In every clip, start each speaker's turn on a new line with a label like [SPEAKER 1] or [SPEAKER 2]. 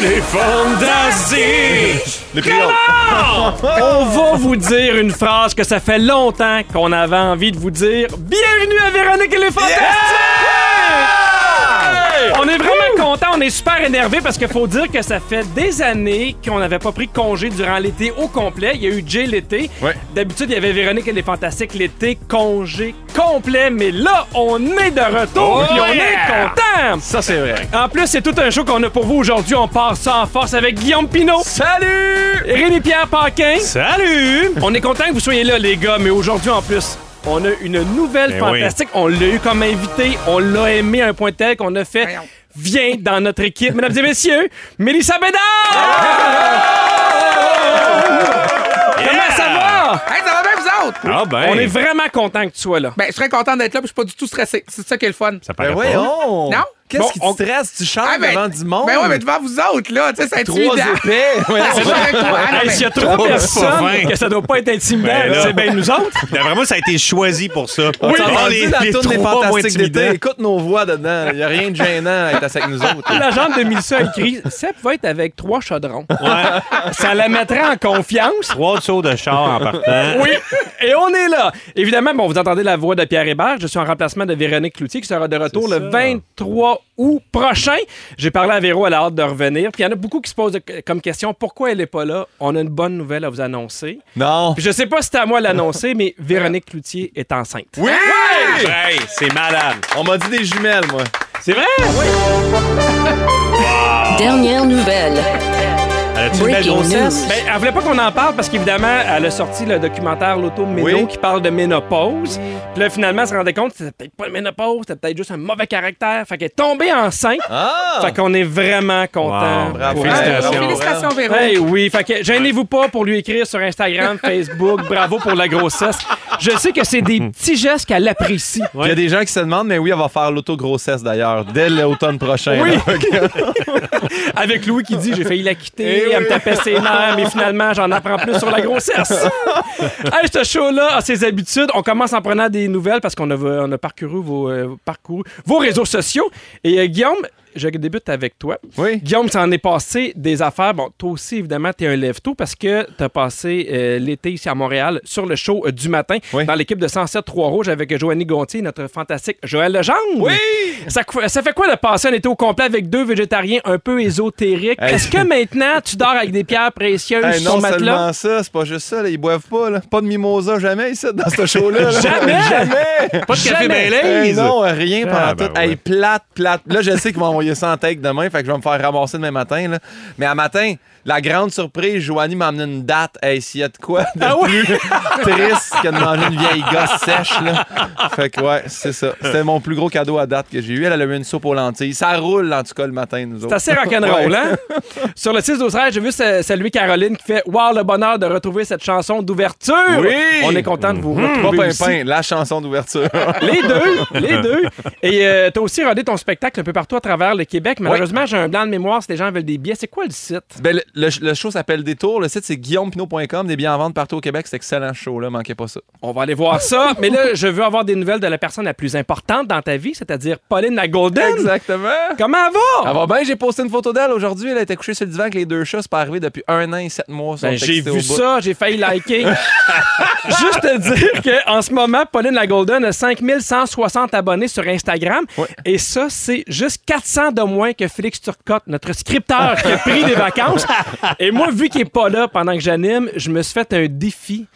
[SPEAKER 1] les fantastiques!
[SPEAKER 2] Les pilotes.
[SPEAKER 3] On va vous dire une phrase que ça fait longtemps qu'on avait envie de vous dire. Bienvenue à Véronique et les Fantastiques! On est vraiment content, on est super énervé parce qu'il faut dire que ça fait des années qu'on n'avait pas pris de congé durant l'été au complet. Il y a eu Jay l'été.
[SPEAKER 2] Ouais.
[SPEAKER 3] D'habitude, il y avait Véronique et les Fantastiques l'été, congé complet. Mais là, on est de retour
[SPEAKER 2] Oh
[SPEAKER 3] puis on
[SPEAKER 2] yeah!
[SPEAKER 3] est content.
[SPEAKER 2] Ça, c'est vrai.
[SPEAKER 3] En plus, c'est tout un show qu'on a pour vous aujourd'hui. On part ça en force avec Guillaume Pinot,
[SPEAKER 2] Salut!
[SPEAKER 3] Rémi-Pierre Paquin.
[SPEAKER 1] Salut!
[SPEAKER 3] On est content que vous soyez là, les gars, mais aujourd'hui, en plus, on a une nouvelle
[SPEAKER 1] Ben
[SPEAKER 3] fantastique. On l'a eu comme invité, on l'a aimé à un point tel qu'on a fait « Viens dans notre équipe ». Mesdames et messieurs, Mélissa Bédard! Comment ça va?
[SPEAKER 4] Hey, ça va bien, vous autres?
[SPEAKER 1] Ah ben,
[SPEAKER 3] On est vraiment content que tu sois là.
[SPEAKER 4] Ben, je serais content d'être là, puis je suis pas du tout stressé. C'est ça qui est le fun.
[SPEAKER 1] ça paraît
[SPEAKER 2] Ben
[SPEAKER 1] pas.
[SPEAKER 2] voyons!
[SPEAKER 4] Non?
[SPEAKER 2] Qu'est-ce
[SPEAKER 3] Bon,
[SPEAKER 2] qui te
[SPEAKER 3] on-
[SPEAKER 2] stresse? Tu chantes
[SPEAKER 4] Ah,
[SPEAKER 2] devant du monde?
[SPEAKER 4] Ben ouais, mais devant vous autres, là, tu sais, c'est
[SPEAKER 2] Trois
[SPEAKER 4] intimidant.
[SPEAKER 2] épais! Voyons.
[SPEAKER 4] C'est ça, avec toi. Ah, non,
[SPEAKER 3] Hey,
[SPEAKER 4] mais-
[SPEAKER 3] S'il y a trois
[SPEAKER 1] pas
[SPEAKER 3] personnes,
[SPEAKER 1] fin.
[SPEAKER 3] que ça doit pas être intimidant,
[SPEAKER 1] Ben là.
[SPEAKER 3] c'est bien nous autres.
[SPEAKER 1] Ben, vraiment, ça a été choisi pour ça.
[SPEAKER 2] On t'a
[SPEAKER 1] Ah,
[SPEAKER 2] entendu
[SPEAKER 1] les,
[SPEAKER 2] dans
[SPEAKER 1] les
[SPEAKER 2] la tourne des
[SPEAKER 1] trois moins
[SPEAKER 2] fantastiques d'été.
[SPEAKER 1] intimidants.
[SPEAKER 2] Écoute nos voix dedans. Il n'y a rien de gênant à être assis avec nous autres.
[SPEAKER 3] La jambe de Mélissa a écrit « Seb va être avec trois chaudrons.
[SPEAKER 1] Ouais.
[SPEAKER 3] Ça la mettra en confiance.
[SPEAKER 1] Trois sauts de char en partant.
[SPEAKER 3] Oui, et on est là. Évidemment, bon, vous entendez la voix de Pierre Hébert. Je suis en remplacement de Véronique Cloutier qui sera de retour
[SPEAKER 1] C'est
[SPEAKER 3] le
[SPEAKER 1] ça.
[SPEAKER 3] 23 août prochain. J'ai parlé à Véro, elle a hâte de revenir. Puis il y en a beaucoup qui se posent de- comme question pourquoi elle n'est pas là. On a une bonne nouvelle à vous annoncer.
[SPEAKER 2] Non!
[SPEAKER 3] Puis je sais pas si c'est à moi de l'annoncer, mais Véronique Cloutier est enceinte.
[SPEAKER 2] Oui!
[SPEAKER 1] Hey, c'est malade.
[SPEAKER 2] On m'a dit des jumelles, moi.
[SPEAKER 3] C'est vrai?
[SPEAKER 5] Dernière nouvelle.
[SPEAKER 1] Elle a-tu une belle
[SPEAKER 5] Breaking
[SPEAKER 1] grossesse?
[SPEAKER 5] news.
[SPEAKER 3] Ben, elle voulait pas qu'on en parle parce qu'évidemment, elle a sorti le documentaire L'Auto Méno
[SPEAKER 2] Oui.
[SPEAKER 3] qui parle de ménopause. Puis là, finalement, elle se rendait compte que c'était peut-être pas le ménopause, c'était peut-être juste un mauvais caractère. Fait qu'elle est tombée enceinte.
[SPEAKER 2] Ah!
[SPEAKER 3] Fait qu'on est vraiment content.
[SPEAKER 1] Wow,
[SPEAKER 2] bravo.
[SPEAKER 3] pour
[SPEAKER 4] Ah,
[SPEAKER 3] elle.
[SPEAKER 1] Félicitations.
[SPEAKER 4] Félicitations, Véro.
[SPEAKER 3] Hey, oui, fait que gênez-vous pas pour lui écrire sur Instagram, Facebook. Bravo pour la grossesse. Je sais que c'est des petits gestes qu'elle apprécie.
[SPEAKER 2] Il y a des gens qui se demandent, mais oui, elle va faire l'auto-grossesse d'ailleurs, dès l'automne prochain.
[SPEAKER 3] Oui.
[SPEAKER 2] là.
[SPEAKER 3] Avec Louis qui dit J'ai failli la quitter,
[SPEAKER 2] Eh
[SPEAKER 3] elle me
[SPEAKER 2] oui.
[SPEAKER 3] tapait ses nerfs, mais finalement, j'en apprends plus sur la grossesse. hey, ce show-là a ses habitudes. On commence en prenant des nouvelles parce qu'on a, on a parcouru, vos, euh, parcouru vos réseaux sociaux. Et euh, Guillaume, je débute avec toi.
[SPEAKER 2] Oui.
[SPEAKER 3] Guillaume, s'en est passé des affaires. Bon, toi aussi, évidemment, t'es un lève-tôt parce que t'as passé euh, l'été ici à Montréal sur le show euh, du matin
[SPEAKER 2] Oui.
[SPEAKER 3] dans l'équipe de 107 Trois Rouges avec Joanny Gontier, notre fantastique Joël Legendre. Oui! Ça, cou- ça fait quoi de passer un été au complet avec deux végétariens un peu ésotériques?
[SPEAKER 2] Hey.
[SPEAKER 3] Est-ce que maintenant, tu dors avec des pierres précieuses
[SPEAKER 2] Hey,
[SPEAKER 3] sur
[SPEAKER 2] non
[SPEAKER 3] matelas?
[SPEAKER 2] seulement ça, c'est pas juste ça, là, ils boivent pas. Là. Pas de mimosa jamais ici dans ce show-là. là.
[SPEAKER 3] Jamais!
[SPEAKER 2] jamais!
[SPEAKER 1] Pas de café
[SPEAKER 3] Jamais.
[SPEAKER 2] Hey,
[SPEAKER 1] Baileys.
[SPEAKER 2] Eh non, rien pendant
[SPEAKER 1] Ah, ben
[SPEAKER 2] tout.
[SPEAKER 1] ouais.
[SPEAKER 2] Hey, plate, plate. Là, je sais qu'ils vont envoyer ça en tech demain, fait que je vais me faire ramasser demain matin. Là. Mais à matin, la grande surprise, Joanie m'a amené une date. Hey, s'il y a de quoi de
[SPEAKER 1] Ah
[SPEAKER 2] plus triste que de manger une vieille gosse sèche, là. Fait que ouais, c'est ça. C'était mon plus gros cadeau à date que j'ai eu. Elle, elle a eu une soupe aux lentilles. Ça roule, en tout cas, le matin, nous
[SPEAKER 3] C'est
[SPEAKER 2] autres.
[SPEAKER 3] assez rock'n'roll,
[SPEAKER 2] Ouais.
[SPEAKER 3] hein? Sur le 6 12 13, j'ai vu sa- saluer Caroline qui fait « Wow, le bonheur de retrouver cette chanson d'ouverture!
[SPEAKER 2] Oui! Mmh.
[SPEAKER 3] On est content de vous
[SPEAKER 2] Pas
[SPEAKER 3] retrouver aussi.
[SPEAKER 2] pimpin, la chanson d'ouverture.
[SPEAKER 3] Les deux, les deux. Et euh, t'as aussi rodé ton spectacle un peu partout à travers le Québec. Malheureusement, j'ai un blanc de mémoire si les gens veulent des billets. C'est quoi le site?
[SPEAKER 2] Ben, le, le- le show s'appelle Détour. Le site, c'est guillaumepinot.com. Des billets en vente partout au Québec. C'est excellent ce show, là. Manquez pas ça.
[SPEAKER 3] On va aller voir ça. Mais là, je veux avoir des nouvelles de la personne la plus importante dans ta vie, c'est-à-dire Pauline la Golden.
[SPEAKER 2] Exactement.
[SPEAKER 3] Comment elle va?
[SPEAKER 2] Ça va bien, Ah ben, j'ai posté une photo d'elle aujourd'hui. Elle était couchée sur le divan avec les deux chats. C'est pas arrivé depuis un an et sept mois. Ils sont
[SPEAKER 3] Ben, j'ai
[SPEAKER 2] textés au
[SPEAKER 3] vu
[SPEAKER 2] bout.
[SPEAKER 3] ça, j'ai failli liker. Juste te dire qu'en ce moment, Pauline la Golden a 5160 abonnés sur Instagram.
[SPEAKER 2] Ouais.
[SPEAKER 3] Et ça, c'est juste 400 de moins que Félix Turcotte, notre scripteur qui a pris des vacances. Et moi, vu qu'il n'est pas là pendant que j'anime, je me suis fait un défi.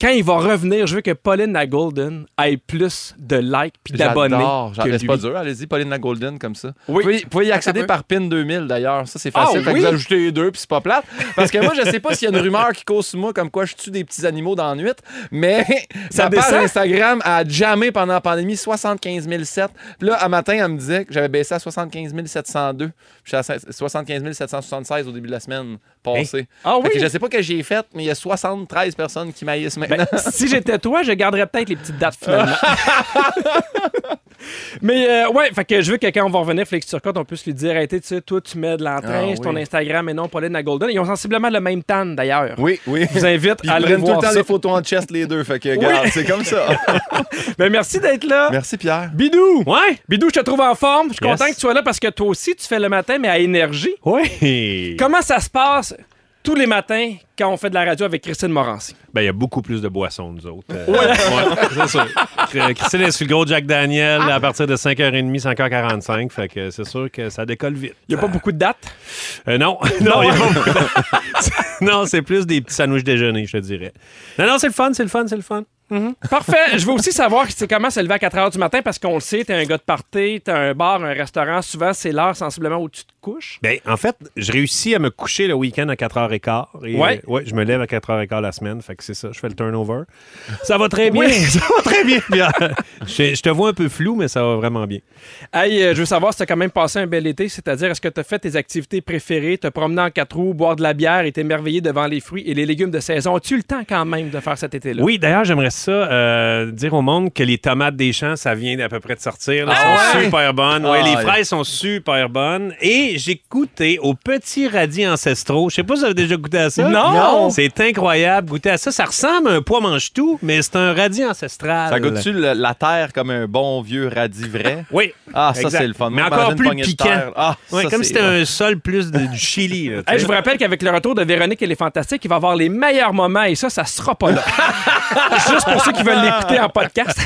[SPEAKER 3] Quand il va revenir, je veux que Pauline la Golden ait plus de likes puis d'abonnés.
[SPEAKER 2] J'adore. J'en
[SPEAKER 3] que
[SPEAKER 2] laisse pas
[SPEAKER 3] lui.
[SPEAKER 2] dur. Allez-y, Pauline la Golden, comme ça.
[SPEAKER 3] Oui.
[SPEAKER 2] Vous pouvez, vous pouvez y accéder
[SPEAKER 4] peut.
[SPEAKER 2] par PIN 2000, d'ailleurs. Ça, c'est
[SPEAKER 3] Ah,
[SPEAKER 2] facile. Fait que
[SPEAKER 3] oui?
[SPEAKER 2] vous ajoutez les deux, puis c'est pas plate. Parce que moi, je sais pas s'il y a une rumeur qui cause sur moi comme quoi je tue des petits animaux dans la nuit, mais
[SPEAKER 3] Ça
[SPEAKER 2] ma page
[SPEAKER 3] descend?
[SPEAKER 2] Instagram a jammé pendant la pandémie 75 007. Puis là, à matin, elle me disait que j'avais baissé à 75 702. Puis Je suis à 75 776 au début de la semaine passée.
[SPEAKER 3] Ah
[SPEAKER 2] Fait que
[SPEAKER 3] oui?
[SPEAKER 2] je sais pas que j'ai fait, mais il y a 73 personnes qui maïssent maintenant.
[SPEAKER 3] Ben, si j'étais toi, je garderais peut-être les petites dates finalement. Mais euh, ouais, fait que je veux que quand on va revenir, Félix Turcotte, on puisse lui dire Hey, tu sais, toi, tu mets de l'entrain,
[SPEAKER 2] Ah,
[SPEAKER 3] c'est ton
[SPEAKER 2] oui.
[SPEAKER 3] Instagram et non Pauline à Golden. Ils ont sensiblement le même tan d'ailleurs.
[SPEAKER 2] Oui, oui.
[SPEAKER 3] Je vous invite
[SPEAKER 2] Puis
[SPEAKER 3] à
[SPEAKER 2] ils
[SPEAKER 3] aller
[SPEAKER 2] prennent tout
[SPEAKER 3] voir
[SPEAKER 2] le temps
[SPEAKER 3] ça.
[SPEAKER 2] les photos en chest, les deux. Fait que, regarde, c'est comme ça.
[SPEAKER 3] Mais Ben, merci d'être là.
[SPEAKER 2] Merci, Pierre.
[SPEAKER 3] Bidou!
[SPEAKER 1] Ouais!
[SPEAKER 3] Bidou, je te trouve en forme. Je suis
[SPEAKER 1] Yes.
[SPEAKER 3] content que tu sois là parce que toi aussi, tu fais le matin, mais à énergie.
[SPEAKER 1] Oui!
[SPEAKER 3] Comment ça se passe tous les matins quand on fait de la radio avec Christine Morancy?
[SPEAKER 1] Ben, il y a beaucoup plus de boissons, nous autres. Euh, ouais, c'est ça. Cr- Christine est sur le gros Jack Daniel
[SPEAKER 2] Ah.
[SPEAKER 1] à partir de 5h30, 5h45. Fait que c'est sûr que ça décolle vite.
[SPEAKER 3] Il n'y a
[SPEAKER 2] Ah.
[SPEAKER 3] pas beaucoup de dates.
[SPEAKER 1] Euh, non, non, il y a pas beaucoup de- Non, c'est plus des petits sandwichs déjeuner, je te dirais. Non, non, c'est le fun, c'est le fun, c'est le fun.
[SPEAKER 3] Parfait. Je veux aussi savoir c'est comment se lever à 4 h du matin parce qu'on le sait, t'es un gars de party, t'as un bar, un restaurant. Souvent, c'est l'heure sensiblement où tu te couches.
[SPEAKER 1] Ben, en fait, je réussis à me coucher le week-end à 4h15. Et,
[SPEAKER 3] Ouais.
[SPEAKER 1] euh, ouais, je me lève à 4h15 la semaine. Fait que c'est ça, je fais le turnover. Ça va très bien. Ça va très bien, Pierre. je, je te vois un peu flou, mais ça va vraiment bien.
[SPEAKER 3] Hey, euh, je veux savoir si t'as quand même passé un bel été, c'est-à-dire est-ce que t'as fait tes activités préférées, te promener en quatre roues, boire de la bière et t'émerveiller devant les fruits et les légumes de saison. As-tu eu le temps quand même de faire cet été-là?
[SPEAKER 1] Oui, d'ailleurs, j'aimerais ça euh, dire au monde que les tomates des champs, ça vient d'à peu près de sortir. là.
[SPEAKER 2] Ah
[SPEAKER 1] sont
[SPEAKER 2] ouais?
[SPEAKER 1] super bonnes. Ouais,
[SPEAKER 2] Ah,
[SPEAKER 1] les
[SPEAKER 2] ouais.
[SPEAKER 1] fraises sont super bonnes. Et j'ai goûté aux petits radis ancestraux. Je sais pas si vous avez déjà goûté à ça.
[SPEAKER 3] Non! Non.
[SPEAKER 1] C'est incroyable. Goûter à ça, ça ressemble à un pois mange-tout, mais c'est un radis ancestral.
[SPEAKER 2] Ça goûte-tu le- la terre comme un bon vieux radis vrai?
[SPEAKER 1] Oui.
[SPEAKER 2] Ah, ça,
[SPEAKER 1] Exact.
[SPEAKER 2] c'est le fun.
[SPEAKER 1] Mais
[SPEAKER 2] Moi,
[SPEAKER 1] encore
[SPEAKER 2] imagine
[SPEAKER 1] plus
[SPEAKER 2] pogner de
[SPEAKER 1] piquant.
[SPEAKER 2] terre. Ah,
[SPEAKER 1] Ouais,
[SPEAKER 2] ça,
[SPEAKER 1] comme
[SPEAKER 2] c'est-
[SPEAKER 1] si c'était un sol plus de- du Chili. là, tu sais.
[SPEAKER 3] Hey, je vous rappelle qu'avec le retour de Véronique et les Fantastiques, il va avoir les meilleurs moments et ça, ça sera pas là. Juste pour ceux qui veulent l'écouter en podcast.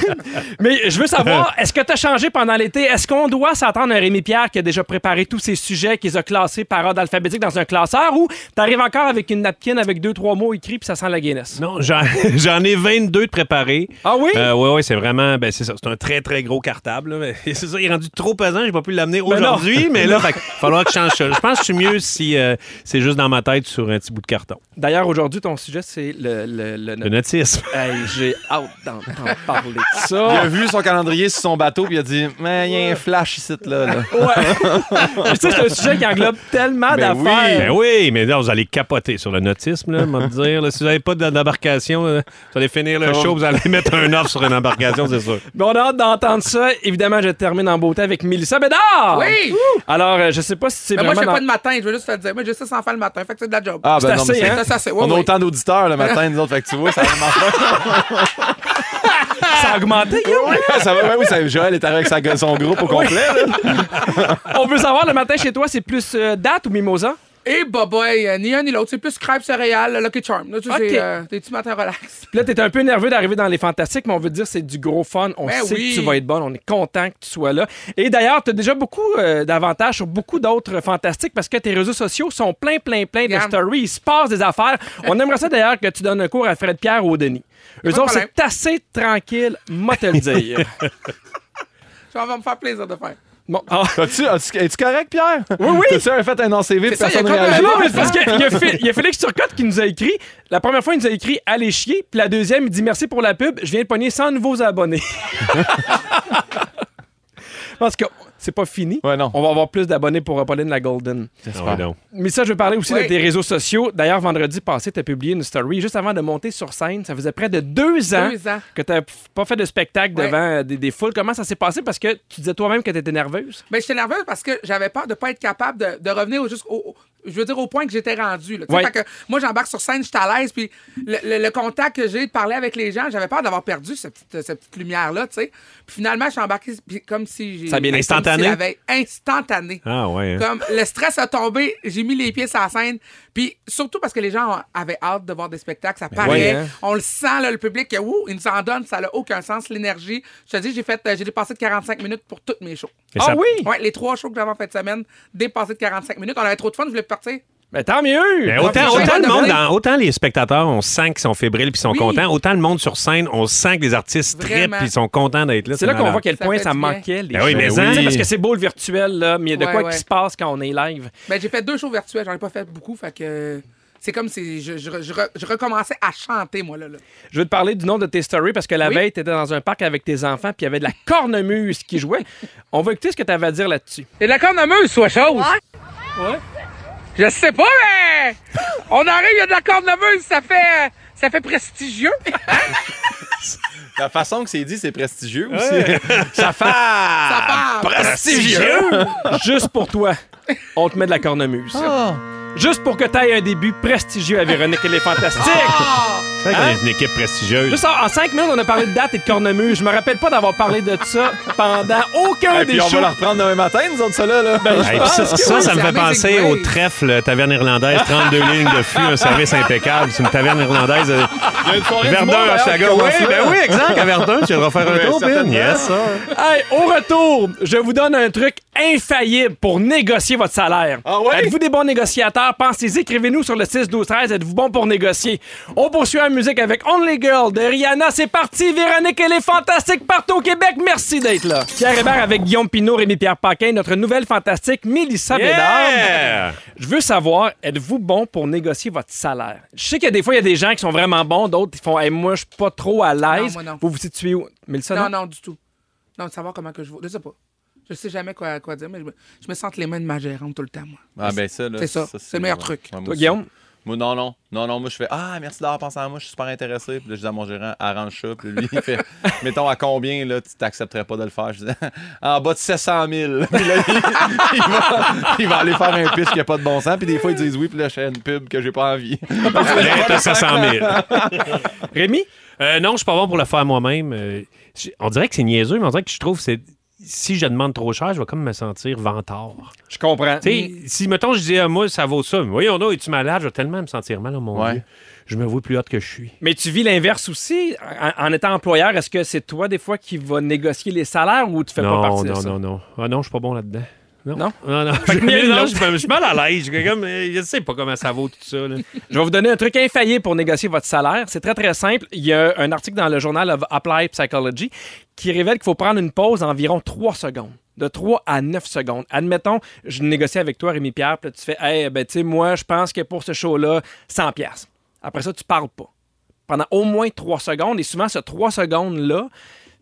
[SPEAKER 3] Mais je veux savoir, est-ce que tu as changé pendant l'été? Est-ce qu'on doit s'attendre à un Rémi Pierre qui a déjà préparé tous ses sujets, qui les a classés par ordre alphabétique dans un classeur ou t'arrives encore avec une napkin avec deux, trois mots écrits puis ça sent la Guinness?
[SPEAKER 1] Non, j'en j'en ai 22 de préparés.
[SPEAKER 3] Ah oui?
[SPEAKER 1] Euh, ouais, ouais, c'est vraiment. Ben, c'est ça. C'est un très, très gros cartable. là, mais c'est ça, il est rendu trop pesant. J'ai pas pu l'amener
[SPEAKER 3] Ben non.
[SPEAKER 1] aujourd'hui, mais là, il va falloir que je change ça. Je pense que je suis mieux si euh, c'est juste dans ma tête sur un petit bout de carton.
[SPEAKER 3] D'ailleurs, aujourd'hui, ton sujet, c'est le... le, le-
[SPEAKER 1] Le nautisme.
[SPEAKER 3] Hey, j'ai hâte d'entendre parler de
[SPEAKER 2] Il
[SPEAKER 3] ça.
[SPEAKER 2] a vu son calendrier sur son bateau puis il a dit Mais il y a un flash ici, là. là.
[SPEAKER 3] Ouais. Tu sais, c'est un sujet qui englobe tellement
[SPEAKER 2] Ben oui.
[SPEAKER 3] d'affaires.
[SPEAKER 1] Ben oui, mais là, vous allez capoter sur le nautisme, là, m'en dire. là. si vous n'avez pas d'embarcation, là, vous allez finir le
[SPEAKER 2] Ça va.
[SPEAKER 1] show, vous allez mettre un offre sur une embarcation, c'est sûr.
[SPEAKER 3] Mais on a hâte d'entendre ça. Évidemment, je termine en beauté avec Mélissa Bédard.
[SPEAKER 4] Oui!
[SPEAKER 3] Alors, euh, je sais pas si c'est
[SPEAKER 4] Mais moi,
[SPEAKER 3] ah. vraiment...
[SPEAKER 4] je fais
[SPEAKER 3] dans-
[SPEAKER 4] pas de matin, je veux juste te le dire. Moi, j'ai 6 enfants le matin, fait que c'est de la job.
[SPEAKER 2] Ah, ben
[SPEAKER 3] C'est
[SPEAKER 2] non,
[SPEAKER 3] assez,
[SPEAKER 2] mais c'est-
[SPEAKER 3] hein?
[SPEAKER 4] Ça, ça, c'est- ouais,
[SPEAKER 2] On a
[SPEAKER 4] ouais.
[SPEAKER 2] autant d'auditeurs le matin, nous autres. Fait que tu vois, ça va marcher.
[SPEAKER 3] Ça a augmenté, Guillaume?
[SPEAKER 2] Ouais, ça va, ouais, oui, ça, Joël est arrivé avec sa- son groupe au complet. là.
[SPEAKER 3] On veut savoir, le matin chez toi, c'est plus euh, date ou mimosa?
[SPEAKER 4] Et boboy, euh, ni un ni l'autre. C'est plus crêpes céréales, Lucky Charm. Là, tu sais,
[SPEAKER 3] Ok.
[SPEAKER 4] c'est, euh, des petits matins relax.
[SPEAKER 3] Puis là, t'es un peu nerveux d'arriver dans les fantastiques, mais on veut te dire c'est du gros fun. On
[SPEAKER 4] Ben
[SPEAKER 3] sait
[SPEAKER 4] oui.
[SPEAKER 3] que tu vas être bonne. On est content que tu sois là. Et d'ailleurs, t'as déjà beaucoup euh, d'avantages sur beaucoup d'autres fantastiques parce que tes réseaux sociaux sont plein, plein, plein de
[SPEAKER 4] Regarde.
[SPEAKER 3] stories. Il se passe des affaires. On aimerait ça d'ailleurs que tu donnes un cours à Fred Pierre ou au Denis. Eux
[SPEAKER 4] pas de
[SPEAKER 3] autres,
[SPEAKER 4] problème.
[SPEAKER 3] c'est assez tranquille, moi te le dire.
[SPEAKER 4] Ça va me faire plaisir de faire.
[SPEAKER 3] Bon, ah.
[SPEAKER 2] As-tu, as-tu- es-tu correct, Pierre?
[SPEAKER 3] Oui, oui.
[SPEAKER 2] T'as-tu fait un non-CV et
[SPEAKER 4] C'est ça,
[SPEAKER 2] personne
[SPEAKER 4] il y a comme
[SPEAKER 2] réagit?
[SPEAKER 4] un-
[SPEAKER 3] Non, mais c'est parce qu'il y, a Fé- il y a Félix Turcotte qui nous a écrit. La première fois, il nous a écrit Allez chier. Puis la deuxième, il dit Merci pour la pub. Je viens de pogner 100 nouveaux abonnés. Parce que c'est pas fini.
[SPEAKER 2] Ouais, non.
[SPEAKER 3] On va avoir plus d'abonnés pour euh, Pauline la Golden.
[SPEAKER 1] Ah ouais, donc.
[SPEAKER 3] Mais ça, je veux parler aussi
[SPEAKER 4] Oui.
[SPEAKER 3] de tes réseaux sociaux. D'ailleurs, vendredi passé, tu as publié une story juste avant de monter sur scène. Ça faisait près de deux ans
[SPEAKER 4] Deux ans.
[SPEAKER 3] que tu n'as pas fait de spectacle
[SPEAKER 4] Ouais.
[SPEAKER 3] devant euh, des, des foules. Comment ça s'est passé? Parce que tu disais toi-même que tu étais nerveuse.
[SPEAKER 4] Ben, j'étais nerveuse parce que j'avais peur de pas être capable de, de revenir au, jusqu'au- au- je veux dire, au point que j'étais rendu.
[SPEAKER 3] Ouais.
[SPEAKER 4] que moi, j'embarque sur scène, j'étais à l'aise, puis le, le- le contact que j'ai de parler avec les gens, j'avais peur d'avoir perdu cette petite, euh, cette petite lumière-là, tu sais. Puis finalement, je suis embarqué puis comme si j'ai...
[SPEAKER 3] Ça a bien
[SPEAKER 4] comme
[SPEAKER 1] été. Instantané?
[SPEAKER 4] si la veille. Instantané.
[SPEAKER 1] Ah ouais. hein.
[SPEAKER 4] Comme le stress a tombé, j'ai mis les pieds sur la scène. Puis surtout parce que les gens ont- avaient hâte de voir des spectacles, ça paraît.
[SPEAKER 3] oui, hein.
[SPEAKER 4] On le sent, là, le public, que, ouh, ils nous en donnent, ça n'a aucun sens, l'énergie. Je te dis, j'ai fait, euh, j'ai dépassé de 45 minutes pour toutes mes shows.
[SPEAKER 1] Et
[SPEAKER 3] ah
[SPEAKER 1] ça-
[SPEAKER 3] oui!
[SPEAKER 4] Ouais, les trois shows que j'avais en fin de semaine, dépassé de 45 minutes. On avait trop de fun, je voulais partir.
[SPEAKER 3] Mais tant mieux!
[SPEAKER 1] Ben,
[SPEAKER 3] Tant
[SPEAKER 1] autant,
[SPEAKER 3] mieux.
[SPEAKER 4] j'ai
[SPEAKER 1] autant
[SPEAKER 4] hâte
[SPEAKER 1] le
[SPEAKER 4] de
[SPEAKER 1] monde,
[SPEAKER 4] venir.
[SPEAKER 1] dans- autant les spectateurs, on sent qu'ils sont fébriles puis sont
[SPEAKER 4] Oui.
[SPEAKER 1] contents. Autant le monde sur scène, on sent que les artistes trippent
[SPEAKER 4] Vraiment.
[SPEAKER 1] puis sont contents d'être là.
[SPEAKER 3] C'est là qu'on
[SPEAKER 1] malade.
[SPEAKER 3] voit à quel
[SPEAKER 4] Ça
[SPEAKER 3] point
[SPEAKER 4] fait
[SPEAKER 3] ça
[SPEAKER 4] du bien.
[SPEAKER 3] manquait les
[SPEAKER 1] Ben oui,
[SPEAKER 3] choses.
[SPEAKER 1] mais
[SPEAKER 3] Tu sais,
[SPEAKER 1] hein.
[SPEAKER 3] Parce que c'est beau le virtuel, là, mais il y a de
[SPEAKER 4] Ouais,
[SPEAKER 3] quoi
[SPEAKER 4] ouais.
[SPEAKER 3] qui se passe quand on est live.
[SPEAKER 4] Ben, j'ai fait deux shows virtuels, j'en ai pas fait beaucoup, fait que. C'est comme si je, je, je re- je recommençais à chanter, moi, là. là.
[SPEAKER 3] Je veux te parler du nom de tes stories parce que la
[SPEAKER 4] Oui.
[SPEAKER 3] veille, tu étais dans un parc avec tes enfants puis il y avait de la cornemuse qui jouait. On va écouter ce que tu avais à dire là-dessus.
[SPEAKER 4] C'est la cornemuse, soit chose.
[SPEAKER 3] Ouais.
[SPEAKER 4] Je sais pas, mais on arrive, il y a de la cornemuse, ça fait, ça fait prestigieux.
[SPEAKER 2] La façon que c'est dit, c'est prestigieux aussi. Ça fait
[SPEAKER 4] Ça part.
[SPEAKER 2] prestigieux.
[SPEAKER 3] Juste pour toi, on te met de la cornemuse.
[SPEAKER 2] Ah.
[SPEAKER 3] Juste pour que tu aies un début prestigieux à Véronique, elle est fantastique.
[SPEAKER 4] Ah!
[SPEAKER 1] C'est vrai qu'on est une équipe prestigieuse.
[SPEAKER 3] Juste en, en cinq minutes, on a parlé de date et de cornemuse. Je me rappelle pas d'avoir parlé de ça pendant aucun
[SPEAKER 2] Et
[SPEAKER 3] des
[SPEAKER 2] puis on
[SPEAKER 3] shows.
[SPEAKER 2] va la reprendre demain matin, nous autres, ça là. là.
[SPEAKER 1] Hey, puis ça,
[SPEAKER 4] pense que
[SPEAKER 1] ça,
[SPEAKER 4] oui,
[SPEAKER 1] ça me
[SPEAKER 4] c'est
[SPEAKER 1] fait
[SPEAKER 4] Amazing
[SPEAKER 1] penser au
[SPEAKER 4] Grace.
[SPEAKER 1] trèfle, euh, taverne irlandaise, 32 lignes de fût, un service impeccable. C'est une taverne irlandaise. euh,
[SPEAKER 2] Il y a une soirée du monde, hein,
[SPEAKER 1] Verdun,
[SPEAKER 2] d'ailleurs,
[SPEAKER 1] Oshaga,
[SPEAKER 2] qui
[SPEAKER 1] oui,
[SPEAKER 2] commence là.
[SPEAKER 1] ben oui, exact. À Verdun, tu vas faire un
[SPEAKER 2] Oui,
[SPEAKER 1] tour, Ben.
[SPEAKER 2] certainement.
[SPEAKER 1] Yes, ça.
[SPEAKER 3] Hey, au retour, je vous donne un truc infaillible pour négocier votre salaire.
[SPEAKER 2] Ah ouais?
[SPEAKER 3] Êtes-vous des bons négociateurs? Pensez-y, écrivez-nous sur le 6-12-13. Êtes-vous bon pour négocier? On poursuit la musique avec Only Girl de Rihanna. C'est parti, Véronique, elle est fantastique partout au Québec. Merci d'être là. Pierre Hébert avec Guillaume Pinot, Rémi-Pierre Paquin, notre nouvelle fantastique, Mélissa Bédard.
[SPEAKER 1] Yeah!
[SPEAKER 3] Je veux savoir, êtes-vous bon pour négocier votre salaire? Je sais que des fois, il y a des gens qui sont vraiment bons, d'autres qui font hey, moi, je suis pas trop à l'aise.
[SPEAKER 4] Non, moi, non.
[SPEAKER 3] Vous vous situez où? Mélissa,
[SPEAKER 4] Non, non, du tout. Non, de savoir comment que je vaux. Je sais pas. Je sais jamais quoi, quoi dire, mais je me, je me sens entre les mains de ma gérante tout le temps, moi.
[SPEAKER 2] Ah ben ça, là,
[SPEAKER 4] C'est ça. C'est le meilleur truc.
[SPEAKER 2] Ouais, moi
[SPEAKER 3] Toi,
[SPEAKER 2] aussi.
[SPEAKER 3] Guillaume?
[SPEAKER 2] Moi, non, non. Non, non, moi, je fais Ah, merci d'avoir pensé à moi, je suis super intéressé. Puis là, je dis à mon gérant, arrange ça. Puis lui, il fait Mettons, à combien, là, tu t'accepterais pas de le faire Je dis En bas de 700 000. Puis là, il, il va, il va aller faire un pitch qui a pas de bon sens. Puis des fois, ils disent Oui, puis là, je fais une pub que j'ai pas envie.
[SPEAKER 1] Là, t'as 700 000.
[SPEAKER 3] Rémi?
[SPEAKER 1] Euh, non, je suis pas bon pour le faire moi-même. Euh, je- on dirait que c'est niaiseux, mais on dirait que je trouve que c'est. Si je demande trop cher, je vais comme me sentir vantard.
[SPEAKER 3] Je comprends.
[SPEAKER 1] Tu sais, si, mettons, je dis à moi, ça vaut ça. mais Voyons, non, es-tu malade? Je vais tellement me sentir mal, oh mon
[SPEAKER 2] Ouais.
[SPEAKER 1] Dieu. Je me vois plus haute que je suis.
[SPEAKER 3] Mais tu vis l'inverse aussi. En, en étant employeur, est-ce que c'est toi, des fois, qui va négocier les salaires ou tu fais
[SPEAKER 1] non,
[SPEAKER 3] pas partie
[SPEAKER 1] non,
[SPEAKER 3] de ça?
[SPEAKER 1] non, non. Ah non, je suis pas bon là-dedans.
[SPEAKER 3] Non?
[SPEAKER 1] Non, non.
[SPEAKER 3] que ni l'un ni
[SPEAKER 1] Non,
[SPEAKER 3] l'autre.
[SPEAKER 1] je suis- je suis mal à l'aise. Je, comme, euh, je sais pas comment ça vaut tout ça. là.
[SPEAKER 3] Je vais vous donner un truc infaillible pour négocier votre salaire. C'est très, très simple. Il y a un article dans le journal of Applied Psychology qui révèle qu'il faut prendre une pause d'environ 3 secondes. De 3 à 9 secondes. Admettons, je négocie avec toi, Rémi-Pierre, puis là, tu fais « Hey, ben, tu sais, moi, je pense que pour ce show-là, 100 piastres. Après ça, tu parles pas. Pendant au moins 3 secondes. Et souvent, ce 3 secondes-là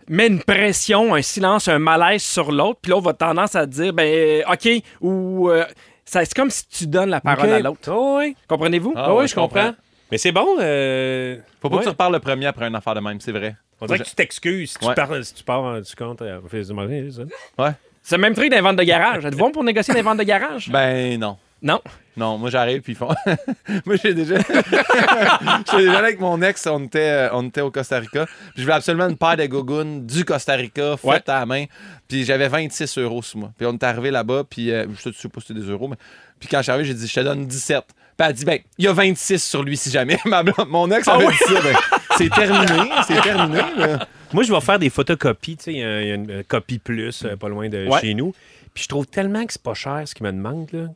[SPEAKER 3] met une pression, un silence, un malaise sur l'autre. Puis l'autre va tendance à dire « Ben, euh, OK » ou... euh, ça, c'est comme si tu donnes la parole
[SPEAKER 1] Ok.
[SPEAKER 3] à l'autre. Comprenez-vous?
[SPEAKER 2] Ah ouais, je comprends.
[SPEAKER 1] Mais c'est bon. euh,
[SPEAKER 2] Faut pas
[SPEAKER 1] ouais.
[SPEAKER 2] que tu reparles le premier après une affaire de même, c'est vrai.
[SPEAKER 1] On dirait que tu t'excuses si, tu
[SPEAKER 2] Ouais.
[SPEAKER 1] parles, si tu pars euh, du compte. euh, fais- c'est ça.
[SPEAKER 2] Ouais.
[SPEAKER 3] C'est le même truc dans les ventes de garage. Êtes-vous bon pour négocier dans les ventes de garage?
[SPEAKER 2] Ben, non.
[SPEAKER 3] Non.
[SPEAKER 2] Non, moi j'arrive puis ils font. moi j'ai déjà. J'étais déjà là avec mon ex, on était, euh, on était au Costa Rica. Puis je voulais absolument une paire de gougounes du Costa Rica, faite
[SPEAKER 3] Ouais.
[SPEAKER 2] à la main. Puis j'avais 26 euros sur moi. Puis on est arrivé là-bas, puis euh, je sais pas si c'était des euros, mais. Puis quand je suis arrivé, j'ai dit, je te donne 17. Puis elle a dit, ben, il y a 26 sur lui si jamais. Ma blonde- mon ex
[SPEAKER 3] Ah
[SPEAKER 2] avait dit ça. Ben, c'est terminé, c'est terminé. là.
[SPEAKER 1] Moi, je vais faire des photocopies. Tu sais, il y a il y a une euh, copie plus euh, pas loin de
[SPEAKER 3] Ouais.
[SPEAKER 1] chez nous. Puis je trouve tellement que c'est pas cher ce qu'ils me demandent. Là,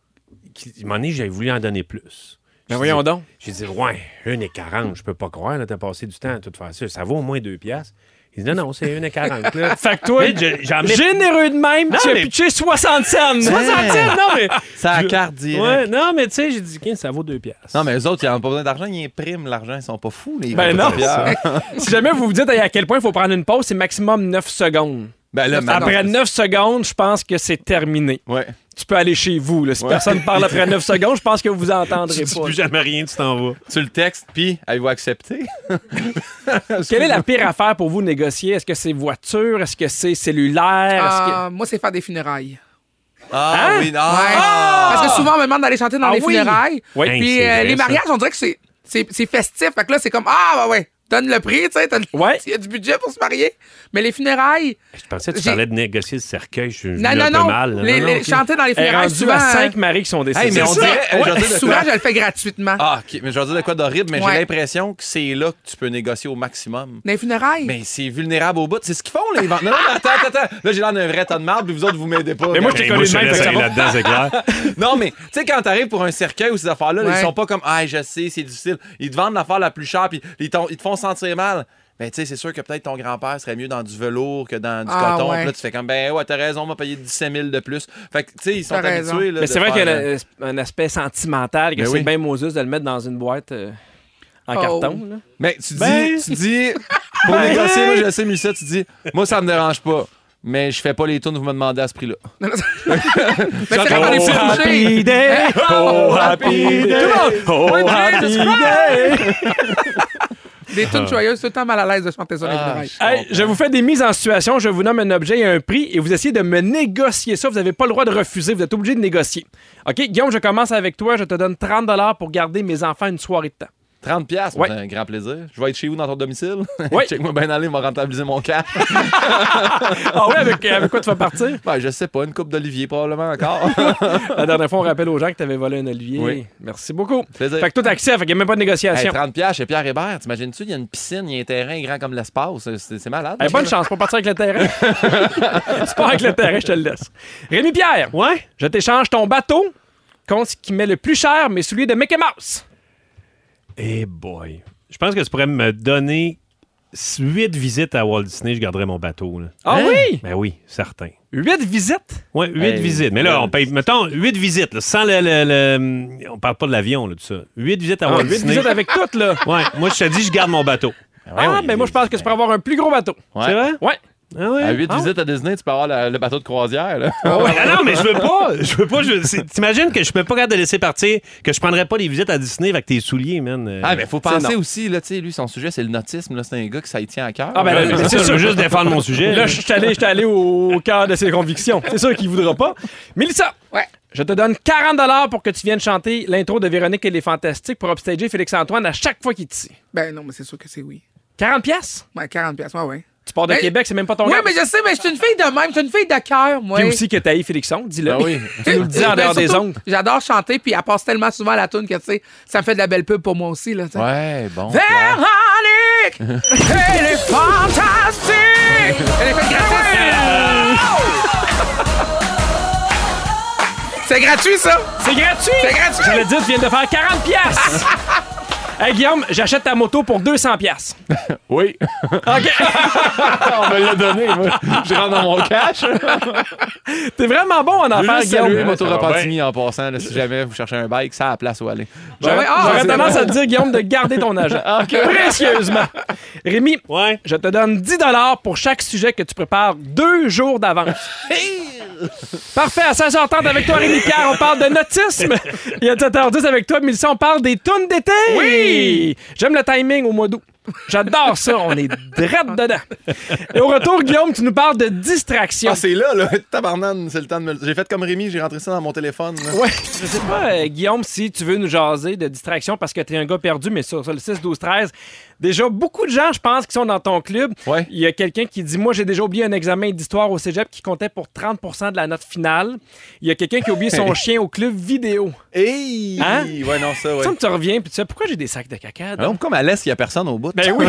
[SPEAKER 1] qu'il- à un moment donné, j'avais voulu en donner plus. Je
[SPEAKER 3] Mais Ben voyons donc.
[SPEAKER 1] J'ai dit, ouais, une et 40, je peux pas croire, là, t'as passé du temps à tout faire ça. Ça vaut au moins deux piastres. Il dit, non, non, c'est une et 40. là.
[SPEAKER 3] Fait que toi,
[SPEAKER 1] Mais je- j'en mets-
[SPEAKER 3] généreux de même, tu as
[SPEAKER 1] mais-
[SPEAKER 3] pitché 60 cents.
[SPEAKER 1] 60 cents, non, mais.
[SPEAKER 2] Ça a
[SPEAKER 1] Je-
[SPEAKER 2] carte direct.
[SPEAKER 1] Ouais, non, mais tu sais, j'ai dit, 15, ça vaut deux piastres.
[SPEAKER 2] Non, mais eux autres, ils n'ont pas besoin d'argent, ils impriment l'argent, ils sont pas fous, les
[SPEAKER 3] Ben non.
[SPEAKER 2] Pierre.
[SPEAKER 3] Si jamais vous vous dites hey, à quel point il faut prendre une pause, c'est maximum 9 secondes.
[SPEAKER 2] Ben là, maintenant-
[SPEAKER 3] Après 9 secondes, je pense que c'est terminé.
[SPEAKER 2] Ouais.
[SPEAKER 3] Tu peux aller chez vous. là. Si personne parle après 9 secondes, je pense que vous entendrez
[SPEAKER 1] tu dis
[SPEAKER 3] pas.
[SPEAKER 1] plus jamais rien, tu t'en vas.
[SPEAKER 2] Tu le textes, puis avez-vous accepté?
[SPEAKER 3] Quelle est la pire affaire pour vous négocier? Est-ce que c'est voiture? Est-ce que c'est cellulaire? Est-ce que-
[SPEAKER 4] Ah, Moi, c'est faire des funérailles.
[SPEAKER 2] Ah
[SPEAKER 3] Hein?
[SPEAKER 2] oui, non. Ah!
[SPEAKER 4] Ouais. Parce que souvent, on me demande d'aller chanter dans
[SPEAKER 3] Ah
[SPEAKER 4] les
[SPEAKER 3] oui.
[SPEAKER 4] funérailles.
[SPEAKER 3] Oui.
[SPEAKER 1] Hey,
[SPEAKER 4] Puis
[SPEAKER 1] c'est
[SPEAKER 4] euh,
[SPEAKER 1] vrai,
[SPEAKER 4] les
[SPEAKER 1] ça.
[SPEAKER 4] mariages, on dirait que c'est- c'est c'est festif. Fait que là, c'est comme Ah, bah ouais, donne le prix, tu sais. t'as le-
[SPEAKER 3] Ouais.
[SPEAKER 4] Il y a du budget pour se marier. Mais les funérailles.
[SPEAKER 1] Je pensais que tu
[SPEAKER 4] J'ai-
[SPEAKER 1] parlais de négocier le cercuel. Je suis venu
[SPEAKER 4] Non,
[SPEAKER 1] un
[SPEAKER 4] non,
[SPEAKER 1] peu
[SPEAKER 4] non.
[SPEAKER 1] mal. là.
[SPEAKER 4] les,
[SPEAKER 1] Non, non,
[SPEAKER 4] les-
[SPEAKER 1] ok.
[SPEAKER 4] chanter dans les
[SPEAKER 3] Elle est
[SPEAKER 4] funérailles,
[SPEAKER 3] rendue
[SPEAKER 4] souvent.
[SPEAKER 3] à
[SPEAKER 4] euh,
[SPEAKER 3] 5 maris qui sont décédés.
[SPEAKER 2] Hey, mais on
[SPEAKER 4] ça.
[SPEAKER 2] dirait. euh, je vais dire de
[SPEAKER 4] Souvent,
[SPEAKER 2] quoi-
[SPEAKER 4] je le fais gratuitement.
[SPEAKER 2] Ah, ok, mais je vais dire de quoi d'horrible, mais
[SPEAKER 4] Ouais.
[SPEAKER 2] j'ai l'impression que c'est là que tu peux négocier au maximum.
[SPEAKER 4] Dans les funérailles.
[SPEAKER 2] Mais c'est vulnérable au bout. C'est ce qu'ils font, les ventes. Non, non, mais attends, attends, attends. Là, j'ai l'air d'un vrai tas de marde, puis vous autres, vous m'aidez pas.
[SPEAKER 3] Mais moi, je t'ai
[SPEAKER 1] Hey,
[SPEAKER 3] connu
[SPEAKER 1] moi,
[SPEAKER 3] de
[SPEAKER 1] je te
[SPEAKER 3] même,
[SPEAKER 1] laisse
[SPEAKER 3] fait que ça
[SPEAKER 1] aller
[SPEAKER 3] va.
[SPEAKER 1] là-dedans, c'est clair.
[SPEAKER 2] Non, mais tu sais, quand t'arrives pour un cercueil ou ces affaires-là, là,
[SPEAKER 4] Ouais.
[SPEAKER 2] ils sont pas comme Ah, je sais, c'est difficile. Ils te vendent l'affaire la plus chère, puis ils, t'ont- ils te font sentir mal. Mais tu sais, c'est sûr que peut-être ton grand-père serait mieux dans du velours que dans du
[SPEAKER 4] Ah,
[SPEAKER 2] coton.
[SPEAKER 4] ouais.
[SPEAKER 2] Puis là, tu fais comme Ben ouais, t'as raison, on m'a payé 17 000 de plus. Fait que tu sais, ils sont
[SPEAKER 4] T'as raison.
[SPEAKER 2] habitués. Là,
[SPEAKER 3] Mais
[SPEAKER 2] de
[SPEAKER 3] c'est vrai qu'il y
[SPEAKER 2] faire,
[SPEAKER 3] a
[SPEAKER 2] euh,
[SPEAKER 3] un, un aspect sentimental, que
[SPEAKER 2] Ben
[SPEAKER 3] c'est
[SPEAKER 2] oui.
[SPEAKER 3] bien Moses de le mettre dans une boîte euh, en
[SPEAKER 4] Oh.
[SPEAKER 3] carton. là.
[SPEAKER 2] Mais tu dis,
[SPEAKER 3] Ben-
[SPEAKER 2] tu dis, pour négocier, moi je sais, Mélissa, tu dis, moi ça me dérange pas, mais je fais pas les tours vous me demandez à ce prix-là.
[SPEAKER 4] Non, non, Mais c'est vrai qu'on est
[SPEAKER 3] Oh,
[SPEAKER 4] plus touchés.
[SPEAKER 3] happy day! Oh, happy day!
[SPEAKER 4] Tout le monde.
[SPEAKER 3] Oh,
[SPEAKER 4] One
[SPEAKER 3] happy
[SPEAKER 4] Jesus
[SPEAKER 3] day!
[SPEAKER 4] Des tunes joyeuses, tout le temps mal à l'aise de chanter ça dans les
[SPEAKER 2] Ah,
[SPEAKER 4] funérailles.
[SPEAKER 2] je-
[SPEAKER 3] Hey, je vous fais des mises en situation, je vous nomme un objet et un prix, et vous essayez de me négocier ça. Vous n'avez pas le droit de refuser, vous êtes obligé de négocier. OK, Guillaume, je commence avec toi. Je te donne 30 pour garder mes enfants une soirée de temps.
[SPEAKER 2] 30 pièces,
[SPEAKER 3] Ouais.
[SPEAKER 2] c'est un grand plaisir. Je vais être chez vous dans ton domicile.
[SPEAKER 3] Oui.
[SPEAKER 2] Check-moi bien aller, m'a rentabiliser mon cash.
[SPEAKER 3] Ah oui, avec, avec quoi tu vas partir?
[SPEAKER 2] ben, je sais pas, une coupe d'olivier probablement encore.
[SPEAKER 3] La dernière fois, on rappelle aux gens que tu avais volé un olivier.
[SPEAKER 2] Oui.
[SPEAKER 3] Merci beaucoup.
[SPEAKER 2] Plaisir.
[SPEAKER 3] Fait que toi, t'acceptes, fait qu'il n'y a même pas de
[SPEAKER 2] Hey,
[SPEAKER 3] négociation.
[SPEAKER 2] 30 pièces chez Pierre Hébert, t'imagines-tu, il y a une piscine, il y a un terrain grand comme l'espace, c'est c'est malade.
[SPEAKER 3] Hey, Eh, bonne chance, pas partir avec le terrain. C'est pas avec le terrain, je te le laisse. Rémi Pierre,
[SPEAKER 1] Ouais?
[SPEAKER 3] je t'échange ton bateau contre ce qui met le plus cher, mais celui de Mickey Mouse.
[SPEAKER 1] Eh boy. Je pense que tu pourrais me donner 8 visites à Walt Disney, je garderais mon bateau. Là.
[SPEAKER 3] Ah
[SPEAKER 2] Hein?
[SPEAKER 3] oui!
[SPEAKER 1] Ben oui, certain.
[SPEAKER 3] Huit visites?
[SPEAKER 1] Oui, 8
[SPEAKER 2] Hey,
[SPEAKER 1] visites. Mais là,
[SPEAKER 2] euh,
[SPEAKER 1] on paye, mettons, 8 visites, là, sans le, le- le- On parle pas de l'avion, là, tout ça. 8 visites à
[SPEAKER 3] Ah,
[SPEAKER 1] Walt
[SPEAKER 3] huit
[SPEAKER 1] Disney.
[SPEAKER 3] visites avec toutes, là.
[SPEAKER 1] Ouais, moi, je te dis, je garde mon bateau.
[SPEAKER 3] Ah, mais moi, je pense que tu peux avoir un plus gros bateau.
[SPEAKER 2] Ouais.
[SPEAKER 1] C'est vrai?
[SPEAKER 3] Ouais.
[SPEAKER 1] Ah ouais.
[SPEAKER 2] À 8
[SPEAKER 1] Ah ouais.
[SPEAKER 2] visites à Disney, tu peux avoir la- le bateau de croisière. Là.
[SPEAKER 1] Ah non, mais je veux pas. Je veux pas. je- c'est- T'imagines que je peux pas capable de laisser partir, que je prendrais pas les visites à Disney avec tes souliers, man. euh,
[SPEAKER 2] Ah, mais faut
[SPEAKER 1] tu sais,
[SPEAKER 2] penser
[SPEAKER 1] non.
[SPEAKER 2] aussi, là, tu sais, lui, son sujet, c'est le nautisme. là, C'est un gars que ça y tient à cœur.
[SPEAKER 3] Ah, ben,
[SPEAKER 1] Ouais,
[SPEAKER 3] là,
[SPEAKER 1] mais
[SPEAKER 3] mais
[SPEAKER 1] c'est
[SPEAKER 3] c'est
[SPEAKER 1] ça, je veux
[SPEAKER 3] sûr.
[SPEAKER 1] juste défendre mon sujet.
[SPEAKER 3] Là, je suis allé, je suis allé au, au cœur de ses convictions. C'est sûr qu'il voudra pas. Mélissa,
[SPEAKER 4] Ouais.
[SPEAKER 3] je te donne 40 pour que tu viennes chanter l'intro de Véronique et les Fantastiques pour upstager Félix-Antoine à chaque fois qu'il te dit.
[SPEAKER 4] Ben non, mais c'est sûr que c'est oui.
[SPEAKER 3] 40 pièces?
[SPEAKER 4] Ouais, 40 pièces, ouais, ouais.
[SPEAKER 3] Tu pars de
[SPEAKER 4] Mais-
[SPEAKER 3] Québec, c'est même pas ton
[SPEAKER 4] Oui,
[SPEAKER 3] gars.
[SPEAKER 4] mais je sais, mais je suis une fille de même, je suis une fille de cœur, moi.
[SPEAKER 3] Puis aussi que t'as eu Félixon, dis-le.
[SPEAKER 2] Ah oui.
[SPEAKER 3] Tu nous le dis en
[SPEAKER 4] Ben,
[SPEAKER 3] dehors des
[SPEAKER 4] surtout,
[SPEAKER 3] ondes.
[SPEAKER 4] J'adore chanter, puis elle passe tellement souvent la tune que, tu sais, ça me fait de la belle pub pour moi aussi, là, tu sais.
[SPEAKER 2] Ouais, bon. plan.
[SPEAKER 4] Véronique! Elle est fantastique! Elle est faite gratuite! C'est gratuit, ça!
[SPEAKER 3] C'est gratuit!
[SPEAKER 4] C'est gratuit!
[SPEAKER 3] J'allais dire, tu viens de faire 40 pièces. hey Guillaume, j'achète ta moto pour 200 pièces.
[SPEAKER 2] Oui.
[SPEAKER 3] OK.
[SPEAKER 2] Ah, On me l'a donné. moi. Je rentre dans mon cash.
[SPEAKER 3] T'es vraiment bon en
[SPEAKER 2] Je veux
[SPEAKER 3] affaires,
[SPEAKER 2] juste saluer
[SPEAKER 3] Guillaume.
[SPEAKER 1] moi.
[SPEAKER 2] Moto
[SPEAKER 1] ça va
[SPEAKER 2] Repentini en passant. là, si jamais vous cherchez un bike, ça a la place où aller.
[SPEAKER 3] J'aurais
[SPEAKER 4] ah,
[SPEAKER 3] j'aurais
[SPEAKER 4] c'est Ah,
[SPEAKER 3] tendance
[SPEAKER 4] bon.
[SPEAKER 3] à te dire, Guillaume, de garder ton agent. Précieusement. Rémi,
[SPEAKER 1] Ouais.
[SPEAKER 3] je te donne 10 pour chaque sujet que tu prépares deux jours d'avance. Parfait, à 16h30 avec toi, Rémi Pierre, on parle de nautisme. Et à 17h10 avec toi, Mélissa, on parle des tunes d'été. Oui! J'aime le timing au mois d'août. J'adore ça, on est drette dedans. Et au retour, Guillaume, tu nous parles de distraction.
[SPEAKER 2] Ah, c'est là, là. Tabarnane, c'est le temps de me. J'ai fait comme Rémi, j'ai rentré ça dans mon téléphone. là.
[SPEAKER 3] Ouais, je sais pas, euh, Guillaume, si tu veux nous jaser de distraction parce que t'es un gars perdu, mais sur, sur le 6, 12, 13, déjà beaucoup de gens, je pense, qui sont dans ton club.
[SPEAKER 2] Ouais.
[SPEAKER 3] Il y a quelqu'un qui dit Moi, j'ai déjà oublié un examen d'histoire au cégep qui comptait pour 30 de la note finale. Il y a quelqu'un qui a oublié son chien au club vidéo.
[SPEAKER 2] Hey!
[SPEAKER 3] Hein?
[SPEAKER 2] Ouais, non, ça, ouais.
[SPEAKER 3] Ça me tu reviens, puis tu sais, pourquoi j'ai des sacs de caca?
[SPEAKER 2] Ah non,
[SPEAKER 3] donc?
[SPEAKER 2] pourquoi ma laisse, il y a personne au bout?
[SPEAKER 3] Ben oui.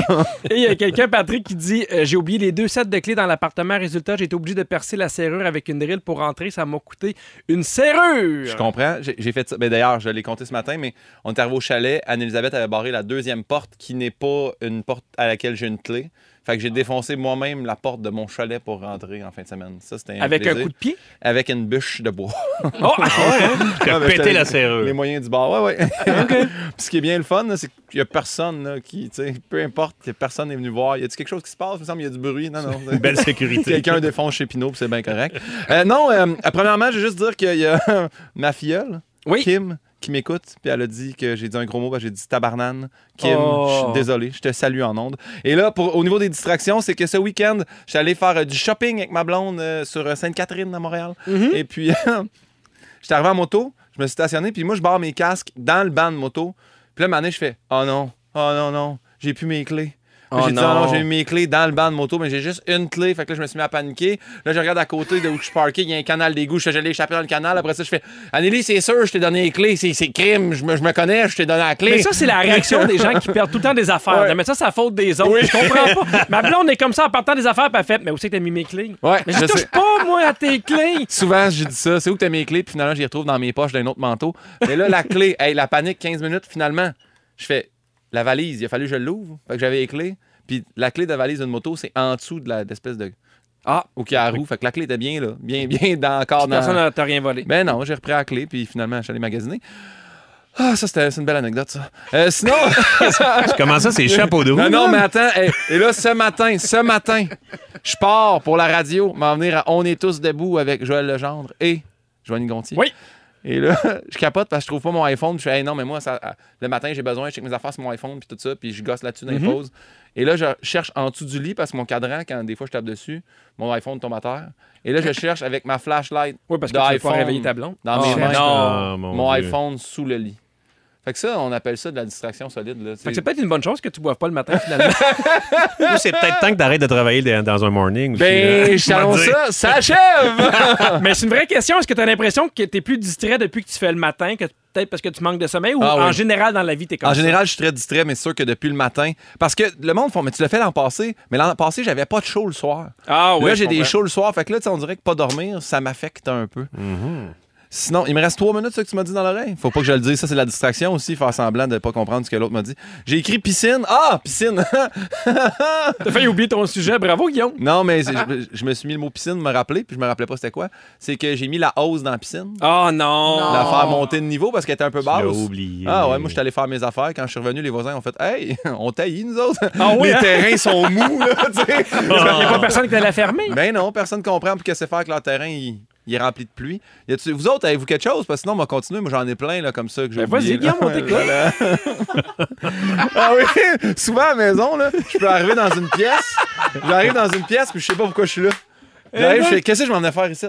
[SPEAKER 3] Et il y a quelqu'un, Patrick, qui dit euh, J'ai oublié les deux sets de clés dans l'appartement. Résultat, j'ai été obligé de percer la serrure avec une drille pour rentrer. Ça m'a coûté une serrure.
[SPEAKER 2] Je comprends. J'ai j'ai fait ça. Ben, D'ailleurs, je l'ai compté ce matin, mais on est arrivé au chalet. Anne-Elisabeth avait barré la deuxième porte qui n'est pas une porte à laquelle j'ai une clé. Fait que j'ai défoncé moi-même la porte de mon chalet pour rentrer en fin de semaine. Ça, c'était
[SPEAKER 3] Avec un
[SPEAKER 2] plaisir.
[SPEAKER 3] coup de pied.
[SPEAKER 2] Avec une bûche de bois.
[SPEAKER 3] Oh!
[SPEAKER 1] T'as
[SPEAKER 2] Ah, ben,
[SPEAKER 1] pété
[SPEAKER 2] j'étais-
[SPEAKER 1] la serrure.
[SPEAKER 2] Les moyens du bar, ouais, ouais. Puis ce qui est bien le fun, là, c'est qu'il n'y a personne là, qui, tu sais, peu importe, que personne n'est venu voir. Y a-tu quelque chose qui se passe? Il me semble qu'il y a du bruit. Non, non.
[SPEAKER 3] Ben,
[SPEAKER 1] Belle sécurité.
[SPEAKER 2] Quelqu'un défonce chez Pinot, puis c'est bien correct. Euh, non, euh, euh, premièrement, je vais juste dire qu'il y a ma filleule,
[SPEAKER 3] Oui.
[SPEAKER 2] Kim, qui m'écoute, puis elle a dit que j'ai dit un gros mot, ben, j'ai dit tabarnane. Kim,
[SPEAKER 3] Oh.
[SPEAKER 2] je suis désolé, je te salue en ondes. Et là, pour, au niveau des distractions, c'est que ce week-end, je suis allé faire euh, du shopping avec ma blonde euh, sur euh, Sainte-Catherine à Montréal.
[SPEAKER 3] Mm-hmm.
[SPEAKER 2] Et puis, j'étais arrivé en moto, je me suis stationné, puis moi, je barre mes casques dans le banc de moto. Puis là, mané, je fais Oh non, oh non, non, j'ai plus mes clés. Puis
[SPEAKER 3] Oh
[SPEAKER 2] j'ai dit, Ah non,
[SPEAKER 3] non.
[SPEAKER 2] j'ai eu mes clés dans le banc de moto, mais j'ai juste une clé. Fait que là, je me suis mis à paniquer. Là, je regarde à côté de où je suis parké, il y a un canal d'égout. Je fais, j'allais échapper dans le canal. Après ça, je fais, Anneli, c'est sûr, je t'ai donné les clés. C'est, c'est crime, je me, je me connais, je t'ai donné la clé.
[SPEAKER 3] Mais ça, c'est la réaction des gens qui perdent tout le temps des affaires.
[SPEAKER 2] Ouais.
[SPEAKER 3] Mais ça, c'est la faute des autres. Je comprends pas. Ma blonde est comme ça en partant des affaires, pas fait. Mais où c'est que t'as mis mes clés?
[SPEAKER 2] Ouais,
[SPEAKER 3] Mais je,
[SPEAKER 2] je
[SPEAKER 3] touche
[SPEAKER 2] sais.
[SPEAKER 3] pas, moi, à tes clés.
[SPEAKER 2] Souvent, j'ai dit ça. C'est où que t'as mes clés? Puis finalement, je les retrouve dans mes poches d'un autre manteau. Mais là, la clé, hey, la panique, 15 minutes, finalement, je fais la valise. Il a fallu que je l'ouvre. Fait que j'avais les clés. Puis la clé de la valise d'une moto, c'est en dessous de la- de l'espèce de. Ah, au qui roue. Fait que la clé était bien, là. Bien, bien, dans, encore dans.
[SPEAKER 3] Personne n'a t'a rien volé.
[SPEAKER 2] Ben non, j'ai repris la clé, puis finalement, je suis allé magasiner. Ah, ça, c'était c'est une belle anecdote, ça. Euh, sinon.
[SPEAKER 1] Comment ça, c'est chapeau de roue?
[SPEAKER 2] non, non, mais
[SPEAKER 1] là?
[SPEAKER 2] attends. hey, et là, ce matin, ce matin, je pars pour la radio, m'en venir à On est tous debout avec Joël Legendre et Joanny Gontier.
[SPEAKER 3] Oui.
[SPEAKER 2] Et là, je capote parce que je trouve pas mon iPhone. Je fais, hey, non, mais moi, ça, ah, le matin, j'ai besoin, je check mes affaires sur mon iPhone, puis tout ça, puis je gosse là-dessus dans les
[SPEAKER 3] Mhm.
[SPEAKER 2] pauses. Et là, je cherche en dessous du lit parce que mon cadran, quand des fois je tape dessus, mon iPhone tombe à terre. Et là, je cherche avec ma flashlight
[SPEAKER 3] Oui, parce que
[SPEAKER 2] de
[SPEAKER 3] tu veux pas
[SPEAKER 2] iPhone
[SPEAKER 3] réveiller ta blonde.
[SPEAKER 2] dans
[SPEAKER 3] Ah,
[SPEAKER 2] mes mains,
[SPEAKER 1] non,
[SPEAKER 2] mon,
[SPEAKER 1] mon Dieu.
[SPEAKER 2] iPhone sous le lit. Fait que ça, on appelle ça de la distraction solide. Là.
[SPEAKER 3] Fait que c'est peut-être une bonne chose que tu boives pas le matin finalement.
[SPEAKER 1] Ou c'est peut-être temps que t'arrêtes de travailler dans- dans un morning. aussi, là.
[SPEAKER 2] Ben, je t'annonce
[SPEAKER 1] Je vais te dire.
[SPEAKER 2] ça, ça achève!
[SPEAKER 3] Mais c'est une vraie question. Est-ce que tu as l'impression que tu es plus distrait depuis que tu fais le matin, que peut-être parce que tu manques de sommeil ou
[SPEAKER 2] Ah oui.
[SPEAKER 3] en général dans la vie, tu es comme
[SPEAKER 2] En
[SPEAKER 3] ça?
[SPEAKER 2] général, je suis très distrait, mais c'est sûr que depuis le matin. Parce que le monde font, mais tu l'as fait l'an passé, mais l'an passé, j'avais pas de show le soir.
[SPEAKER 3] Ah oui.
[SPEAKER 2] là, j'ai
[SPEAKER 3] je
[SPEAKER 2] des
[SPEAKER 3] comprends.
[SPEAKER 2] shows le soir. Fait que là, tu sais, on dirait que pas dormir, ça m'affecte un peu. Mm-hmm. Sinon, il me reste trois minutes, ce que tu m'as dit dans l'oreille. Faut pas que je le dise. Ça, c'est la distraction aussi, faire semblant de pas comprendre ce que l'autre m'a dit. J'ai écrit piscine. Ah, piscine!
[SPEAKER 3] T'as failli oublier ton sujet. Bravo, Guillaume.
[SPEAKER 2] non, mais c'est- je, je me suis mis le mot piscine, me rappeler, puis je me rappelais pas c'était quoi. C'est que j'ai mis la hausse dans la piscine.
[SPEAKER 3] Oh non.
[SPEAKER 4] Non.
[SPEAKER 2] La faire monter de niveau parce qu'elle était un peu
[SPEAKER 1] Tu l'as
[SPEAKER 2] basse.
[SPEAKER 1] oublié.
[SPEAKER 2] Ah ouais, moi je suis allé faire mes affaires. Quand je suis revenu, les voisins ont fait Hey, on taillit nous autres.
[SPEAKER 3] Ah oui,
[SPEAKER 2] les
[SPEAKER 3] hein? Ah.
[SPEAKER 2] terrains sont mous, là, tu sais.
[SPEAKER 3] Il n'y a pas personne qui t'a la fermer.
[SPEAKER 2] Mais Ben non, personne comprend pour que c'est faire que leur terrain il, il est rempli de pluie. Y a-tu- vous autres, avez-vous quelque chose? Parce que sinon, on va continuer. Moi j'en ai plein là, comme ça que j'ai
[SPEAKER 3] Ben, vas-y,
[SPEAKER 2] oublié, là.
[SPEAKER 3] Guillaume, on t'écoute.
[SPEAKER 2] Voilà. ah oui, souvent à la maison, là, je peux arriver dans une pièce. J'arrive dans une pièce, puis je sais pas pourquoi je suis là.
[SPEAKER 3] Eh
[SPEAKER 2] J'arrive,
[SPEAKER 3] ben.
[SPEAKER 2] je fais Qu'est-ce que je m'en venais faire ici?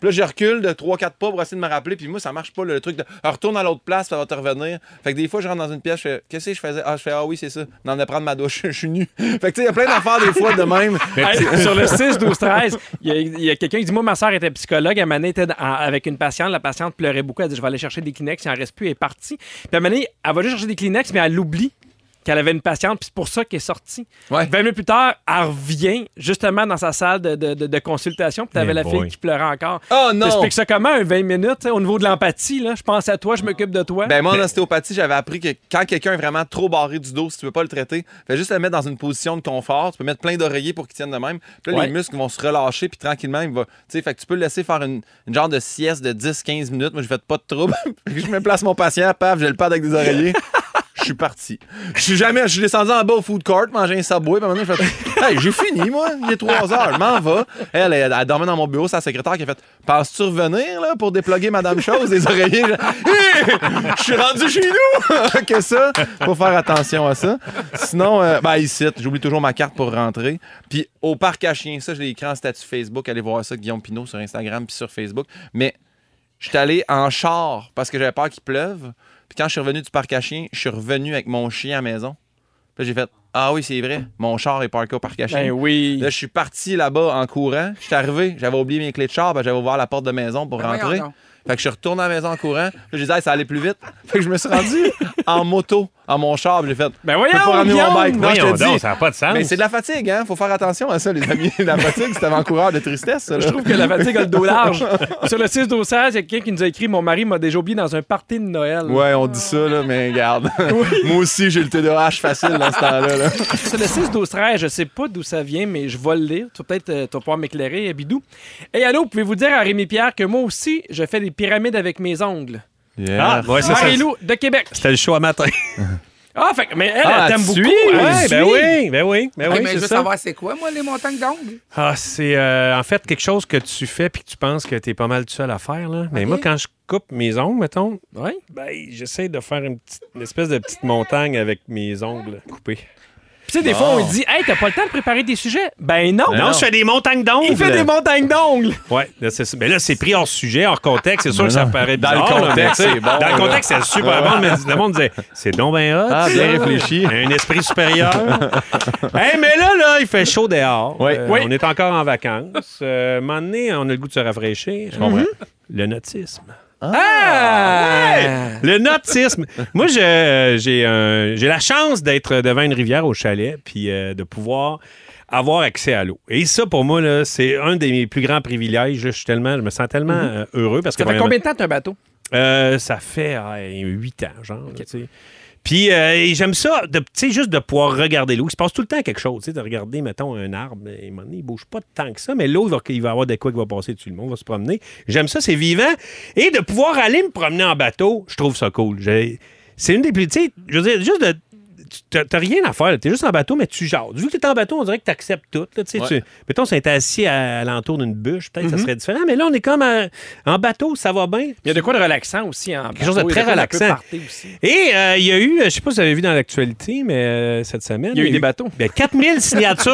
[SPEAKER 2] Puis là, je recule de 3-4 pas pour essayer de me rappeler. Puis moi, ça marche pas, le truc de Ah, retourne à l'autre place, ça va te revenir. Fait que des fois, je rentre dans une pièce, je fais Qu'est-ce que je faisais? Ah, je fais Ah oui, c'est ça. Non, de prendre ma douche, je suis nu. Fait que tu sais, il y a plein d'affaires des fois de même.
[SPEAKER 3] Hey, sur le 6, 12, 13, il y a, il y a quelqu'un qui dit Moi, ma soeur était psychologue. Elle manée était dans- avec une patiente. La patiente pleurait beaucoup. Elle dit Je vais aller chercher des Kleenex. Il en reste plus. Elle est partie. Puis à un moment donné, elle va juste chercher des Kleenex, mais elle oublie qu'elle avait une patiente. Puis c'est pour ça qu'elle est sortie.
[SPEAKER 2] Ouais.
[SPEAKER 3] 20 minutes plus tard, elle revient justement dans sa salle de, de- de- de consultation. Puis t'avais
[SPEAKER 1] Eh
[SPEAKER 3] la
[SPEAKER 1] boy.
[SPEAKER 3] fille qui pleurait encore.
[SPEAKER 2] Oh non!
[SPEAKER 3] T'expliques ça comment, un 20 minutes, tu sais, au niveau de l'empathie, là? Je pense à toi, je m'occupe de toi.
[SPEAKER 2] Ben moi, en ostéopathie, j'avais appris que quand quelqu'un est vraiment trop barré du dos, si tu peux pas le traiter, fais juste le mettre dans une position de confort. Tu peux mettre plein d'oreillers pour qu'il tienne de même. Puis là,
[SPEAKER 3] Ouais.
[SPEAKER 2] les muscles vont se relâcher, puis tranquillement, il va. Tu sais, fait que tu peux le laisser faire une, une genre de sieste de 10-15 minutes. Moi, je fais pas de trouble. Fait que je me place mon patient, paf, je le pad avec des oreillers. Je suis parti. Je suis jamais. Je suis descendu en bas au food court, manger un subway. Puis à un moment donné, je fais Hey, j'ai fini, moi. Il est 3 heures. Je m'en vais. Elle, elle, elle dormait dans mon bureau. Sa secrétaire qui a fait Penses-tu revenir là, pour déploguer Madame Chose des oreillers Je Hé! Je suis rendu chez nous. que ça. Faut faire attention à ça. Sinon, euh, ben, ici, j'oublie toujours ma carte pour rentrer. Puis au parc à chiens, ça, je l'ai écrit en statut Facebook. Allez voir ça, Guillaume Pinot, sur Instagram puis sur Facebook. Mais J'étais allé en char parce que j'avais peur qu'il pleuve. Puis quand je suis revenu du parc à chiens, je suis revenu avec mon chien à la maison. Puis là, j'ai fait Ah oui, c'est vrai, mon char est parké au parc à chiens.
[SPEAKER 3] Ben oui.
[SPEAKER 2] Là, je suis parti là-bas en courant. Je suis arrivé, j'avais oublié mes clés de char, ben, j'avais ouvert la porte de maison pour
[SPEAKER 4] Ben voyons
[SPEAKER 2] rentrer.
[SPEAKER 4] donc.
[SPEAKER 2] Fait que je suis retourné à la maison en courant. Là, j'ai dit, Hey, ça allait plus vite. Fait que je me suis rendu en moto, en mon char. puis J'ai fait,
[SPEAKER 3] Ben
[SPEAKER 2] Je peux pas
[SPEAKER 3] voyons,
[SPEAKER 2] ramener mon bike.
[SPEAKER 3] Guillaume!
[SPEAKER 2] Non, je te
[SPEAKER 1] Voyons donc,
[SPEAKER 2] dis.
[SPEAKER 1] ça n'a pas de sens.
[SPEAKER 2] Mais c'est de la fatigue, hein? Faut faire attention à ça, les amis. la fatigue, c'est un coureur de tristesse, ça, là.
[SPEAKER 3] Je trouve que la fatigue a le dos large. Sur le 6 12 16, il y a quelqu'un qui nous a écrit Mon mari m'a déjà oublié dans un party de Noël.
[SPEAKER 2] Ouais, on dit ça, là, mais regarde. Moi aussi, j'ai le TDAH facile dans ce temps-là. là.
[SPEAKER 3] Sur le 6 12 13, je sais pas d'où ça vient, mais je vais le lire. Tu vas peut-être euh, tu vas pouvoir m'éclairer, euh, Bidou. Et allô, pouvez-vous dire à Rémi Pierre que moi aussi, je fais des pyramides avec mes ongles
[SPEAKER 1] Ah, ouais, ça, ça-
[SPEAKER 3] Marie-Lou de Québec.
[SPEAKER 1] C'était le show à matin.
[SPEAKER 3] Ah, fait que- mais elle,
[SPEAKER 2] Ah,
[SPEAKER 3] elle t'aime
[SPEAKER 2] elle
[SPEAKER 3] beaucoup.
[SPEAKER 2] suit,
[SPEAKER 3] Elle
[SPEAKER 1] Ouais,
[SPEAKER 3] suit.
[SPEAKER 1] ben oui, ben oui, ben
[SPEAKER 4] Hey,
[SPEAKER 1] oui,
[SPEAKER 4] Ah, mais je
[SPEAKER 1] c'est
[SPEAKER 4] veux
[SPEAKER 1] ça.
[SPEAKER 4] savoir c'est quoi, moi, les montagnes d'ongles?
[SPEAKER 1] Ah, c'est euh, en fait quelque chose que tu fais puis que tu penses que t'es pas mal tout seul à faire là. Mais
[SPEAKER 4] Ok.
[SPEAKER 1] moi, quand je coupe mes ongles, mettons,
[SPEAKER 3] Ouais.
[SPEAKER 1] ben j'essaie de faire une, petite, une espèce de petite montagne avec mes ongles coupés.
[SPEAKER 3] Tu sais, des fois, on dit Hey, t'as pas le temps de préparer des sujets Ben non.
[SPEAKER 1] Ah. non, je fais des montagnes d'ongles.
[SPEAKER 3] Il fait des montagnes d'ongles.
[SPEAKER 1] Ouais, là, c'est ça. mais là c'est pris hors sujet, hors contexte. C'est sûr que ça paraît
[SPEAKER 2] Dans le
[SPEAKER 1] bizarre, là,
[SPEAKER 2] contexte,
[SPEAKER 1] mais tu sais,
[SPEAKER 2] c'est bon,
[SPEAKER 1] Dans
[SPEAKER 2] là.
[SPEAKER 1] le contexte, c'est super bon. Mais le monde disait, c'est donc ben hot.
[SPEAKER 2] Ah, bien
[SPEAKER 1] ça.
[SPEAKER 2] réfléchi.
[SPEAKER 1] Un esprit supérieur. Hey, mais là, là, il fait chaud dehors.
[SPEAKER 2] Ouais.
[SPEAKER 1] Euh,
[SPEAKER 3] Oui.
[SPEAKER 1] On est encore en vacances. Euh, un moment donné, on a le goût de se rafraîchir. Mhm. Le nautisme.
[SPEAKER 3] Ah!
[SPEAKER 1] Le nautisme. Moi, je, euh, j'ai un- j'ai la chance d'être devant une rivière au chalet, puis euh, de pouvoir avoir accès à l'eau. Et ça, pour moi, là, c'est un des mes plus grands privilèges. Je, suis tellement, je me sens tellement euh, heureux parce
[SPEAKER 3] Mm-hmm. Ça
[SPEAKER 1] que
[SPEAKER 3] fait combien de temps t'as un bateau
[SPEAKER 1] euh, ça fait 8 ans, genre. là, tu sais. Puis euh, et j'aime ça, de- tu sais, juste de pouvoir regarder l'eau. Il se passe tout le temps quelque chose, tu sais, de regarder, mettons, un arbre. Et, à un moment donné, il bouge pas tant que ça, mais l'eau, il va, il va y avoir de quoi qui va passer dessus. Le monde va se promener. J'aime ça, c'est vivant. Et de pouvoir aller me promener en bateau, je trouve ça cool. J'ai- C'est une des plus, tu sais, je veux dire, juste de tu- t'as t'as rien à faire. là. T'es juste en bateau, mais tu jases. Vu que t'es en bateau, on dirait que t'acceptes tout. Là, tu sais,
[SPEAKER 2] Ouais.
[SPEAKER 1] tu- mettons, si on était assis à, à l'entour d'une bûche, peut-être ça serait différent. Mais là, on est comme à- en bateau, ça va bien.
[SPEAKER 3] Il y a de quoi de relaxant aussi. En
[SPEAKER 1] Quelque chose de
[SPEAKER 3] bateau, il y
[SPEAKER 1] très
[SPEAKER 3] a quoi d'un peu
[SPEAKER 1] relaxant.
[SPEAKER 3] party aussi.
[SPEAKER 1] Et euh, il y a eu, euh, je sais pas si vous avez vu dans l'actualité, mais euh, cette semaine.
[SPEAKER 3] Il y a eu des bateaux.
[SPEAKER 1] ben, 4000 signatures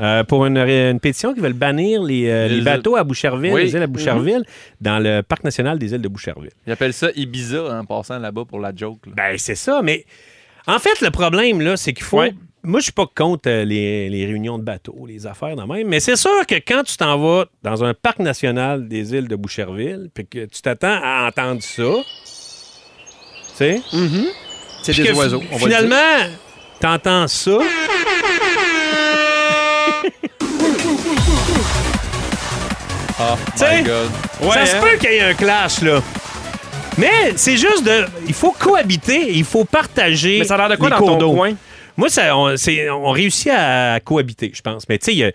[SPEAKER 1] euh, pour une, ré- une pétition qui veulent bannir les, euh, les
[SPEAKER 2] Les îles.
[SPEAKER 1] bateaux à Boucherville,
[SPEAKER 2] Oui.
[SPEAKER 1] les îles à Boucherville,
[SPEAKER 3] Mm-hmm.
[SPEAKER 1] dans le parc national des îles de Boucherville.
[SPEAKER 2] Ils appellent ça Ibiza en passant là-bas pour la joke. là.
[SPEAKER 1] Ben, c'est ça, mais en fait, le problème, là, c'est qu'il faut.
[SPEAKER 3] Ouais.
[SPEAKER 1] Moi, je suis pas contre euh, les, les réunions de bateaux, les affaires, dans même, mais c'est sûr que quand tu t'en vas dans un parc national des îles de Boucherville, puis que tu t'attends à entendre ça, tu sais,
[SPEAKER 3] Mm-hmm. C'est
[SPEAKER 1] puis
[SPEAKER 3] des
[SPEAKER 1] que
[SPEAKER 3] oiseaux.
[SPEAKER 1] fi-
[SPEAKER 3] on va le dire.
[SPEAKER 1] finalement, t'entends ça.
[SPEAKER 3] Ah,
[SPEAKER 2] Oh
[SPEAKER 1] T'sais,
[SPEAKER 2] my god.
[SPEAKER 1] ça
[SPEAKER 3] Ouais,
[SPEAKER 1] se
[SPEAKER 3] hein?
[SPEAKER 1] peut qu'il y ait un clash, là. Mais c'est juste de. Il faut cohabiter, il faut partager.
[SPEAKER 3] Mais ça a l'air de quoi
[SPEAKER 1] les
[SPEAKER 3] dans
[SPEAKER 1] cours
[SPEAKER 3] ton
[SPEAKER 1] d'eau.
[SPEAKER 3] coin?
[SPEAKER 1] Moi, ça, on, c'est- on réussit à cohabiter, je pense. Mais tu sais, il y a-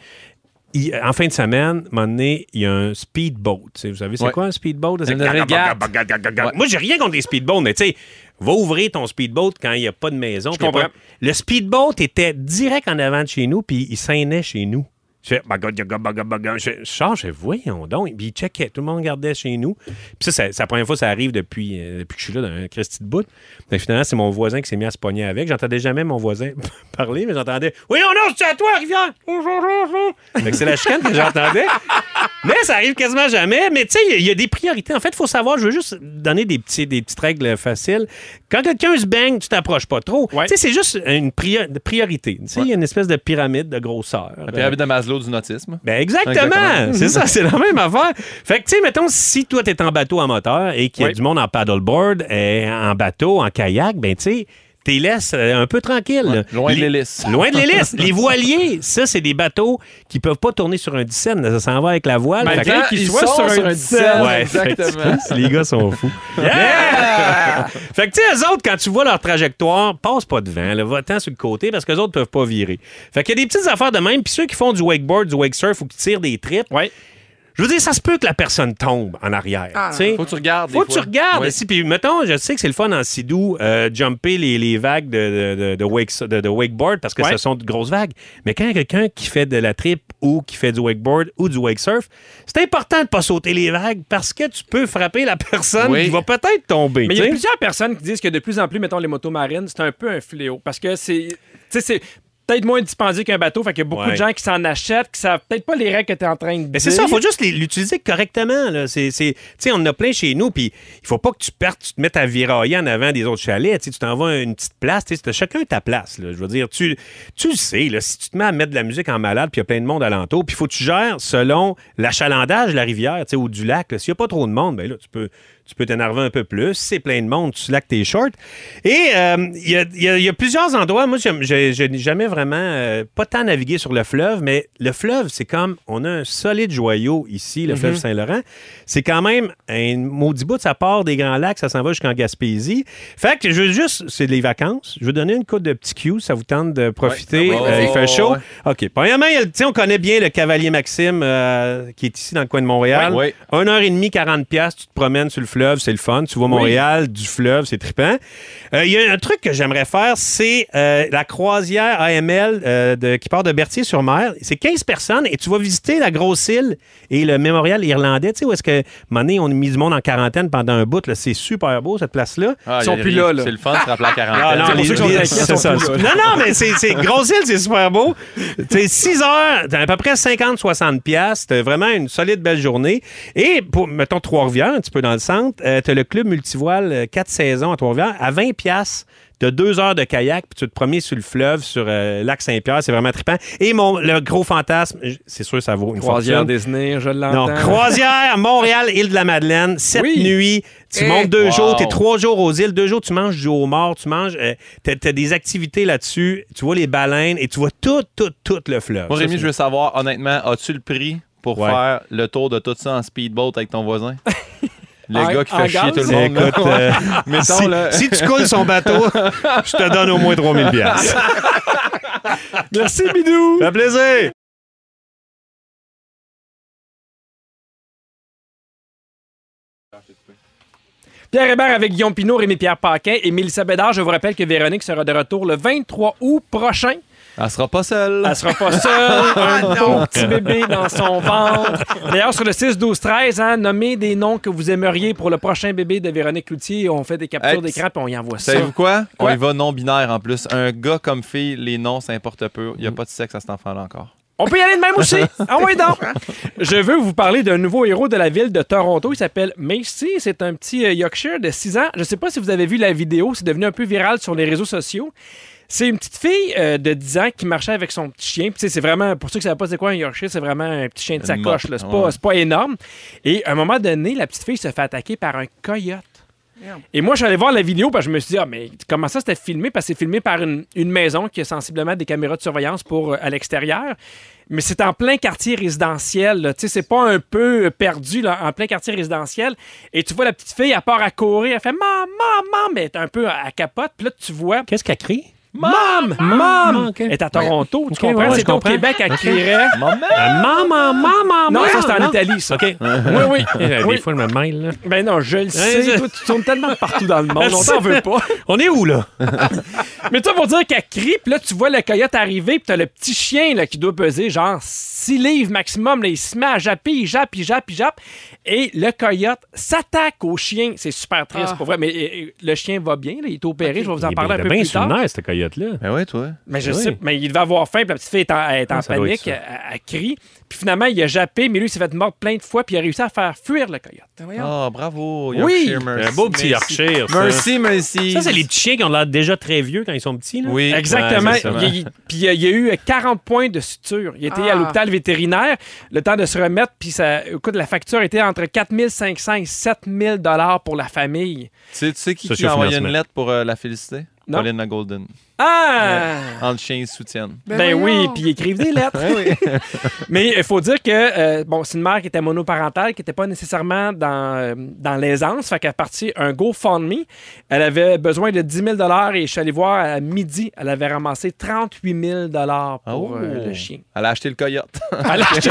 [SPEAKER 1] il- en fin de semaine, à un moment donné, il y a un speedboat. Tu sais, Vous savez, c'est
[SPEAKER 2] Ouais.
[SPEAKER 1] quoi un speedboat? C'est-
[SPEAKER 2] Une régate. Ouais.
[SPEAKER 1] Moi, j'ai rien contre les speedboats, mais tu sais, va ouvrir ton speedboat quand il n'y a pas de maison. puis il y a
[SPEAKER 3] comprends.
[SPEAKER 1] pas- Le speedboat était direct en avant de chez nous, puis il s'aînait chez nous. Je fais, bah, baga, baga, baga, baga. je je sors, je fais, voyons donc. Puis il checkait, tout le monde regardait chez nous. Puis ça, c'est c'est la première fois que ça arrive depuis, euh, depuis que je suis là, dans un Christy de bout. Fait que finalement, c'est mon voisin qui s'est mis à se pogner avec. J'entendais jamais mon voisin parler, mais j'entendais, oui, on a, c'est à toi, Rivière. Fait que c'est la chicane que j'entendais. Mais ça arrive quasiment jamais. Mais tu sais, il y a des priorités. En fait, il faut savoir, je veux juste donner des, petits, des petites règles faciles. Quand quelqu'un se baigne, tu t'approches pas trop.
[SPEAKER 3] Ouais.
[SPEAKER 1] Tu sais, c'est juste une priori- priorité. Tu sais, il y a une espèce de pyramide de grosseur.
[SPEAKER 2] La pyramide de Maslow du nautisme.
[SPEAKER 1] Ben exactement.
[SPEAKER 2] Exactement.
[SPEAKER 1] C'est ça, c'est la même affaire. Fait que, tu sais, mettons, si toi, t'es en bateau à moteur et qu'il y a
[SPEAKER 3] Oui.
[SPEAKER 1] du monde en paddleboard, et en bateau, en kayak, ben, tu sais, t'es laisse euh, un peu tranquille.
[SPEAKER 2] Loin de
[SPEAKER 1] Les-
[SPEAKER 2] l'hélice.
[SPEAKER 1] Loin de l'hélice. les voiliers, ça, c'est des bateaux qui peuvent pas tourner sur un 17. Ça s'en va avec la voile.
[SPEAKER 3] Malgré
[SPEAKER 1] Fait que-
[SPEAKER 3] qu'ils soient
[SPEAKER 2] sont
[SPEAKER 3] sur un dix-sept.
[SPEAKER 1] Ouais,
[SPEAKER 2] exactement.
[SPEAKER 1] effectivement, les gars sont fous. fait que, tu sais, eux autres, quand tu vois leur trajectoire, passe pas devant, le votant sur le côté, parce que les autres peuvent pas virer. Fait qu'il y a des petites affaires de même, puis ceux qui font du wakeboard, du wake surf ou qui tirent des trips,
[SPEAKER 3] Ouais.
[SPEAKER 1] je veux dire, ça se peut que la personne tombe en arrière.
[SPEAKER 4] Ah,
[SPEAKER 1] tu sais.
[SPEAKER 2] Faut que tu regardes. des
[SPEAKER 1] Faut que tu
[SPEAKER 2] fois.
[SPEAKER 1] regardes.
[SPEAKER 2] Ouais.
[SPEAKER 1] Si, puis mettons, je sais que c'est le fun en sidou, euh, jumper les, les vagues de, de, de- de wake, de, de wakeboard parce que
[SPEAKER 3] Ouais.
[SPEAKER 1] ce sont de grosses vagues. Mais quand il y a quelqu'un qui fait de la trip ou qui fait du wakeboard ou du wake surf, c'est important de pas sauter les vagues parce que tu peux frapper la personne
[SPEAKER 2] Oui.
[SPEAKER 1] qui va peut-être tomber.
[SPEAKER 3] Mais il y
[SPEAKER 1] tu
[SPEAKER 3] a
[SPEAKER 1] sais.
[SPEAKER 3] plusieurs personnes qui disent que de plus en plus, mettons, les motos marines, c'est un peu un fléau. Parce que c'est. Tu sais, c'est. Peut-être moins dispendieux qu'un bateau, fait qu'il y a beaucoup
[SPEAKER 1] Ouais.
[SPEAKER 3] de gens qui s'en achètent, qui savent peut-être pas les règles que tu es en train de
[SPEAKER 1] Mais c'est ça, il faut juste les- l'utiliser correctement. Là. C'est, c'est- tu sais, on en a plein chez nous, puis il faut pas que tu perdes, tu te mettes à virailler en avant des autres chalets. Tu sais, tu t'en vas à une petite place, tu sais, t'as chacun ta place. là. Je veux dire, tu, tu le sais, là, si tu te mets à mettre de la musique en malade, puis il y a plein de monde alentour, puis il faut que tu gères selon l'achalandage de la rivière tu sais, ou du lac. là. S'il n'y a pas trop de monde, ben là, tu peux, tu peux t'énerver un peu plus. Si c'est plein de monde, tu laques tes shorts. Et euh, il y, a, il y a- il y a plusieurs endroits. Moi, j'aime- j'ai- je n'ai jamais vraiment euh, pas tant navigué sur le fleuve, mais le fleuve, c'est comme on a un solide joyau ici, le
[SPEAKER 2] Mhm.
[SPEAKER 1] fleuve Saint-Laurent. C'est quand même un maudit bout, ça part des Grands Lacs, ça s'en va jusqu'en Gaspésie. Fait que je veux juste, c'est les vacances. Je veux donner une coupe de petits cues, ça vous tente de profiter.
[SPEAKER 2] Ouais.
[SPEAKER 1] Euh, il fait chaud.
[SPEAKER 2] Ouais.
[SPEAKER 1] OK. Premièrement, il y a le- tu sais, on connaît bien le Cavalier Maxime euh, qui est ici dans le coin de Montréal.
[SPEAKER 2] Ouais.
[SPEAKER 1] 1h30, 40$, piastres, tu te promènes sur le fleuve, c'est le fun. Tu vois Montréal, du fleuve, c'est trippant. Euh, Il y a un truc que j'aimerais faire, c'est euh, la croisière AML euh, de- qui part de Berthier-sur-Mer. C'est 15 personnes et tu vas visiter la grosse île et le mémorial irlandais. Tu sais, où est-ce que, à un moment donné, on a mis du monde en quarantaine pendant un bout. là. C'est super beau, cette place-là.
[SPEAKER 2] Ah,
[SPEAKER 3] Ils sont
[SPEAKER 2] y a-
[SPEAKER 3] plus là, là.
[SPEAKER 2] C'est le fun de se rappeler à 40
[SPEAKER 1] Ah, non,
[SPEAKER 3] C'est pour
[SPEAKER 1] les-
[SPEAKER 3] ceux qui sont
[SPEAKER 1] les-
[SPEAKER 3] inquiets,
[SPEAKER 1] c'est
[SPEAKER 3] sont
[SPEAKER 1] ça.
[SPEAKER 3] plus là.
[SPEAKER 1] Non, non, mais c'est, c'est grosse île, c'est super beau. C'est 6 heures, t'as à peu près 50-60 piastres. C'était vraiment une solide belle journée. Et pour, mettons, Trois-Rivières, un petit peu dans le centre, euh, t'as le club multivoile 4 saisons à Trois-Rivières à 20 piastres. T'as deux heures de kayak, puis tu te promènes sur le fleuve, sur euh, lac Saint-Pierre, c'est vraiment trippant. Et mon, le gros fantasme, j- c'est sûr, ça vaut une
[SPEAKER 3] Croisière
[SPEAKER 1] fortune.
[SPEAKER 3] Disney, je
[SPEAKER 1] Non,
[SPEAKER 3] l'entends.
[SPEAKER 1] croisière, Montréal, île de la Madeleine, sept
[SPEAKER 3] Oui.
[SPEAKER 1] nuits. Tu
[SPEAKER 4] Eh.
[SPEAKER 1] montes deux
[SPEAKER 2] Wow.
[SPEAKER 1] jours, t'es trois jours aux îles, deux jours, tu manges du homard, tu manges. euh, t'as, t'as des activités là-dessus, tu vois les baleines et tu vois tout, tout, tout le fleuve.
[SPEAKER 2] Moi,
[SPEAKER 1] Ça,
[SPEAKER 2] Rémi,
[SPEAKER 1] c'est-
[SPEAKER 2] je veux savoir, honnêtement, as-tu le prix pour
[SPEAKER 1] Ouais.
[SPEAKER 2] faire le tour de tout ça en speedboat avec ton voisin? Le
[SPEAKER 3] En-
[SPEAKER 2] gars qui
[SPEAKER 3] en
[SPEAKER 2] fait chier
[SPEAKER 3] gaz?
[SPEAKER 2] tout le monde. là.
[SPEAKER 1] Écoute, euh,
[SPEAKER 2] Mettons,
[SPEAKER 1] si,
[SPEAKER 2] là.
[SPEAKER 1] si tu coules son bateau, je te donne au moins 3000 pièces.
[SPEAKER 3] Merci, Bidou!
[SPEAKER 1] fait plaisir!
[SPEAKER 3] Pierre Hébert avec Guillaume Pinot, Rémi-Pierre Paquin et Mélissa Bédard. Je vous rappelle que Véronique sera de retour le 23 août prochain.
[SPEAKER 2] Elle sera pas seule.
[SPEAKER 1] Ah,
[SPEAKER 3] Elle sera pas seule. Un beau petit bébé dans son ventre. D'ailleurs, sur le 6, 12, 13, hein, nommez des noms que vous aimeriez pour le prochain bébé de Véronique Cloutier. On fait des captures
[SPEAKER 2] Hey,
[SPEAKER 3] d'écran puis on y envoie ça.
[SPEAKER 2] Savez-vous quoi? On
[SPEAKER 3] Quoi?
[SPEAKER 2] y va non-binaire en plus. Un gars comme fille, les noms, ça importe peu. Il n'y a pas de sexe à cet enfant-là encore.
[SPEAKER 3] On peut y aller de même aussi. Ah oui, donc. Je veux vous parler d'un nouveau héros de la ville de Toronto. Il s'appelle Macy. C'est un petit euh, Yorkshire de 6 ans. Je ne sais pas si vous avez vu la vidéo. C'est devenu un peu viral sur les réseaux sociaux. C'est une petite fille euh, de 10 ans qui marchait avec son petit chien. Puis, tu sais, c'est vraiment, pour ceux qui ne savent pas c'est quoi un Yorkshire, c'est vraiment un petit chien de
[SPEAKER 2] Une
[SPEAKER 3] sacoche.
[SPEAKER 2] motte,
[SPEAKER 3] là. C'est
[SPEAKER 2] ouais.
[SPEAKER 3] pas, c'est pas énorme. Et à un moment donné, la petite fille se fait attaquer par un coyote.
[SPEAKER 4] Merde.
[SPEAKER 3] Et moi, je suis allé voir la vidéo parce que je me suis dit, ah, mais comment ça c'était filmé? Parce que c'est filmé par une, une maison qui a sensiblement des caméras de surveillance pour euh, à l'extérieur. Mais c'est en plein quartier résidentiel. là. Tu sais, c'est pas un peu perdu, là, en plein quartier résidentiel. Et tu vois la petite fille, elle part à courir, elle fait Maman, maman, mais elle est un peu à capote. Puis là, tu vois
[SPEAKER 1] Qu'est-ce qu'elle crie?
[SPEAKER 3] Mam,
[SPEAKER 1] Mam!
[SPEAKER 3] Mam
[SPEAKER 1] Ok.
[SPEAKER 3] Elle est à Toronto, tu
[SPEAKER 1] Ok, ouais,
[SPEAKER 3] comprends?
[SPEAKER 1] ouais, je
[SPEAKER 3] C'était au
[SPEAKER 1] comprends.
[SPEAKER 3] Québec, elle crierait.
[SPEAKER 2] Maman!
[SPEAKER 1] Maman, maman,
[SPEAKER 3] Non, ça, c'est en Italie, ça.
[SPEAKER 1] OK.
[SPEAKER 3] Oui, oui.
[SPEAKER 1] Eh, Des
[SPEAKER 3] Oui.
[SPEAKER 1] fois, je me mêle. là.
[SPEAKER 3] Ben non, je le sais.
[SPEAKER 1] je-
[SPEAKER 3] Toi, tu tournes tellement partout dans le monde.
[SPEAKER 1] Je
[SPEAKER 3] On
[SPEAKER 1] sais.
[SPEAKER 3] t'en veut pas.
[SPEAKER 1] On est où, là?
[SPEAKER 3] Mais toi, pour dire qu'elle crie, puis là, tu vois le coyote arriver, puis t'as le petit chien là, qui doit peser genre 6 livres maximum. Là, il se met à japper, il jappe, il jappe, il jappe. Et le coyote s'attaque au chien. C'est super triste,
[SPEAKER 4] Ah.
[SPEAKER 3] pour vrai. Mais euh, euh, le chien va bien, là, il est opéré. Je vais vous en
[SPEAKER 1] Il est
[SPEAKER 3] parler un
[SPEAKER 1] bien-
[SPEAKER 3] peu
[SPEAKER 1] bien
[SPEAKER 3] plus
[SPEAKER 1] sous le
[SPEAKER 3] tard.
[SPEAKER 1] nerf, ce coyote-là.
[SPEAKER 2] Mais Ben ouais, toi.
[SPEAKER 3] Mais je
[SPEAKER 1] Oui.
[SPEAKER 3] sais, mais il devait avoir faim, puis la petite fille est en, elle est en
[SPEAKER 1] Ah, ça doit
[SPEAKER 3] panique,
[SPEAKER 1] être ça.
[SPEAKER 3] elle, elle crie. Puis finalement, il a jappé, mais lui, il s'est fait mordre plein de fois, puis il a réussi à faire fuir le coyote.
[SPEAKER 4] Ben voyons.
[SPEAKER 2] Ah, bravo.
[SPEAKER 3] Oui.
[SPEAKER 2] Yorkshire, merci.
[SPEAKER 1] Un beau petit
[SPEAKER 2] merci.
[SPEAKER 1] Yorkshire, ça.
[SPEAKER 2] Merci, merci.
[SPEAKER 1] Ça, c'est les petits chiens qui ont l'air déjà très vieux quand ils sont petits. Là.
[SPEAKER 2] Oui.
[SPEAKER 3] Exactement.
[SPEAKER 2] Ouais, c'est ça.
[SPEAKER 3] Il- il- puis il y a- il y a eu 40 points de suture. Il était à
[SPEAKER 4] Ah.
[SPEAKER 3] l'hôpital vétérinaire, le temps de se remettre, puis ça, écoute, la facture était entre 4500 et 7000 dollars pour la famille.
[SPEAKER 2] Tu sais, tu sais qui,
[SPEAKER 1] Ça,
[SPEAKER 2] qui
[SPEAKER 1] c'est
[SPEAKER 2] a envoyé une
[SPEAKER 1] financement.
[SPEAKER 2] lettre pour euh, la féliciter?
[SPEAKER 3] Non.
[SPEAKER 2] Paulina Golden.
[SPEAKER 3] Ah!
[SPEAKER 2] Entre chiens, ils se soutiennent.
[SPEAKER 3] Ben, oui, puis ils écrivent des lettres. Mais il faut dire que euh, bon, c'est une mère qui était monoparentale, qui n'était pas nécessairement dans, euh, dans l'aisance. Fait qu'elle a parti un GoFundMe. Elle avait besoin de 10 000 et je suis allé voir à midi, elle avait ramassé 38 000
[SPEAKER 2] Ah
[SPEAKER 3] pour euh,
[SPEAKER 2] oh.
[SPEAKER 3] le chien.
[SPEAKER 2] Elle a acheté le coyote.
[SPEAKER 3] Elle a acheté,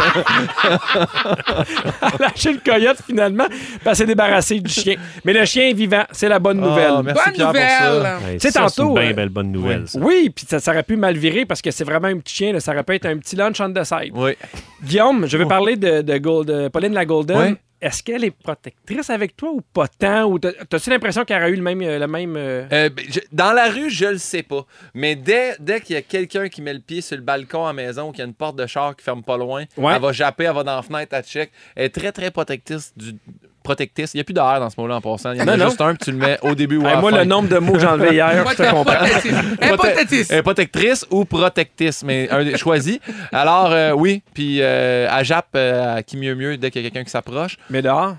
[SPEAKER 3] Elle a acheté le coyotte finalement, puis elle s'est débarrassée du chien. Mais le chien est vivant, c'est la bonne nouvelle.
[SPEAKER 2] Ah, merci
[SPEAKER 4] Bonne
[SPEAKER 2] Pierre pour ça.
[SPEAKER 4] nouvelle!
[SPEAKER 1] Ouais,
[SPEAKER 3] C'est
[SPEAKER 1] ça, C'est une
[SPEAKER 3] tantôt,
[SPEAKER 1] bien
[SPEAKER 3] euh,
[SPEAKER 1] belle bonne nouvelle, ça.
[SPEAKER 3] oui, puis ça, ça aurait pu mal virer parce que c'est vraiment un petit chien, là, ça aurait pu être un petit lunch on the side.
[SPEAKER 2] Oui.
[SPEAKER 3] Guillaume, je vais parler de, de Gold- de Pauline la Golden.
[SPEAKER 2] Ouais.
[SPEAKER 3] Est-ce qu'elle est protectrice avec toi ou pas tant? Ou t'as- t'as-tu l'impression qu'elle aurait eu le même. euh, Le même euh,
[SPEAKER 2] Euh, ben, je- dans la rue, je le sais pas. Mais dès, dès qu'il y a quelqu'un qui met le pied sur le balcon à la maison ou qu'il y a une porte de char qui ferme pas loin,
[SPEAKER 3] Ouais.
[SPEAKER 2] elle va japper, elle va dans la fenêtre, elle check. Elle est très, très protectrice. Du... protectrice. Il n'y a plus d'air dans ce mot-là en passant. Il y en
[SPEAKER 3] Non,
[SPEAKER 2] a
[SPEAKER 3] non.
[SPEAKER 2] juste un, puis tu le mets au début ou à
[SPEAKER 3] Hey,
[SPEAKER 2] la
[SPEAKER 3] Eh, moi,
[SPEAKER 2] fin.
[SPEAKER 3] le nombre de mots que j'ai enlevé hier,
[SPEAKER 4] Ben,
[SPEAKER 3] je te comprends.
[SPEAKER 4] Hypothétique.
[SPEAKER 2] Euh, protectrice ou protectrice, mais un des choisis. Alors, euh, oui, puis euh, à Jap, euh, à qui mieux mieux dès qu'il y a quelqu'un qui s'approche.
[SPEAKER 3] Mais dehors?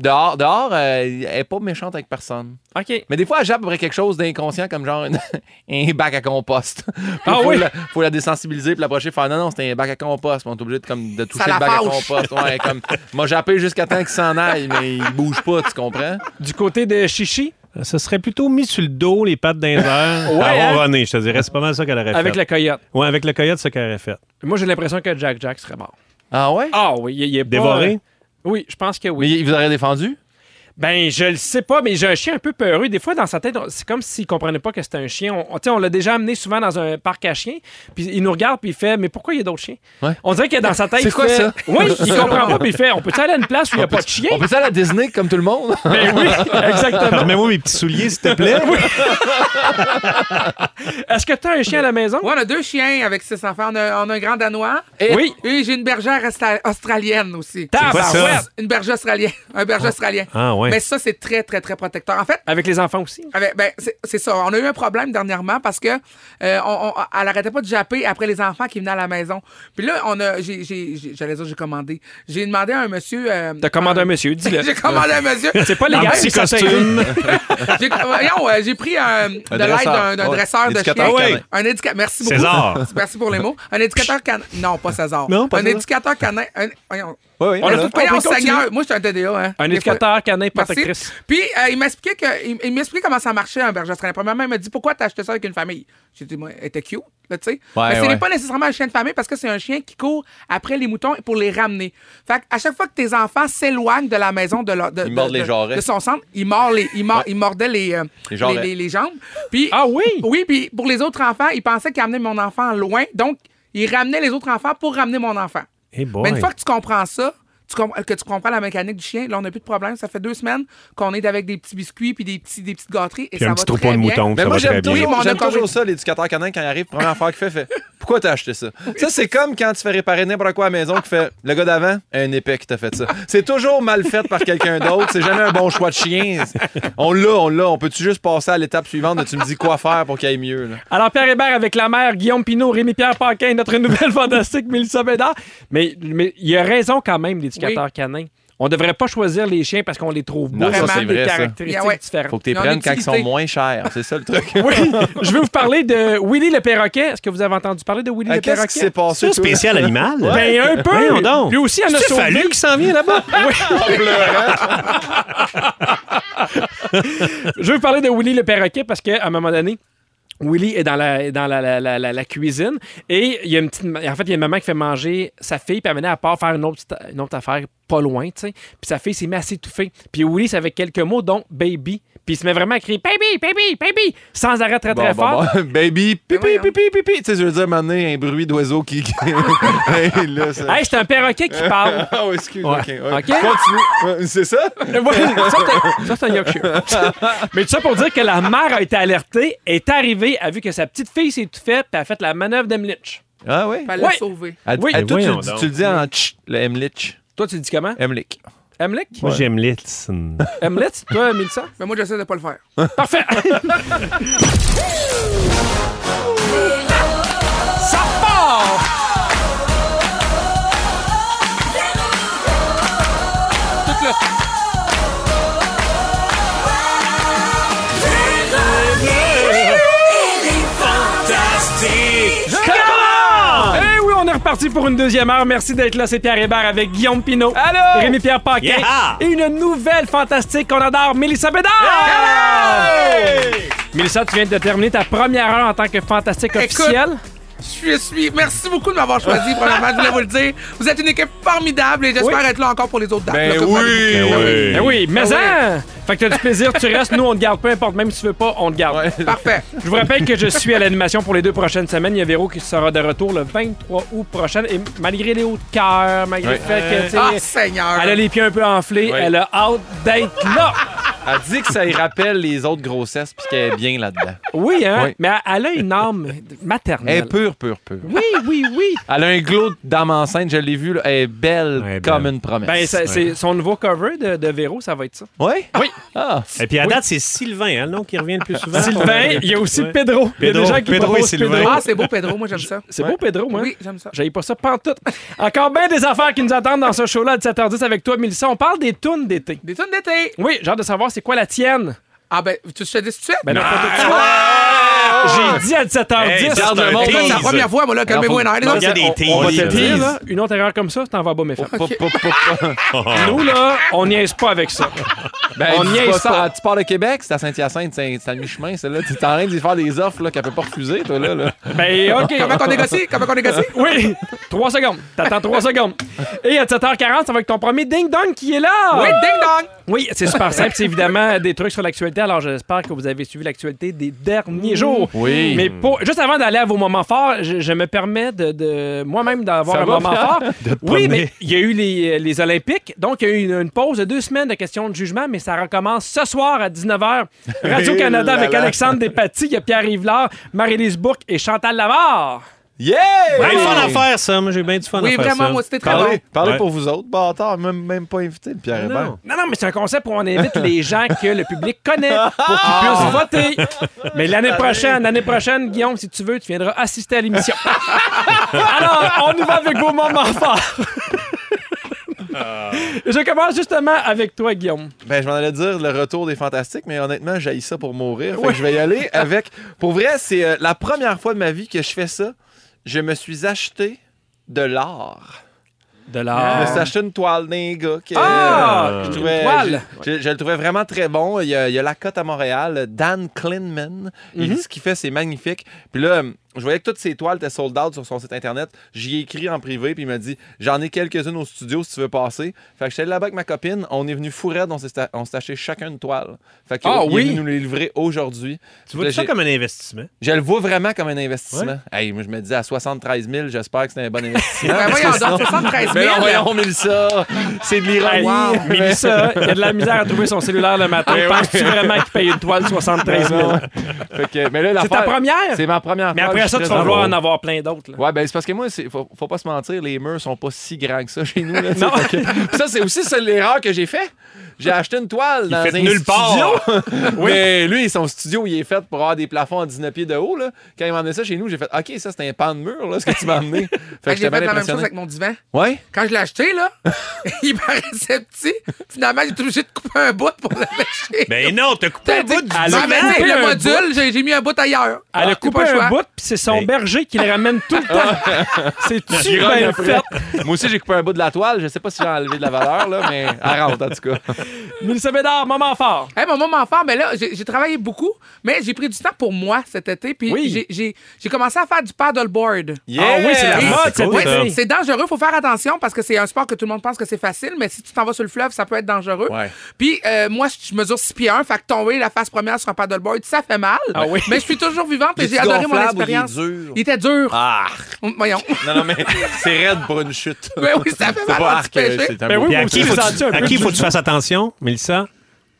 [SPEAKER 2] Dehors, dehors euh, elle est pas méchante avec personne.
[SPEAKER 3] OK.
[SPEAKER 2] Mais des fois, elle jappe après quelque chose d'inconscient, comme genre une- un bac à compost. Puis
[SPEAKER 3] Ah
[SPEAKER 2] faut
[SPEAKER 3] oui?
[SPEAKER 2] La, faut la désensibiliser puis l'approcher, faire non, non, c'était un bac à compost. Puis On est obligé de, comme, de toucher
[SPEAKER 4] la
[SPEAKER 2] le bac à
[SPEAKER 4] fâche.
[SPEAKER 2] compost. Ouais, comme, m'a jappé jusqu'à temps qu'il s'en aille, mais il bouge pas, tu comprends?
[SPEAKER 3] Du côté de Chichi,
[SPEAKER 1] Ça serait plutôt mis sur le dos, les pattes d'un verre, Ah,
[SPEAKER 3] Ouais,
[SPEAKER 1] à
[SPEAKER 3] hein?
[SPEAKER 1] ronronner, je te dirais. C'est pas mal ça qu'elle aurait
[SPEAKER 3] avec
[SPEAKER 1] fait.
[SPEAKER 3] le coyote.
[SPEAKER 1] Ouais, avec le coyote, c'est ça qu'elle aurait fait.
[SPEAKER 3] Moi, j'ai l'impression que Jack Jack serait mort.
[SPEAKER 2] Ah ouais?
[SPEAKER 3] Ah oui, il, il est pas- euh,
[SPEAKER 1] Dévoré?
[SPEAKER 3] oui, je pense que oui.
[SPEAKER 2] Mais il vous aurait défendu?
[SPEAKER 3] Ben, je le sais pas, mais j'ai un chien un peu peureux. Des fois, dans sa tête, on- c'est comme s'il comprenait pas que c'était un chien. On, on- tu sais, on l'a déjà amené souvent dans un parc à chiens, puis il nous regarde, puis il fait Mais pourquoi il y a d'autres chiens
[SPEAKER 2] Ouais.
[SPEAKER 3] On dirait que dans sa tête.
[SPEAKER 2] C'est
[SPEAKER 3] il
[SPEAKER 2] quoi
[SPEAKER 3] fait-
[SPEAKER 2] ça?
[SPEAKER 3] Oui, il comprend pas, puis il fait On peut-tu aller à une place où il n'y a pas de chien
[SPEAKER 2] On peut ça à la Disney comme tout le monde?
[SPEAKER 3] Ben oui, exactement.
[SPEAKER 1] Remets-moi mes petits souliers, s'il te plaît.
[SPEAKER 3] Est-ce que tu as un chien à la maison
[SPEAKER 4] Ouais, on a deux chiens avec six enfants. On a, on a un grand danois.
[SPEAKER 2] Eh,
[SPEAKER 3] Oui.
[SPEAKER 4] Et j'ai une bergère austra- australienne aussi.
[SPEAKER 1] quoi ça?
[SPEAKER 3] Tabarouette!
[SPEAKER 4] Une berger australienne. Un berger australien.
[SPEAKER 1] Ah ouais.
[SPEAKER 4] Mais ça, c'est très, très, très protecteur. En fait,
[SPEAKER 3] Avec les enfants aussi.
[SPEAKER 4] avec- ben, c'est- c'est ça. On a eu un problème dernièrement parce que euh, on, on- elle arrêtait pas de japper après les enfants qui venaient à la maison. Puis là, on a, j'ai- j'ai- j'ai- j'allais dire, j'ai commandé. J'ai demandé à un monsieur. euh,
[SPEAKER 3] T'as commandé un monsieur, dis-le.
[SPEAKER 4] j'ai commandé à un monsieur.
[SPEAKER 3] C'est pas
[SPEAKER 1] Un
[SPEAKER 3] légal,
[SPEAKER 1] petit
[SPEAKER 3] mais ça t'aide.
[SPEAKER 1] costume.
[SPEAKER 4] J'ai voyons, euh, j'ai pris un, de l'aide
[SPEAKER 2] dresseur.
[SPEAKER 4] d'un d'un
[SPEAKER 2] Ouais,
[SPEAKER 4] dresseur de chien.
[SPEAKER 2] éducateur
[SPEAKER 1] canin.
[SPEAKER 4] Un éducateur. Merci beaucoup.
[SPEAKER 1] César.
[SPEAKER 4] Merci pour les mots. Un éducateur canin. Non, pas César.
[SPEAKER 1] Non, pas
[SPEAKER 4] un
[SPEAKER 1] César.
[SPEAKER 4] éducateur canin. un- voyons.
[SPEAKER 2] Oui, oui.
[SPEAKER 3] On a
[SPEAKER 2] voilà.
[SPEAKER 3] tout compris.
[SPEAKER 4] Voyons,
[SPEAKER 3] continue.
[SPEAKER 4] Ben Seigneur, moi, je suis un TDA. Hein.
[SPEAKER 3] Un
[SPEAKER 4] Des fois-
[SPEAKER 3] éducateur canin
[SPEAKER 4] Merci.
[SPEAKER 3] protectrice.
[SPEAKER 4] Puis, euh, il m'expliquait que, il, il m'explique comment ça marchait, un berger australien. Premièrement, il m'a dit pourquoi t'as acheté ça avec une famille. J'ai dit, moi, elle était cute, là, tu sais. Mais ce
[SPEAKER 2] ouais.
[SPEAKER 4] n'est pas nécessairement un chien de famille parce que c'est un chien qui court après les moutons pour les ramener. Fait à chaque fois que tes enfants s'éloignent de la maison de, leur, de,
[SPEAKER 2] Ils
[SPEAKER 4] de-
[SPEAKER 2] mordent les
[SPEAKER 4] de-
[SPEAKER 2] jarrets.
[SPEAKER 4] de son centre, ils mordent les, ils mord- ils mordaient les, euh,
[SPEAKER 2] Les jarrets.
[SPEAKER 4] les- les- les jambes. Puis,
[SPEAKER 3] Ah oui?
[SPEAKER 4] Oui, puis pour les autres enfants, ils pensaient qu'ils amenaient mon enfant loin. Donc, ils ramenaient les autres enfants pour ramener mon enfant.
[SPEAKER 1] Eh boy.
[SPEAKER 4] Mais Ben, une fois que tu comprends ça, tu com- que tu comprends la mécanique du chien, là, on n'a plus de problème. Ça fait deux semaines qu'on est avec des petits biscuits puis des, petits, des petites gâteries. Et
[SPEAKER 1] Puis
[SPEAKER 4] ça
[SPEAKER 1] un
[SPEAKER 4] va
[SPEAKER 1] petit
[SPEAKER 4] très
[SPEAKER 1] troupeau de
[SPEAKER 4] bien.
[SPEAKER 1] moutons,
[SPEAKER 2] Mais
[SPEAKER 1] ça
[SPEAKER 2] moi,
[SPEAKER 1] va très
[SPEAKER 2] j'aime
[SPEAKER 1] bien.
[SPEAKER 4] Oui, mais on
[SPEAKER 2] toujours,
[SPEAKER 4] a
[SPEAKER 2] j'aime
[SPEAKER 4] corrigé.
[SPEAKER 2] toujours ça, l'éducateur canin, quand il arrive, première affaire qu'il fait, fait Pourquoi t'as acheté ça Ça, c'est comme quand tu fais réparer n'importe quoi à la maison, qui fait Le gars d'avant, un épais qui t'a fait ça. C'est toujours mal fait par quelqu'un d'autre, c'est jamais un bon choix de chien. On l'a, on l'a. On peut-tu juste passer à l'étape suivante de tu me dis quoi faire pour qu'il aille mieux là?
[SPEAKER 3] Alors, Pierre Hébert avec la mère, Guillaume Pinot, Rémi-Pierre Paquin, et notre nouvelle fantastique, Mélissa Bédard. Mais, mais il a raison quand même, l'éducateur canin. On devrait pas choisir les chiens parce qu'on les trouve beaux.
[SPEAKER 2] Non,
[SPEAKER 4] ça, c'est
[SPEAKER 3] des
[SPEAKER 2] vrai, ça.
[SPEAKER 3] caractéristiques
[SPEAKER 4] Yeah, ouais.
[SPEAKER 3] différentes.
[SPEAKER 2] Faut que tu
[SPEAKER 4] Ils ont
[SPEAKER 2] prennes quand ils sont
[SPEAKER 4] utilité.
[SPEAKER 2] moins chers. C'est ça le truc.
[SPEAKER 3] Oui, je vais vous parler de Willy le perroquet. Est-ce que vous avez entendu parler de Willy
[SPEAKER 2] Ah,
[SPEAKER 3] le
[SPEAKER 2] Qu'est-ce
[SPEAKER 3] perroquet?
[SPEAKER 2] qui s'est passé
[SPEAKER 1] Ça,
[SPEAKER 2] toi?
[SPEAKER 1] spécial animal.
[SPEAKER 3] Ben, un peu.
[SPEAKER 1] Voyons donc.
[SPEAKER 3] Lui aussi, il en a
[SPEAKER 1] C'est
[SPEAKER 3] sauvé.
[SPEAKER 1] Fallu qui s'en vient là-bas.
[SPEAKER 3] Je veux parler de Willy le perroquet parce qu'à un moment donné, Willy est dans la, dans la, la- la- la- la cuisine et il y a une petite. ma- En fait, il y a une maman qui fait manger sa fille puis amener à part faire une autre, petite- une autre affaire pas loin, tu sais. Puis sa fille s'est mise à s'étouffer. Puis Willy, c'est avec quelques mots, dont baby. Puis il se met vraiment à crier baby, baby, baby, sans arrêt très
[SPEAKER 2] Bon,
[SPEAKER 3] très
[SPEAKER 2] bon,
[SPEAKER 3] fort.
[SPEAKER 2] bon. Baby, pipi,
[SPEAKER 4] Ben voyons.
[SPEAKER 2] pipi, pipi. Tu sais, je veux dire, m'amener un bruit d'oiseau qui. Hey, là, ça-
[SPEAKER 3] Hey, c'est un perroquet qui parle.
[SPEAKER 2] Ah, ouais, excuse. OK. ouais.
[SPEAKER 3] OK.
[SPEAKER 2] Continue. Ouais, C'est ça?
[SPEAKER 3] Voilà, ça, c'est- ça, c'est un Yorkshire. Mais tout ça pour dire que la mère a été alertée, est arrivée, a vu que sa petite fille s'est étouffée, puis a fait la manœuvre d'Emlich.
[SPEAKER 2] Ah, oui.
[SPEAKER 4] Fallait
[SPEAKER 3] Ouais.
[SPEAKER 4] le sauver.
[SPEAKER 2] Ah,
[SPEAKER 3] Oui.
[SPEAKER 2] ah,
[SPEAKER 3] Mais
[SPEAKER 2] toi, tu,
[SPEAKER 1] voyons
[SPEAKER 2] le dis-
[SPEAKER 1] donc.
[SPEAKER 2] tu le dis en tch, le Emlich.
[SPEAKER 3] Toi, tu dis comment?
[SPEAKER 2] Emlich.
[SPEAKER 3] Emlich?
[SPEAKER 1] Moi, j'aime Litson.
[SPEAKER 3] Hamlet, toi, Mélissa?
[SPEAKER 4] Mais Ben, moi, j'essaie de pas le faire.
[SPEAKER 3] Parfait! Ça part! Eh oui, on est reparti pour une deuxième heure. Merci d'être là, c'est Pierre Hébert avec Guillaume Pinault.
[SPEAKER 2] Allô?
[SPEAKER 3] Rémi-Pierre Paquin.
[SPEAKER 1] Yeah!
[SPEAKER 3] Et une nouvelle fantastique qu'on adore, Mélissa Bédard! Mélissa, tu viens de terminer ta première heure en tant que fantastique
[SPEAKER 4] Écoute,
[SPEAKER 3] officielle.
[SPEAKER 4] Je suis. Merci beaucoup de m'avoir choisi, premièrement. Je voulais vous le dire. Vous êtes une équipe formidable et j'espère
[SPEAKER 3] Oui.
[SPEAKER 4] être là encore pour les autres dates. là,
[SPEAKER 2] Ben
[SPEAKER 4] que vous avez-
[SPEAKER 2] oui!
[SPEAKER 3] Eh oui, mais
[SPEAKER 4] Ah
[SPEAKER 3] hein! Fait que t'as du plaisir, tu restes, nous on te garde, peu importe, même si tu veux pas, on te garde.
[SPEAKER 2] Ouais.
[SPEAKER 4] Parfait.
[SPEAKER 3] Je vous rappelle que je suis à l'animation pour les deux prochaines semaines. Il y a Véro qui sera de retour le 23 août prochain. Et malgré les hauts de cœur, malgré
[SPEAKER 2] Ouais.
[SPEAKER 3] le fait que, tu sais,
[SPEAKER 4] Ah, Seigneur.
[SPEAKER 3] elle a les pieds un peu enflés,
[SPEAKER 2] Ouais.
[SPEAKER 3] elle a hâte d'être là.
[SPEAKER 2] Elle dit que ça y rappelle les autres grossesses puis qu'elle est bien là-dedans.
[SPEAKER 3] Oui, hein?
[SPEAKER 2] Ouais.
[SPEAKER 3] Mais elle a une âme
[SPEAKER 2] Elle est
[SPEAKER 3] maternelle.
[SPEAKER 2] pure, pure, pure.
[SPEAKER 3] Oui, oui, oui.
[SPEAKER 2] Elle a un glow d'âme enceinte, je l'ai vu. là. Elle est belle
[SPEAKER 1] Ouais,
[SPEAKER 2] comme
[SPEAKER 1] belle.
[SPEAKER 2] une promesse.
[SPEAKER 3] Ben, ça- c'est son nouveau cover de, de Véro, ça va être ça.
[SPEAKER 2] Oui? Oui. Ah,
[SPEAKER 1] Et puis à date, c'est Sylvain, hein, le nom qui revient le plus souvent.
[SPEAKER 3] Sylvain, Ben, il y a aussi
[SPEAKER 1] Ouais.
[SPEAKER 3] Pedro. Il y a des
[SPEAKER 1] Pedro,
[SPEAKER 3] gens qui
[SPEAKER 1] Pedro et
[SPEAKER 3] proposent
[SPEAKER 1] Sylvain.
[SPEAKER 3] Pedro.
[SPEAKER 4] Ah, c'est beau, Pedro. Moi, j'aime ça.
[SPEAKER 3] C'est beau, Pedro, hein?
[SPEAKER 4] Oui, j'aime ça.
[SPEAKER 3] J'avais pas ça pantoute. Encore bien des affaires qui nous attendent dans ce show-là à 17h10 avec toi, Mélissa. On parle des tunes d'été.
[SPEAKER 4] Des tunes d'été.
[SPEAKER 3] Oui, genre de savoir c'est quoi la tienne.
[SPEAKER 4] Ah, ben, tu te dis tout de suite?
[SPEAKER 3] Ben non, pas tout de suite. J'ai dit à 17h10.
[SPEAKER 1] Hey, ça,
[SPEAKER 2] Ah! Garde
[SPEAKER 1] c'est
[SPEAKER 2] le
[SPEAKER 1] un
[SPEAKER 2] monde.
[SPEAKER 1] tease.
[SPEAKER 4] c'est la première fois, moi, là. Calmez-vous,
[SPEAKER 2] faut-
[SPEAKER 4] non, les
[SPEAKER 2] non,
[SPEAKER 4] autres.
[SPEAKER 1] Il y a des teas.
[SPEAKER 2] on va
[SPEAKER 3] Je te
[SPEAKER 2] te
[SPEAKER 3] dis,
[SPEAKER 2] dire,
[SPEAKER 3] là, une autre erreur comme ça, t'en vas bas mes femmes.
[SPEAKER 2] Pop, pop, pop, pop.
[SPEAKER 3] Nous, là, on niaise pas avec ça.
[SPEAKER 2] Ben,
[SPEAKER 3] On
[SPEAKER 2] dis
[SPEAKER 3] niaise
[SPEAKER 2] pas ça.
[SPEAKER 3] pas.
[SPEAKER 2] Tu pars de Québec, c'est à Saint-Hyacinthe, c'est c'est à mi-chemin, celle-là. Tu es en train d'y faire des offres là, qu'elle peut pas refuser, toi, là. là.
[SPEAKER 3] Ben, OK.
[SPEAKER 4] Comment qu'on négocie? Comment qu'on négocie?
[SPEAKER 3] Oui, trois secondes. T'attends trois secondes. Et à 7h40, ça va être ton premier ding-dong qui est là.
[SPEAKER 4] Oui, ding-dong!
[SPEAKER 3] Oui, c'est super simple. C'est évidemment des trucs sur l'actualité. Alors, j'espère que vous avez suivi l'actualité des
[SPEAKER 2] Mmh.
[SPEAKER 3] derniers jours.
[SPEAKER 2] Oui.
[SPEAKER 3] Mais pour, juste avant d'aller à vos moments forts, je, je me permets de, de- moi-même d'avoir
[SPEAKER 2] Ça
[SPEAKER 3] un
[SPEAKER 2] va,
[SPEAKER 3] moment
[SPEAKER 2] Pierre?
[SPEAKER 3] fort. oui,
[SPEAKER 1] promener.
[SPEAKER 3] mais il y a eu les, les Olympiques. Donc, il y a eu une, une pause de deux semaines de questions de jugement, mais ça recommence ce soir à 19h. Radio-Canada
[SPEAKER 2] là
[SPEAKER 3] avec
[SPEAKER 2] là.
[SPEAKER 3] Alexandre Despatie, il y a Pierre Yvelard, Marie-Lise Bourque et Chantal Lavare.
[SPEAKER 2] Yeah!
[SPEAKER 1] Bien le fun
[SPEAKER 2] Hey!
[SPEAKER 1] à faire, ça. Moi, j'ai bien du fun
[SPEAKER 4] Oui,
[SPEAKER 1] à faire
[SPEAKER 4] vraiment,
[SPEAKER 1] ça.
[SPEAKER 4] moi, c'était très bon.
[SPEAKER 2] Parlez, parlez
[SPEAKER 1] Ouais.
[SPEAKER 2] pour vous autres. Bâtard, même, même pas invité, le Pierre
[SPEAKER 1] Non.
[SPEAKER 2] Hébert.
[SPEAKER 3] Non, non, mais c'est un concept où on invite les gens que le public connaît pour
[SPEAKER 2] Ah.
[SPEAKER 3] qu'ils puissent voter. Mais l'année prochaine, l'année prochaine, Guillaume, si tu veux, tu viendras assister à l'émission. Alors, on y va avec vos moments forts.
[SPEAKER 2] Ah.
[SPEAKER 3] Je commence justement avec toi, Guillaume.
[SPEAKER 2] Ben, je m'en allais dire le retour des fantastiques, mais honnêtement, j'ai ça pour mourir. Fait que je vais y aller avec. Pour vrai, c'est euh, la première fois de ma vie que je fais ça. Je me suis acheté de l'art.
[SPEAKER 3] de
[SPEAKER 2] Je me
[SPEAKER 3] l'art.
[SPEAKER 2] suis acheté une toile d'un gars. que-
[SPEAKER 3] Ah!
[SPEAKER 2] je,
[SPEAKER 3] Une
[SPEAKER 2] trouvais-
[SPEAKER 3] toile!
[SPEAKER 2] je- je- je le trouvais vraiment très bon. Il y a, il y a la cote à Montréal, Dan Klinman. Il- Ce qu'il fait, c'est magnifique. Puis là, hum, je voyais que toutes ses toiles étaient sold out sur son site internet. J'y ai écrit en privé, puis il m'a dit J'en ai quelques-unes au studio si tu veux passer. Fait que j'étais là-bas avec ma copine. On est venu fourrer, on s'est sta- on s'est acheté chacun une toile. Fait que
[SPEAKER 3] Ah
[SPEAKER 2] il est
[SPEAKER 3] oui!
[SPEAKER 2] venu nous les livrer aujourd'hui.
[SPEAKER 1] Tu vois
[SPEAKER 2] Là,
[SPEAKER 1] ça
[SPEAKER 2] j'ai-
[SPEAKER 1] comme un investissement.
[SPEAKER 2] Je le vois vraiment comme un investissement. Hey, moi, je me dis à 73 000, j'espère que c'est un bon investissement.
[SPEAKER 4] Ben
[SPEAKER 2] parce que
[SPEAKER 4] voyons
[SPEAKER 2] sinon-
[SPEAKER 4] donc, 73 000.
[SPEAKER 2] mais non, voyons, Mélissa, c'est de l'ironie.
[SPEAKER 4] Wow.
[SPEAKER 3] Mélissa, il y a de la misère à trouver son cellulaire le matin.
[SPEAKER 2] Eh
[SPEAKER 3] Penses-tu vraiment qu'il paye une toile de 73
[SPEAKER 2] Ah
[SPEAKER 3] 000?
[SPEAKER 2] Fait que- mais là,
[SPEAKER 3] C'est ta
[SPEAKER 2] l'affaire-
[SPEAKER 3] première?
[SPEAKER 2] C'est ma première
[SPEAKER 3] Mais
[SPEAKER 2] fois,
[SPEAKER 3] après
[SPEAKER 2] je
[SPEAKER 3] ça,
[SPEAKER 2] suis
[SPEAKER 3] tu
[SPEAKER 2] très
[SPEAKER 3] vas vouloir
[SPEAKER 2] heureux.
[SPEAKER 3] en avoir plein d'autres. là.
[SPEAKER 2] Ouais, ben c'est parce que moi, c'est, faut, faut pas se mentir, les murs sont pas si grands que ça chez nous. Là, tu sais, fait que- Puis ça, c'est aussi ça, l'erreur que j'ai fait. J'ai acheté une toile dans
[SPEAKER 1] fait
[SPEAKER 2] un
[SPEAKER 1] nulle
[SPEAKER 2] studio.
[SPEAKER 1] part.
[SPEAKER 2] Mais lui, son studio, il est fait pour avoir des plafonds à 19 pieds de haut. Là. Quand il m'a amené ça chez nous, j'ai fait OK, ça, c'est un pan de mur, là, ce que tu m'as amené. Fait
[SPEAKER 4] Fait
[SPEAKER 2] que
[SPEAKER 4] que j'ai fait la
[SPEAKER 2] j'étais bien
[SPEAKER 4] même chose
[SPEAKER 2] impressionné.
[SPEAKER 4] avec mon divan.
[SPEAKER 2] Ouais?
[SPEAKER 4] Quand je l'ai acheté, là, il paraissait petit. Finalement, j'ai été obligé de couper un bout pour l'acheter.
[SPEAKER 1] Ben non, t'as coupé le bout du
[SPEAKER 3] à
[SPEAKER 1] divan.
[SPEAKER 3] la
[SPEAKER 4] Ah, ben, tu sais,
[SPEAKER 3] coupé un
[SPEAKER 4] le module, j'ai j'ai mis un bout ailleurs.
[SPEAKER 3] Elle a
[SPEAKER 4] J'ai
[SPEAKER 3] coupé
[SPEAKER 4] Ah, pas le
[SPEAKER 3] un
[SPEAKER 4] choix.
[SPEAKER 3] bout, puis c'est son
[SPEAKER 1] Hey.
[SPEAKER 3] berger qui le ramène tout le temps. C'est-tu bien Ben, fait?
[SPEAKER 2] Moi aussi, j'ai coupé un bout de la toile. Je sais pas si j'ai enlevé de la valeur, là, mais elle rentre, en tout cas.
[SPEAKER 3] Mélissa Bédard, moment fort.
[SPEAKER 4] Hey, mon moment fort, mais là, j'ai j'ai travaillé beaucoup, mais j'ai pris du temps pour moi cet été. Puis
[SPEAKER 3] Oui.
[SPEAKER 4] j'ai- j'ai j'ai commencé à faire du paddleboard.
[SPEAKER 2] Yeah!
[SPEAKER 3] oui, c'est la
[SPEAKER 4] Et-
[SPEAKER 3] mode
[SPEAKER 1] Ah, c'est
[SPEAKER 3] cet
[SPEAKER 1] cool,
[SPEAKER 4] Ouais,
[SPEAKER 3] été.
[SPEAKER 1] ça.
[SPEAKER 4] c'est- c'est dangereux, faut faire attention parce que c'est un sport que tout le monde pense que c'est facile, mais si tu t'en vas sur le fleuve, ça peut être dangereux.
[SPEAKER 2] Ouais.
[SPEAKER 4] Puis euh, moi, je je mesure 6 pieds 1, fait que tomber la face première sur un paddleboard, ça fait mal.
[SPEAKER 3] Ah oui.
[SPEAKER 4] Mais je suis toujours vivante et
[SPEAKER 2] Il est-tu
[SPEAKER 4] j'ai adoré mon
[SPEAKER 2] gonflable ou il est
[SPEAKER 4] expérience.
[SPEAKER 2] dur?
[SPEAKER 4] Il était dur.
[SPEAKER 2] Ah!
[SPEAKER 4] Hum, Voyons.
[SPEAKER 2] Non, non, mais c'est raide pour une chute.
[SPEAKER 4] Ben oui, ça fait
[SPEAKER 2] C'est
[SPEAKER 4] mal
[SPEAKER 2] pas
[SPEAKER 4] à
[SPEAKER 2] arc, euh,
[SPEAKER 4] se pêcher.
[SPEAKER 2] c'est un
[SPEAKER 3] Ben oui,
[SPEAKER 2] beau-
[SPEAKER 1] Puis
[SPEAKER 3] moi
[SPEAKER 1] à
[SPEAKER 3] aussi,
[SPEAKER 1] qui
[SPEAKER 3] j'ai
[SPEAKER 1] faut
[SPEAKER 3] senti un peu
[SPEAKER 1] que
[SPEAKER 3] de-
[SPEAKER 1] tu fasses attention, Mélissa?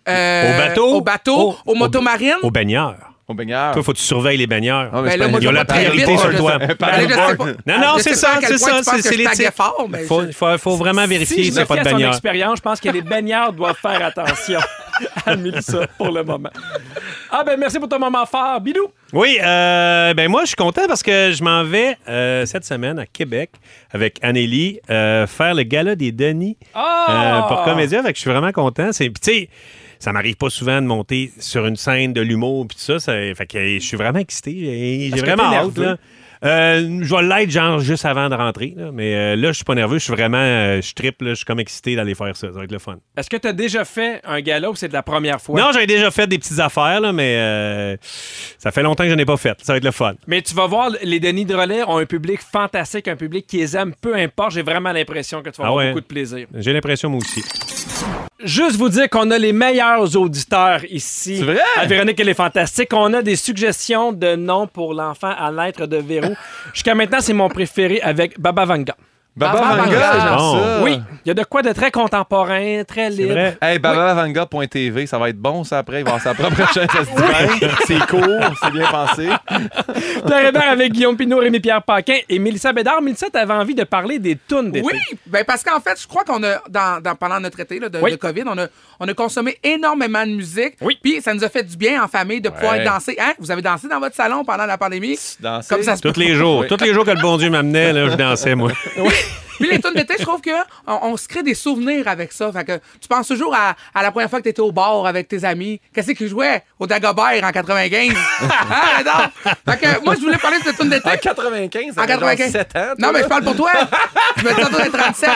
[SPEAKER 4] Euh,
[SPEAKER 1] Au bateau? Oh,
[SPEAKER 4] Au bateau,
[SPEAKER 1] Au-
[SPEAKER 4] aux motomarines.
[SPEAKER 1] Aux baigneurs.
[SPEAKER 2] Au baigneur.
[SPEAKER 1] Toi, faut que tu surveilles les baigneurs.
[SPEAKER 2] Ah, mais
[SPEAKER 4] Ben
[SPEAKER 2] c'est
[SPEAKER 4] là,
[SPEAKER 2] pas
[SPEAKER 4] moi,
[SPEAKER 2] une-
[SPEAKER 1] Ils ont
[SPEAKER 4] je
[SPEAKER 1] la
[SPEAKER 4] vais pas très
[SPEAKER 1] priorité
[SPEAKER 4] vite,
[SPEAKER 1] sur
[SPEAKER 4] je
[SPEAKER 1] toi.
[SPEAKER 4] sais.
[SPEAKER 2] Ben,
[SPEAKER 4] Ben, je sais pas.
[SPEAKER 1] Non, non, c'est
[SPEAKER 4] Je sais pas
[SPEAKER 1] ça,
[SPEAKER 4] à
[SPEAKER 1] c'est ça.
[SPEAKER 4] quel point tu penses
[SPEAKER 1] C'est
[SPEAKER 4] que
[SPEAKER 1] c'est
[SPEAKER 4] je taguais
[SPEAKER 1] l'éthique.
[SPEAKER 4] fort, mais
[SPEAKER 1] Faut,
[SPEAKER 4] je-
[SPEAKER 1] faut, faut vraiment vérifier
[SPEAKER 3] Si
[SPEAKER 1] s'il
[SPEAKER 3] je
[SPEAKER 1] n'y a pas
[SPEAKER 3] me
[SPEAKER 1] de
[SPEAKER 3] fie à son
[SPEAKER 1] baigneur.
[SPEAKER 3] expérience, je pense que les baignards doivent faire attention à Mélissa pour le moment. Ah ben merci pour ton moment fort. Bidou!
[SPEAKER 1] Oui, euh, ben moi, je suis content parce que je m'en vais euh, cette semaine à Québec avec Anélie euh, faire le gala des Denis euh,
[SPEAKER 3] Ah!
[SPEAKER 1] pour Comédia. Fait que je suis vraiment content. C'est- Puis, tu sais, ça m'arrive pas souvent de monter sur une scène de l'humour puis tout ça, ça- Fait que euh, je suis vraiment excité. J'ai- J'ai
[SPEAKER 3] que
[SPEAKER 1] vraiment
[SPEAKER 3] t'es
[SPEAKER 1] hâte.
[SPEAKER 3] nerveux?
[SPEAKER 1] là. Euh, je vais l'être genre juste avant de rentrer, là. mais euh, là je suis pas nerveux, je suis vraiment, euh, je trippe, là. je suis comme excité d'aller faire ça, ça va être le fun.
[SPEAKER 3] Est-ce que tu as déjà fait un gala ou c'est de la première fois?
[SPEAKER 1] Non, j'avais déjà fait des petites affaires, là, mais euh, ça fait longtemps que je n'ai pas fait, ça va être le fun.
[SPEAKER 3] Mais tu vas voir, les Denis Drolet ont un public fantastique, un public qui les aime, peu importe. J'ai vraiment l'impression que tu
[SPEAKER 1] Ah
[SPEAKER 3] vas avoir
[SPEAKER 1] ouais.
[SPEAKER 3] beaucoup de plaisir.
[SPEAKER 1] J'ai l'impression moi aussi.
[SPEAKER 3] Juste vous dire qu'on a les meilleurs auditeurs ici.
[SPEAKER 2] C'est vrai?
[SPEAKER 3] À Véronique, elle est fantastique. On a des suggestions de noms pour l'enfant à naître de Véro. Jusqu'à maintenant, c'est mon préféré avec Baba Vanga.
[SPEAKER 2] Baba
[SPEAKER 4] Baba
[SPEAKER 2] Vanga,
[SPEAKER 4] Vanga.
[SPEAKER 2] j'aime
[SPEAKER 1] Bon.
[SPEAKER 4] Ah.
[SPEAKER 2] ça.
[SPEAKER 3] Oui, il y a de quoi de très contemporain, très libre.
[SPEAKER 1] vrai.
[SPEAKER 2] Hey, babavanga.tv, ça va être bon, ça, après. Il va avoir sa propre chaîne festivale. C'est court, c'est bien pensé.
[SPEAKER 3] Pierre Hébert avec Guillaume Pinot, Rémi-Pierre Paquin et Mélissa Bédard. Mélissa, t'avais envie de parler des tunes d'été.
[SPEAKER 4] Oui, ben parce qu'en fait, je crois qu'on a, dans, dans- pendant notre été là, de,
[SPEAKER 3] Oui.
[SPEAKER 4] de COVID, on a, on a consommé énormément de musique.
[SPEAKER 3] Oui.
[SPEAKER 4] Puis ça nous a fait du bien en famille de pouvoir
[SPEAKER 2] Ouais.
[SPEAKER 4] danser. Hein? Vous avez dansé dans votre salon pendant la pandémie?
[SPEAKER 2] Danser.
[SPEAKER 4] Comme ça se peut.
[SPEAKER 1] Tous les jours.
[SPEAKER 2] Oui.
[SPEAKER 1] Tous les jours que le bon Dieu m'amenait, là, je dansais, moi.
[SPEAKER 4] Puis les tunes d'été, je trouve qu'on on se crée des souvenirs avec ça. Fait que tu penses toujours à, à la première fois que tu étais au bar avec tes amis. Qu'est-ce qu'ils jouaient au Dagobert en 95? Hein, non? Fait que moi, je voulais parler de cette tune d'été.
[SPEAKER 2] En 95, ça
[SPEAKER 4] En 95.
[SPEAKER 2] fait Ah, genre 7 ans. toi,
[SPEAKER 4] non, mais
[SPEAKER 2] là.
[SPEAKER 4] je parle pour toi. je me dis tantôt d'être 37.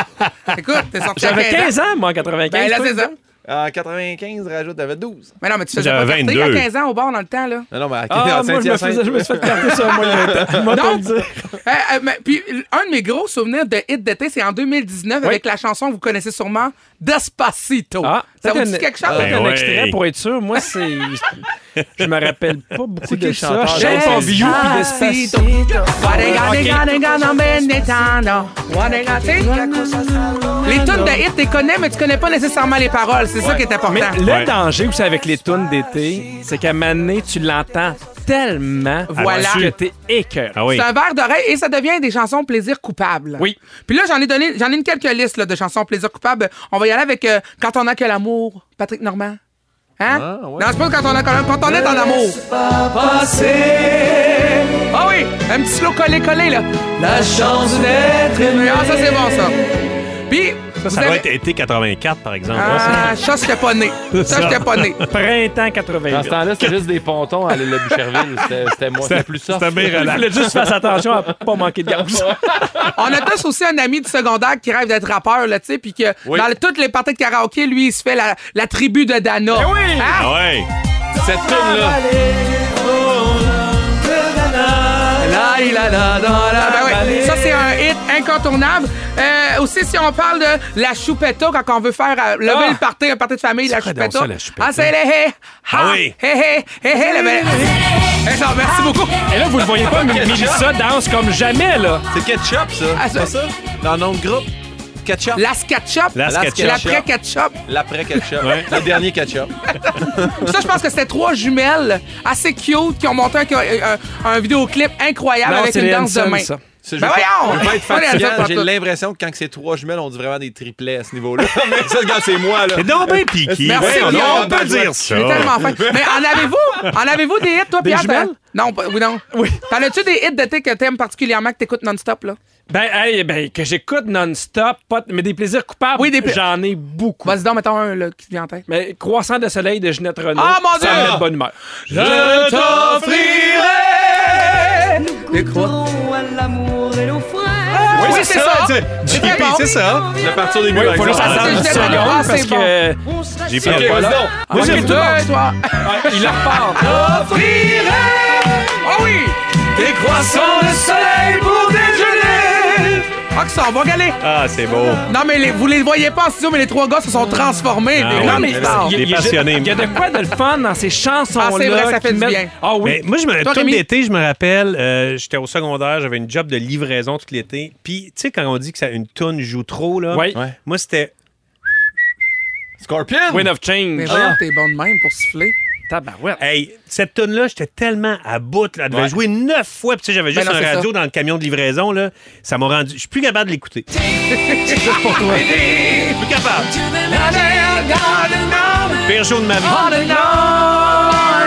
[SPEAKER 4] Écoute, t'es sorti à
[SPEAKER 3] J'avais
[SPEAKER 4] 15 ans.
[SPEAKER 3] 15 ans, moi, en 95.
[SPEAKER 4] Eh Ben là,
[SPEAKER 3] toi.
[SPEAKER 4] c'est ça.
[SPEAKER 2] En 95, rajoute, t'avais 12.
[SPEAKER 4] Mais non, mais tu faisais
[SPEAKER 1] J'avais
[SPEAKER 4] pas carter il y a
[SPEAKER 1] 22.
[SPEAKER 4] 15 ans au bar dans le temps, là.
[SPEAKER 2] Non, non, mais à
[SPEAKER 3] Ah, moi,
[SPEAKER 2] à
[SPEAKER 3] je me,
[SPEAKER 2] Saint-Hyacinthe,
[SPEAKER 3] faisais- je me suis fait carter ça, moi, il y a un temps. Moi, te le
[SPEAKER 4] Non.
[SPEAKER 3] dire.
[SPEAKER 4] Euh, euh, mais- puis l- un de mes gros souvenirs de hit d'été, c'est en 2019 avec la chanson que vous connaissez sûrement, Despacito.
[SPEAKER 3] Ah,
[SPEAKER 4] ça vous
[SPEAKER 3] peut-être
[SPEAKER 4] dit
[SPEAKER 3] un-
[SPEAKER 4] quelque chose?
[SPEAKER 3] peut-être
[SPEAKER 1] Ben
[SPEAKER 3] un
[SPEAKER 1] ouais.
[SPEAKER 3] extrait pour être sûr. Moi, c'est. Je me rappelle pas beaucoup de
[SPEAKER 2] qui
[SPEAKER 3] ça.
[SPEAKER 2] le chanteur?
[SPEAKER 3] Charles
[SPEAKER 2] Despacito.
[SPEAKER 3] Pompidou puis Despacito.
[SPEAKER 4] Les tunes de hit, tu connais, mais tu connais pas nécessairement les paroles. C'est ça qui est
[SPEAKER 3] Mais
[SPEAKER 4] important.
[SPEAKER 3] le
[SPEAKER 1] Ouais.
[SPEAKER 3] danger aussi avec les tunes d'été, c'est qu'à un moment donné, tu l'entends tellement
[SPEAKER 4] Voilà.
[SPEAKER 3] que t'es écœuré.
[SPEAKER 1] Ah oui.
[SPEAKER 4] C'est un verre d'oreille et ça devient des chansons plaisir coupable.
[SPEAKER 3] Oui.
[SPEAKER 4] Puis là, j'en ai donné, j'en ai une quelques listes là, de chansons plaisir coupable. On va y aller avec euh, Quand on a que l'amour, Patrick Normand. Hein?
[SPEAKER 2] Ah, ouais.
[SPEAKER 4] Non, c'est pas quand on a que l'amour, quand on est en amour. Ah oui, un petit slow collé collé là. La chance d'être aimé. Ah ça c'est bon ça. Puis
[SPEAKER 1] Ça, ça
[SPEAKER 4] Vous
[SPEAKER 1] doit
[SPEAKER 4] avez-
[SPEAKER 1] être été 84, par exemple. hein, ça.
[SPEAKER 4] Ah, ça, j'étais pas né.
[SPEAKER 1] C'est
[SPEAKER 4] Ça,
[SPEAKER 1] ça.
[SPEAKER 4] j'étais pas né.
[SPEAKER 3] Printemps 88.
[SPEAKER 2] Dans ce temps-là, c'était juste des pontons à l'île de Boucherville. C'était- C'était moins- c'était plus soft.
[SPEAKER 1] C'était bien
[SPEAKER 3] Il
[SPEAKER 1] relax.
[SPEAKER 3] fallait juste faire attention à pas manquer de gaz.
[SPEAKER 4] On a tous aussi un ami du secondaire qui rêve d'être rappeur, là, tu sais, puis que
[SPEAKER 1] Oui.
[SPEAKER 4] dans le- toutes les parties de karaoké, lui, il se fait la, la tribu de Dana.
[SPEAKER 3] oui!
[SPEAKER 4] Hein?
[SPEAKER 1] Ah ouais.
[SPEAKER 2] Cette
[SPEAKER 4] Ah,
[SPEAKER 2] tune-là.
[SPEAKER 4] La, la, la, la, la, ben ouais. Ça, c'est un hit incontournable. Euh, aussi, si on parle de la choupetta, quand on veut faire euh, lever
[SPEAKER 3] Ah!
[SPEAKER 4] le party, un party de famille, la
[SPEAKER 1] quoi donc
[SPEAKER 4] choupetta.
[SPEAKER 1] ça, la choupetta?
[SPEAKER 4] Ah, c'est les hé, ha,
[SPEAKER 1] Ah oui. Ah,
[SPEAKER 4] hé, hé, hé, hé, la belle. Eh, non, merci beaucoup.
[SPEAKER 3] Et là, vous le voyez pas, mais Mélissa danse comme jamais, là.
[SPEAKER 2] C'est ketchup, ça.
[SPEAKER 4] Ah,
[SPEAKER 2] c'est pas
[SPEAKER 4] ça-
[SPEAKER 2] ça? Dans notre groupe. Ketchup.
[SPEAKER 4] La ketchup.
[SPEAKER 1] La ketchup.
[SPEAKER 4] L'après ketchup.
[SPEAKER 2] L'après ketchup.
[SPEAKER 1] Ouais.
[SPEAKER 2] Le dernier ketchup.
[SPEAKER 4] Ça, je pense que c'était trois jumelles assez cute qui ont monté un, un- un- un vidéoclip incroyable
[SPEAKER 3] Non,
[SPEAKER 4] avec
[SPEAKER 3] c'est
[SPEAKER 4] une
[SPEAKER 3] les
[SPEAKER 4] danse de
[SPEAKER 3] Hanson,
[SPEAKER 4] main.
[SPEAKER 3] ça.
[SPEAKER 2] C'est- je
[SPEAKER 4] Ben
[SPEAKER 2] veux pas-
[SPEAKER 4] voyons!
[SPEAKER 2] je veux pas être
[SPEAKER 4] On est
[SPEAKER 2] fatigant,
[SPEAKER 4] à ça,
[SPEAKER 2] J'ai
[SPEAKER 4] partout.
[SPEAKER 2] l'impression que quand c'est trois jumelles, on dit vraiment des triplets à ce niveau-là. Mais ça, quand c'est moi, là.
[SPEAKER 1] C'est donc bien piqué.
[SPEAKER 4] Merci,
[SPEAKER 1] Ouais,
[SPEAKER 4] Guillaume.
[SPEAKER 1] on, on
[SPEAKER 2] Ben,
[SPEAKER 1] peut
[SPEAKER 2] je vois-
[SPEAKER 1] dire
[SPEAKER 4] Je
[SPEAKER 1] ça.
[SPEAKER 4] suis tellement fin. Mais en avez-vous? En avez-vous des hits, toi,
[SPEAKER 3] Des
[SPEAKER 4] Pierre?
[SPEAKER 3] jumelles?
[SPEAKER 4] Non, pas- oui, non.
[SPEAKER 3] Oui.
[SPEAKER 4] T'en as-tu des hits de thé que t'aimes particulièrement, que t'écoutes non-stop, là?
[SPEAKER 3] Ben, hey, ben, que j'écoute non-stop, pas t- mais des plaisirs coupables,
[SPEAKER 4] Oui, des pla-
[SPEAKER 3] j'en ai beaucoup.
[SPEAKER 4] Vas-y donc, mettons un, là, qui te vient en tête.
[SPEAKER 3] Mais Croissant de soleil de Ginette Renault,
[SPEAKER 4] Ah, mon
[SPEAKER 3] ça
[SPEAKER 4] Dieu!
[SPEAKER 3] me met de bonne humeur.
[SPEAKER 1] Je
[SPEAKER 4] t'offrirai des croix. Oui, c'est ça.
[SPEAKER 1] c'est-
[SPEAKER 4] très
[SPEAKER 1] JP,
[SPEAKER 4] bon.
[SPEAKER 1] c'est ça.
[SPEAKER 2] Je vais partir des
[SPEAKER 3] Oui,
[SPEAKER 2] bulles,
[SPEAKER 3] il faut
[SPEAKER 2] par
[SPEAKER 3] juste
[SPEAKER 1] Ah,
[SPEAKER 2] exemple.
[SPEAKER 1] c'est
[SPEAKER 3] attendre une
[SPEAKER 4] Ginette
[SPEAKER 3] seconde
[SPEAKER 4] Renault, ah,
[SPEAKER 3] parce
[SPEAKER 4] c'est
[SPEAKER 3] que ah,
[SPEAKER 1] J'ai
[SPEAKER 2] Ok,
[SPEAKER 1] pas
[SPEAKER 2] vas-y
[SPEAKER 1] voilà.
[SPEAKER 2] donc.
[SPEAKER 4] Moi, j'ai
[SPEAKER 3] tout.
[SPEAKER 4] deux, toi.
[SPEAKER 3] Ah, il repart.
[SPEAKER 4] Ah oui!
[SPEAKER 1] Des croissants de soleil pour déjeuner.
[SPEAKER 4] Ah, que ça, on va galer.
[SPEAKER 1] Ah, c'est beau.
[SPEAKER 4] Non, mais les- vous les voyez pas en studio, mais les trois gars se sont transformés.
[SPEAKER 1] Ah,
[SPEAKER 4] Des
[SPEAKER 1] oui.
[SPEAKER 4] grandes
[SPEAKER 1] mais
[SPEAKER 4] stars.
[SPEAKER 1] il y a-
[SPEAKER 3] il y a-
[SPEAKER 1] passionné.
[SPEAKER 3] Il y a de quoi de le fun dans ces chansons-là.
[SPEAKER 4] Ah, c'est vrai, ça fait
[SPEAKER 3] qui
[SPEAKER 4] du
[SPEAKER 3] mettent-
[SPEAKER 4] bien.
[SPEAKER 3] Ah oui.
[SPEAKER 1] Mais moi, je me,
[SPEAKER 4] Toi,
[SPEAKER 1] tout
[SPEAKER 4] Rémi?
[SPEAKER 1] l'été, je me rappelle, euh, j'étais au secondaire, j'avais une job de livraison tout l'été. Puis, tu sais, quand on dit que ça, une toune joue trop, là,
[SPEAKER 3] Oui.
[SPEAKER 2] Ouais.
[SPEAKER 1] moi, c'était
[SPEAKER 2] Scorpion!
[SPEAKER 3] Win of
[SPEAKER 4] Mais
[SPEAKER 3] Change.
[SPEAKER 4] voyons, t'es bon de même pour siffler.
[SPEAKER 3] Tabarouette.
[SPEAKER 1] Hey, cette tune là j'étais tellement à bout. Là. Elle devait
[SPEAKER 2] Ouais.
[SPEAKER 1] jouer neuf fois. Puis, tu sais, j'avais juste
[SPEAKER 4] Ben non,
[SPEAKER 1] un
[SPEAKER 4] c'est
[SPEAKER 1] radio dans le camion de livraison. Là. Ça m'a rendu. Je suis plus capable de l'écouter. juste pour toi. Je suis plus capable. Pire show de ma vie.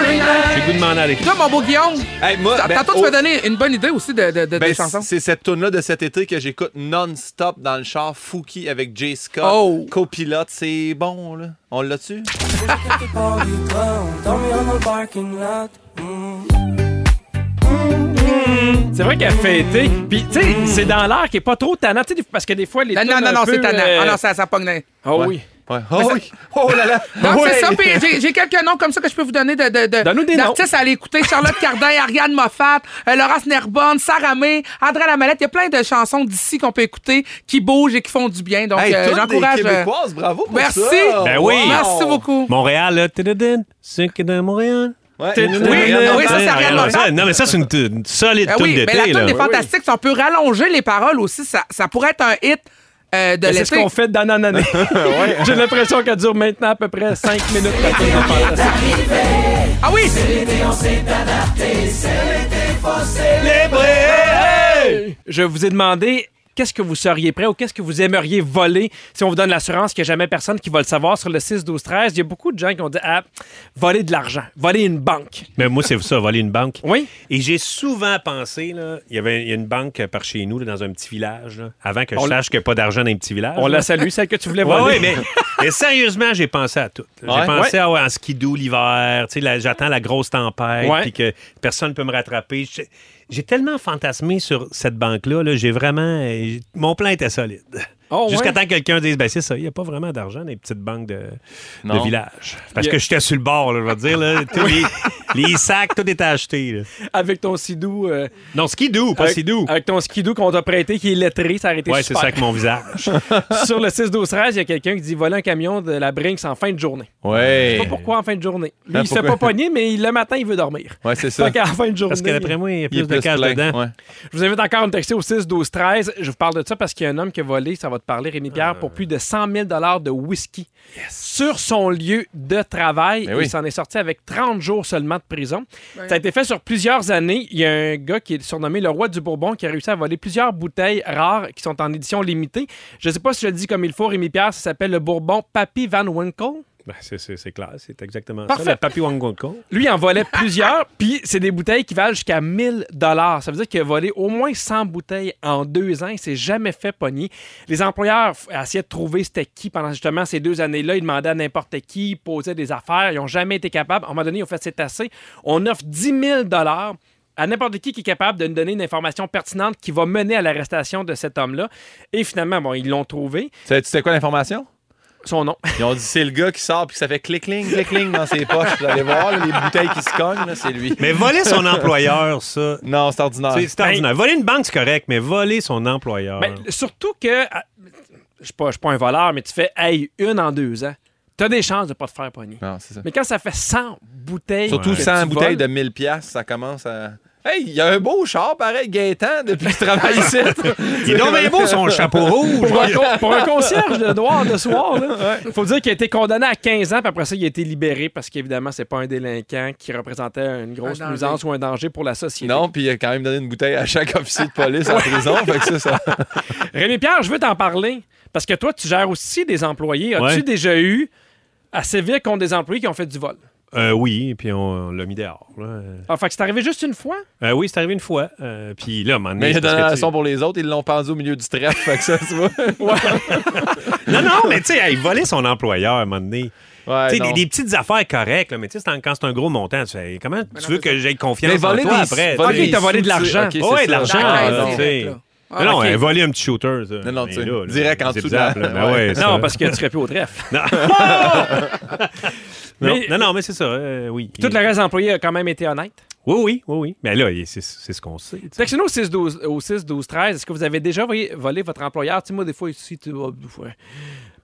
[SPEAKER 1] J'ai le goût de m'en aller.
[SPEAKER 4] Toi, mon beau Guillaume,
[SPEAKER 2] Hey, moi, ben,
[SPEAKER 4] tantôt, tu
[SPEAKER 2] au-
[SPEAKER 4] m'as donné une bonne idée aussi de, de, de-
[SPEAKER 2] ben,
[SPEAKER 4] des chansons.
[SPEAKER 2] c'est cette tune là de cet été que j'écoute non-stop dans le char Fouki avec Jay Scott.
[SPEAKER 4] Oh.
[SPEAKER 2] Copilote, c'est bon, là. On l'a-tu?
[SPEAKER 3] C'est vrai qu'elle fêté. Puis, tu sais, c'est dans l'air qui est pas trop tannant. Tu sais, des- parce que des fois, les.
[SPEAKER 4] Non, non,
[SPEAKER 3] tunes
[SPEAKER 4] non,
[SPEAKER 3] un
[SPEAKER 4] non,
[SPEAKER 3] peu,
[SPEAKER 4] c'est tannant.
[SPEAKER 3] euh,
[SPEAKER 4] Ah non, ça, ça pogne.
[SPEAKER 3] Ah oui.
[SPEAKER 2] Ouais. Oh, oui. oh là là!
[SPEAKER 4] Non,
[SPEAKER 2] Ouais.
[SPEAKER 4] c'est ça. Puis j'ai- j'ai quelques noms comme ça que je peux vous donner de, de, de-
[SPEAKER 3] Donne-nous des noms.
[SPEAKER 4] d'artistes à aller écouter. Charlotte Cardin, Ariane Moffat, euh, Laurence Nerbonne, Sarah May, André Lamalette. Il y a plein de chansons d'ici qu'on peut écouter qui bougent et qui font du bien. Donc,
[SPEAKER 2] Hey,
[SPEAKER 4] euh,
[SPEAKER 2] toutes des
[SPEAKER 4] j'encourage. euh,
[SPEAKER 2] Québécoises, bravo pour
[SPEAKER 4] Merci.
[SPEAKER 2] ça!
[SPEAKER 1] Ben oui.
[SPEAKER 4] Merci beaucoup.
[SPEAKER 1] Montréal, là. Tududun, C'est que de Montréal.
[SPEAKER 2] Ouais.
[SPEAKER 1] Tududun,
[SPEAKER 4] Ah oui, oui, ça, c'est
[SPEAKER 1] Tududun,
[SPEAKER 4] Ariane
[SPEAKER 1] Montréal.
[SPEAKER 4] Moffat.
[SPEAKER 1] Non, mais ça, c'est une, t- une solide
[SPEAKER 4] Ben
[SPEAKER 1] tune
[SPEAKER 4] oui, mais
[SPEAKER 1] d'été.
[SPEAKER 4] la tune
[SPEAKER 1] là.
[SPEAKER 4] est fantastique. Si on peut rallonger les paroles aussi, ça, ça pourrait être un hit euh, de
[SPEAKER 3] Mais C'est ce
[SPEAKER 4] l'été.
[SPEAKER 3] qu'on fait d'année en année. J'ai l'impression qu'elle dure maintenant à peu près 5 minutes. la tune de Fantastique.
[SPEAKER 4] Ah oui!
[SPEAKER 3] Je vous ai demandé qu'est-ce que vous seriez prêt ou qu'est-ce que vous aimeriez voler si on vous donne l'assurance qu'il n'y a jamais personne qui va le savoir sur le 6, 12, 13. Il y a beaucoup de gens qui ont dit Ah, voler de l'argent, voler une banque.
[SPEAKER 1] Mais moi, c'est ça, voler une banque.
[SPEAKER 3] Oui.
[SPEAKER 1] Et j'ai souvent pensé, là, il y avait il y a une banque par chez nous, là, dans un petit village, là, avant que
[SPEAKER 3] On
[SPEAKER 1] je
[SPEAKER 3] l-
[SPEAKER 1] sache qu'il n'y a pas d'argent dans un petit village.
[SPEAKER 3] On
[SPEAKER 1] là.
[SPEAKER 3] la salue, celle que tu voulais
[SPEAKER 1] Oui,
[SPEAKER 3] voler.
[SPEAKER 1] mais, mais sérieusement, j'ai pensé à tout. J'ai
[SPEAKER 2] Ouais.
[SPEAKER 1] pensé à ouais, en skidoo l'hiver, tu sais, la- j'attends la grosse tempête,
[SPEAKER 3] Ouais.
[SPEAKER 1] puis que personne ne peut me rattraper. J'ai- J'ai tellement fantasmé sur cette banque-là, là, j'ai vraiment... euh, Mon plan était solide.
[SPEAKER 3] Oh, ouais.
[SPEAKER 1] Jusqu'à temps que quelqu'un dise, ben c'est ça, il n'y a pas vraiment d'argent dans les petites banques de, de
[SPEAKER 2] Non.
[SPEAKER 1] village. Parce
[SPEAKER 3] Il y a-
[SPEAKER 1] que j'étais sur le bord, là, je vais te dire, là, tous les, les sacs, tout était acheté. là.
[SPEAKER 3] Avec ton skidoo. euh,
[SPEAKER 1] Non, skidoo, pas
[SPEAKER 3] avec,
[SPEAKER 1] skidoo.
[SPEAKER 3] Avec ton skidoo qu'on t'a prêté qui est lettré, ça a été
[SPEAKER 1] Ouais, c'est
[SPEAKER 3] super.
[SPEAKER 1] ça avec mon visage.
[SPEAKER 3] Sur le 6, 12, 13, il y a quelqu'un qui dit voler un camion de la Brinks en fin de journée.
[SPEAKER 2] Ouais.
[SPEAKER 1] Eh.
[SPEAKER 3] Pas pourquoi en fin de journée.
[SPEAKER 1] Hein,
[SPEAKER 3] Lui,
[SPEAKER 2] Ah,
[SPEAKER 3] il se fait
[SPEAKER 2] pourquoi?
[SPEAKER 3] pas pogner, mais le matin, il veut dormir.
[SPEAKER 2] Ouais, c'est ça.
[SPEAKER 3] Fait qu'en fin de journée.
[SPEAKER 1] Parce que d'après moi, il y a
[SPEAKER 2] Il
[SPEAKER 1] plus
[SPEAKER 2] est
[SPEAKER 1] de
[SPEAKER 2] plus
[SPEAKER 1] cash
[SPEAKER 2] plein.
[SPEAKER 1] dedans.
[SPEAKER 2] Ouais.
[SPEAKER 3] Je vous invite encore à me texter au 6, 12, 13. Je vous parle de ça parce qu'il y a un homme qui a volé, ça va te parler, Rémi Pierre,
[SPEAKER 2] Euh.
[SPEAKER 3] pour plus de 100 000 de whisky sur son lieu de travail.
[SPEAKER 2] Ben oui.
[SPEAKER 3] Il s'en est sorti avec 30 jours seulement de prison. Ça a été fait sur plusieurs années. Il y a un gars qui est surnommé le roi du Bourbon qui a réussi à voler plusieurs bouteilles rares qui sont en édition limitée. Je ne sais pas si je le dis comme il faut, Rémi Pierre, ça s'appelle le Bourbon Papy Van Winkle.
[SPEAKER 1] Ben, c'est- c'est c'est clair, c'est exactement
[SPEAKER 3] Parfait.
[SPEAKER 1] ça. Le Papi Wangonko.
[SPEAKER 3] Lui, il en volait plusieurs, puis c'est des bouteilles qui valent jusqu'à 1000 dollars. Ça veut dire qu'il a volé au moins 100 bouteilles en deux ans. Il s'est jamais fait pogner. Les employeurs f- essayaient de trouver c'était qui pendant justement ces deux années-là. Ils demandaient à n'importe qui, ils posaient des affaires. Ils n'ont jamais été capables. À un moment donné, ils ont fait c'est assez. On offre 10 000 dollars à n'importe qui qui est capable de nous donner une information pertinente qui va mener à l'arrestation de cet homme-là. Et finalement, bon, ils l'ont trouvé.
[SPEAKER 2] Tu sais- tu sais quoi l'information?
[SPEAKER 3] Son nom.
[SPEAKER 2] Ils ont dit c'est le gars qui sort puis que ça fait clic-cling, clic-cling dans ses poches. Vous allez voir, là, les bouteilles qui se cognent, là, c'est lui.
[SPEAKER 1] Mais voler son employeur, ça.
[SPEAKER 2] Non, c'est ordinaire.
[SPEAKER 1] C'est c'est ordinaire. Voler une banque, c'est correct, mais voler son employeur.
[SPEAKER 3] Ah. Ben, surtout que. ah, Je suis pas, je suis pas un voleur, mais tu fais hey, une en deux ans. T'as des chances de pas te faire pogner.
[SPEAKER 2] Non, c'est ça.
[SPEAKER 3] Mais quand ça fait 100 bouteilles.
[SPEAKER 2] Surtout
[SPEAKER 3] que tu
[SPEAKER 2] 100
[SPEAKER 3] voles,
[SPEAKER 2] bouteilles de 1000 pièces, ça commence à Hey, il y a un beau char pareil Gaétan depuis qu'il travaille ici.
[SPEAKER 1] Il est donc bien beau son chapeau rouge.
[SPEAKER 3] Pour un, con- pour un concierge de noir de soir, il faut dire qu'il a été condamné à 15 ans, puis après ça, il a été libéré parce qu'évidemment, c'est pas un délinquant qui représentait une grosse
[SPEAKER 4] Un danger.
[SPEAKER 3] nuisance ou un danger pour la société.
[SPEAKER 2] non, puis il a quand même donné une bouteille à chaque officier de police en prison, fait que ça, ça-
[SPEAKER 3] Rémi-Pierre, je veux t'en parler parce que toi, tu gères aussi des employés. As-tu
[SPEAKER 1] Ouais.
[SPEAKER 3] déjà eu à sévir contre des employés qui ont fait du vol?
[SPEAKER 1] Euh, oui, puis on, on l'a mis dehors. là.
[SPEAKER 3] Ah, fait que c'est arrivé juste une fois?
[SPEAKER 1] Euh, oui, c'est arrivé une fois. Euh, puis là, à un moment donné,
[SPEAKER 2] Mais il a
[SPEAKER 1] c'est parce
[SPEAKER 2] donné la
[SPEAKER 1] que, tu sais-
[SPEAKER 2] leçon pour les autres, ils l'ont pendu au milieu du trèfle, fait que ça, tu vois.
[SPEAKER 1] Non, non, mais tu sais, hey, voler son employeur à un moment donné.
[SPEAKER 2] Ouais,
[SPEAKER 1] Tu sais,
[SPEAKER 2] non.
[SPEAKER 1] des, des petites affaires correctes, là, mais tu sais, c'est en- quand c'est un gros montant, tu fais comment tu veux que j'aie confiance
[SPEAKER 2] Mais
[SPEAKER 1] en
[SPEAKER 2] voler
[SPEAKER 1] toi
[SPEAKER 2] des-
[SPEAKER 1] après?
[SPEAKER 2] voler
[SPEAKER 1] tu sais?
[SPEAKER 3] Ok, il t'a volé de
[SPEAKER 2] des sous,
[SPEAKER 3] l'argent.
[SPEAKER 2] c'est- ok,
[SPEAKER 1] Ouais,
[SPEAKER 2] c'est
[SPEAKER 1] de
[SPEAKER 2] ça.
[SPEAKER 1] l'argent,
[SPEAKER 2] Ah,
[SPEAKER 1] là,
[SPEAKER 2] non.
[SPEAKER 1] tu sais.
[SPEAKER 4] là.
[SPEAKER 1] Non, non,
[SPEAKER 3] ok.
[SPEAKER 1] elle a volé un petit shooter. ça.
[SPEAKER 2] Non, non,
[SPEAKER 1] Mais
[SPEAKER 2] tu sais,
[SPEAKER 1] là, là,
[SPEAKER 2] direct en
[SPEAKER 1] c'est
[SPEAKER 2] dessous de
[SPEAKER 1] bizarre,
[SPEAKER 2] la-
[SPEAKER 1] là. Ben ouais, ça.
[SPEAKER 3] Non, parce que tu serais plus au trèfle.
[SPEAKER 1] Non,
[SPEAKER 3] Mais-
[SPEAKER 1] non, non, mais c'est ça, euh, oui.
[SPEAKER 3] Tout le reste d'employés a quand même été honnête.
[SPEAKER 1] Oui, oui, oui, oui. Mais là, il- c'est c'est ce qu'on sait. tu sais.
[SPEAKER 3] Textez-nous au 6 12 au 6 12 13 Est-ce que vous avez déjà voyé- volé votre employeur? Tu sais, moi, des fois, ici, tu vois, des fois,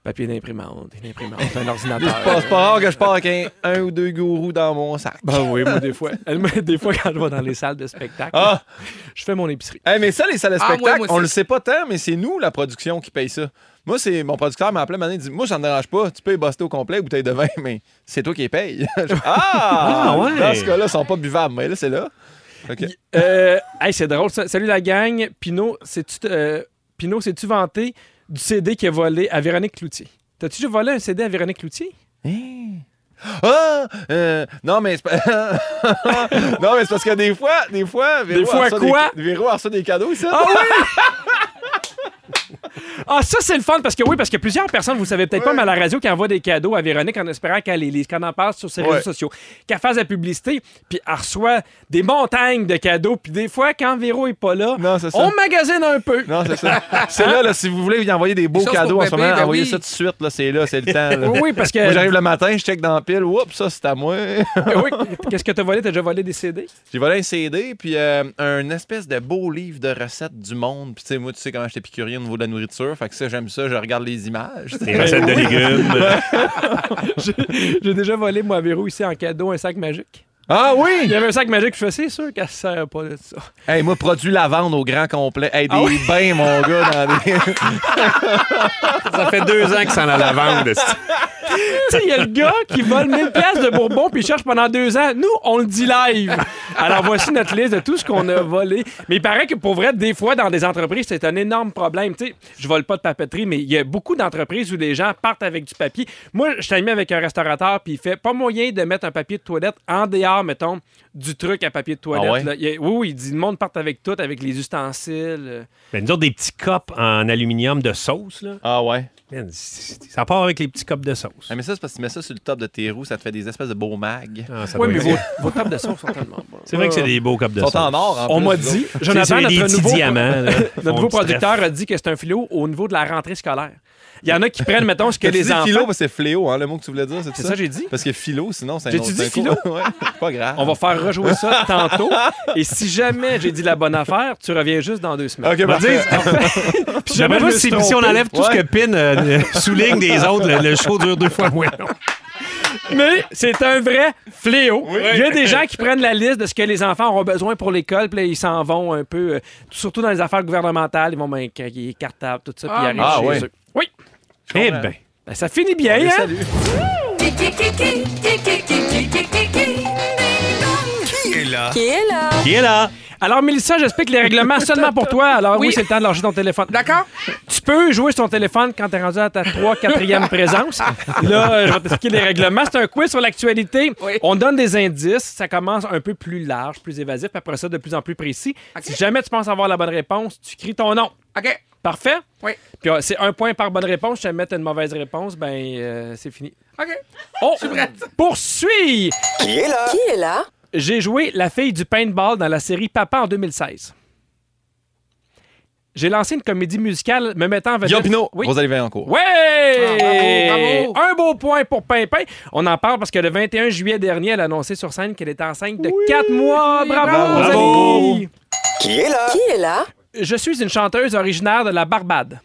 [SPEAKER 3] papier d'imprimante, une imprimante, un
[SPEAKER 2] C'est pas,
[SPEAKER 3] ordinateur.
[SPEAKER 2] c'est pas rare que je pars avec un, un ou deux gourous dans mon sac.
[SPEAKER 3] Ben oui, moi, des fois. Moi, des fois, quand je vais dans les salles de spectacle,
[SPEAKER 2] Ah!
[SPEAKER 3] je fais mon épicerie.
[SPEAKER 2] Hey, mais ça, les salles de
[SPEAKER 4] Ah, moi,
[SPEAKER 2] spectacle,
[SPEAKER 4] moi aussi.
[SPEAKER 2] on le sait pas tant, mais c'est nous, la production, qui paye ça. Moi, c'est mon producteur m'a appelé, il dit Moi, ça me dérange pas, tu peux y bosser au complet, bouteille de vin, mais c'est toi qui les paye. Je fais, ah,
[SPEAKER 1] Ah, ouais.
[SPEAKER 2] Dans ce cas-là, ils sont pas buvables, mais là, c'est là. OK.
[SPEAKER 3] Euh, hey, c'est drôle. ça. Salut la gang. Pino, c'est-tu euh, Pino, c'est-tu vanté du CD qui a volé à Véronique Cloutier? T'as-tu déjà volé un CD à Véronique Cloutier?
[SPEAKER 2] Ah! euh, non, mais c'est pas- Non, mais c'est parce que des fois, des fois, Véro
[SPEAKER 3] Des fois
[SPEAKER 2] a reçu
[SPEAKER 3] quoi?
[SPEAKER 2] Des... Véro a reçu des cadeaux, ça.
[SPEAKER 3] Ah, ça, c'est le fun parce que oui, parce que plusieurs personnes, vous le savez peut-être pas, mais à la radio, qui envoient des cadeaux à Véronique en espérant qu'elle les lise, qu'elle en parle sur ses
[SPEAKER 2] Ouais.
[SPEAKER 3] réseaux sociaux, qu'elle fasse la publicité, puis elle reçoit des montagnes de cadeaux. Puis des fois, quand Véro est pas là,
[SPEAKER 2] Non, c'est ça.
[SPEAKER 3] on magasine un peu.
[SPEAKER 2] Non, c'est ça. C'est là, là, si vous voulez lui envoyer des beaux
[SPEAKER 4] choses
[SPEAKER 2] cadeaux
[SPEAKER 4] pour
[SPEAKER 2] en ce
[SPEAKER 4] bébé,
[SPEAKER 2] moment,
[SPEAKER 4] ben
[SPEAKER 2] envoyez
[SPEAKER 4] oui.
[SPEAKER 2] ça tout de suite, là, c'est là, c'est le temps. là.
[SPEAKER 3] Oui, euh, oui, parce que.
[SPEAKER 2] Moi, j'arrive le matin, je check dans la pile, oups, ça, c'est à moi.
[SPEAKER 3] Oui, Qu'est-ce que t'as volé? T'as déjà volé des CD?
[SPEAKER 2] J'ai volé un CD, puis euh, un espèce de beau livre de recettes du monde. Puis tu sais, moi, tu sais comment j'étais épicurien au niveau de la nourriture. Fait que ça, j'aime ça, je regarde les images.
[SPEAKER 1] Des recettes de légumes.
[SPEAKER 3] J'ai j'ai déjà volé, moi, à Véro, ici, en cadeau, un sac magique.
[SPEAKER 2] ah
[SPEAKER 3] Il
[SPEAKER 2] oui!
[SPEAKER 3] y avait un sac magique, je fais, c'est sûr qu'elle se sert pas de ça.
[SPEAKER 2] Hey, moi, produit lavande au grand complet. Hey, des
[SPEAKER 3] Ah oui?
[SPEAKER 2] bains, mon gars, dans des...
[SPEAKER 1] ça fait deux ans que ça en a la vente.
[SPEAKER 3] Tu sais, il y a le gars qui vole 1000 pièces de Bourbon puis il cherche pendant deux ans. Nous, on le dit live. Alors, voici notre liste de tout ce qu'on a volé. Mais il paraît que pour vrai, des fois, dans des entreprises, c'est un énorme problème. Tu sais, je vole pas de papeterie, mais il y a beaucoup d'entreprises où les gens partent avec du papier. Moi, je suis ami avec un restaurateur puis il fait pas moyen de mettre un papier de toilette en dehors, mettons, du truc à papier de toilette.
[SPEAKER 2] Ah ouais?
[SPEAKER 3] là. Il y a- oui, oui, il dit le monde part avec tout, avec les ustensiles.
[SPEAKER 1] Ben, nous autres, des petits copes en aluminium de sauce, là.
[SPEAKER 2] Ah ouais.
[SPEAKER 1] Man, c- c- ça part avec les petits copes de sauce.
[SPEAKER 2] Ah, mais ça, c'est parce que tu mets ça sur le top de tes roues, ça te fait des espèces de beaux mags.
[SPEAKER 1] Ah, ça doit
[SPEAKER 3] Oui, mais
[SPEAKER 1] être-
[SPEAKER 3] vos, vos tables de son sont tellement bonnes.
[SPEAKER 1] C'est vrai que c'est des beaux copes de
[SPEAKER 2] Ils
[SPEAKER 1] sauce.
[SPEAKER 2] sont en or, en
[SPEAKER 3] On
[SPEAKER 2] plus,
[SPEAKER 3] m'a
[SPEAKER 2] eux autres.
[SPEAKER 3] dit,
[SPEAKER 1] C'est-
[SPEAKER 3] Jonathan,
[SPEAKER 1] c'est des
[SPEAKER 3] notre
[SPEAKER 1] petits
[SPEAKER 3] nouveau,
[SPEAKER 1] diamants. là. Font
[SPEAKER 3] notre nouveau
[SPEAKER 1] du stress.
[SPEAKER 3] producteur a dit que c'est un fléau au niveau de la rentrée scolaire. Il y en a qui prennent, mettons, ce que
[SPEAKER 2] T'as-tu
[SPEAKER 3] les
[SPEAKER 2] dit
[SPEAKER 3] enfants.
[SPEAKER 2] philo, parce que c'est fléau, hein, le mot que tu voulais dire, c'est
[SPEAKER 3] C'est
[SPEAKER 2] ça?
[SPEAKER 3] ça que j'ai dit.
[SPEAKER 2] Parce que philo, sinon, c'est un
[SPEAKER 3] J'ai-tu
[SPEAKER 2] autre...
[SPEAKER 3] dit
[SPEAKER 2] c'est un
[SPEAKER 3] philo?
[SPEAKER 2] coup- ouais, c'est pas grave.
[SPEAKER 3] On va faire rejouer ça tantôt. Et si jamais j'ai dit la bonne affaire, tu reviens juste dans deux semaines.
[SPEAKER 2] OK,
[SPEAKER 1] Je veux
[SPEAKER 2] parfait.
[SPEAKER 1] dire,
[SPEAKER 3] Puis
[SPEAKER 1] J'aimerais
[SPEAKER 3] si jamais je
[SPEAKER 1] pas
[SPEAKER 3] me
[SPEAKER 1] si,
[SPEAKER 3] suis
[SPEAKER 1] si on
[SPEAKER 3] trompé-
[SPEAKER 1] enlève tout ce que Pin euh, souligne des autres, le, le show dure deux fois moins long.
[SPEAKER 3] Mais c'est un vrai fléau. Il y a des gens qui prennent la liste de ce que les enfants auront besoin pour l'école, puis là, ils s'en vont un peu, euh, surtout dans les affaires gouvernementales. Ils vont ben, cahier, cartable, tout ça, puis ils
[SPEAKER 4] Ah,
[SPEAKER 3] arrivent
[SPEAKER 2] ah,
[SPEAKER 3] chez
[SPEAKER 2] ouais.
[SPEAKER 3] eux. Oui.
[SPEAKER 1] Eh ben,
[SPEAKER 3] Ben, ça finit bien,
[SPEAKER 2] Salut,
[SPEAKER 3] hein?
[SPEAKER 2] salut.
[SPEAKER 5] Qui est là?
[SPEAKER 1] Qui est là?
[SPEAKER 3] Alors, Mélissa, j'explique les règlements seulement pour toi. Alors, oui,
[SPEAKER 4] Oui.
[SPEAKER 3] c'est le temps de lâcher ton téléphone.
[SPEAKER 4] D'accord?
[SPEAKER 3] Tu peux jouer sur ton téléphone quand t'es rendu à ta 3 4e présence. Là, euh, je vais t'expliquer les règlements. C'est un quiz sur l'actualité.
[SPEAKER 4] Oui.
[SPEAKER 3] On donne des indices. Ça commence un peu plus large, plus évasif, puis après ça, de plus en plus précis.
[SPEAKER 4] Ok.
[SPEAKER 3] Si jamais tu penses avoir la bonne réponse, tu cries ton nom.
[SPEAKER 4] OK.
[SPEAKER 3] Parfait?
[SPEAKER 4] Oui.
[SPEAKER 3] Puis euh, c'est un point par bonne réponse. Si jamais t'as une mauvaise réponse, ben euh, c'est fini. Oh!
[SPEAKER 4] OK.
[SPEAKER 3] On
[SPEAKER 4] prête.
[SPEAKER 3] poursuit!
[SPEAKER 5] Qui est là?
[SPEAKER 3] J'ai joué la fille du paintball dans la série Papa en 2016. J'ai lancé une comédie musicale me mettant en vedette...
[SPEAKER 2] Guillaume Pinot,
[SPEAKER 3] Oui.
[SPEAKER 2] Rosalie Vaillancourt.
[SPEAKER 3] Ouais!
[SPEAKER 4] Ah, bravo, bravo!
[SPEAKER 3] Un beau point pour Pimpin. On en parle parce que le 21 juillet dernier, elle a annoncé sur scène qu'elle était enceinte de 4 mois. Bravo,
[SPEAKER 4] bravo!
[SPEAKER 3] Rosalie!
[SPEAKER 1] Bravo!
[SPEAKER 5] Qui est là?
[SPEAKER 3] Je suis une chanteuse originaire de la Barbade.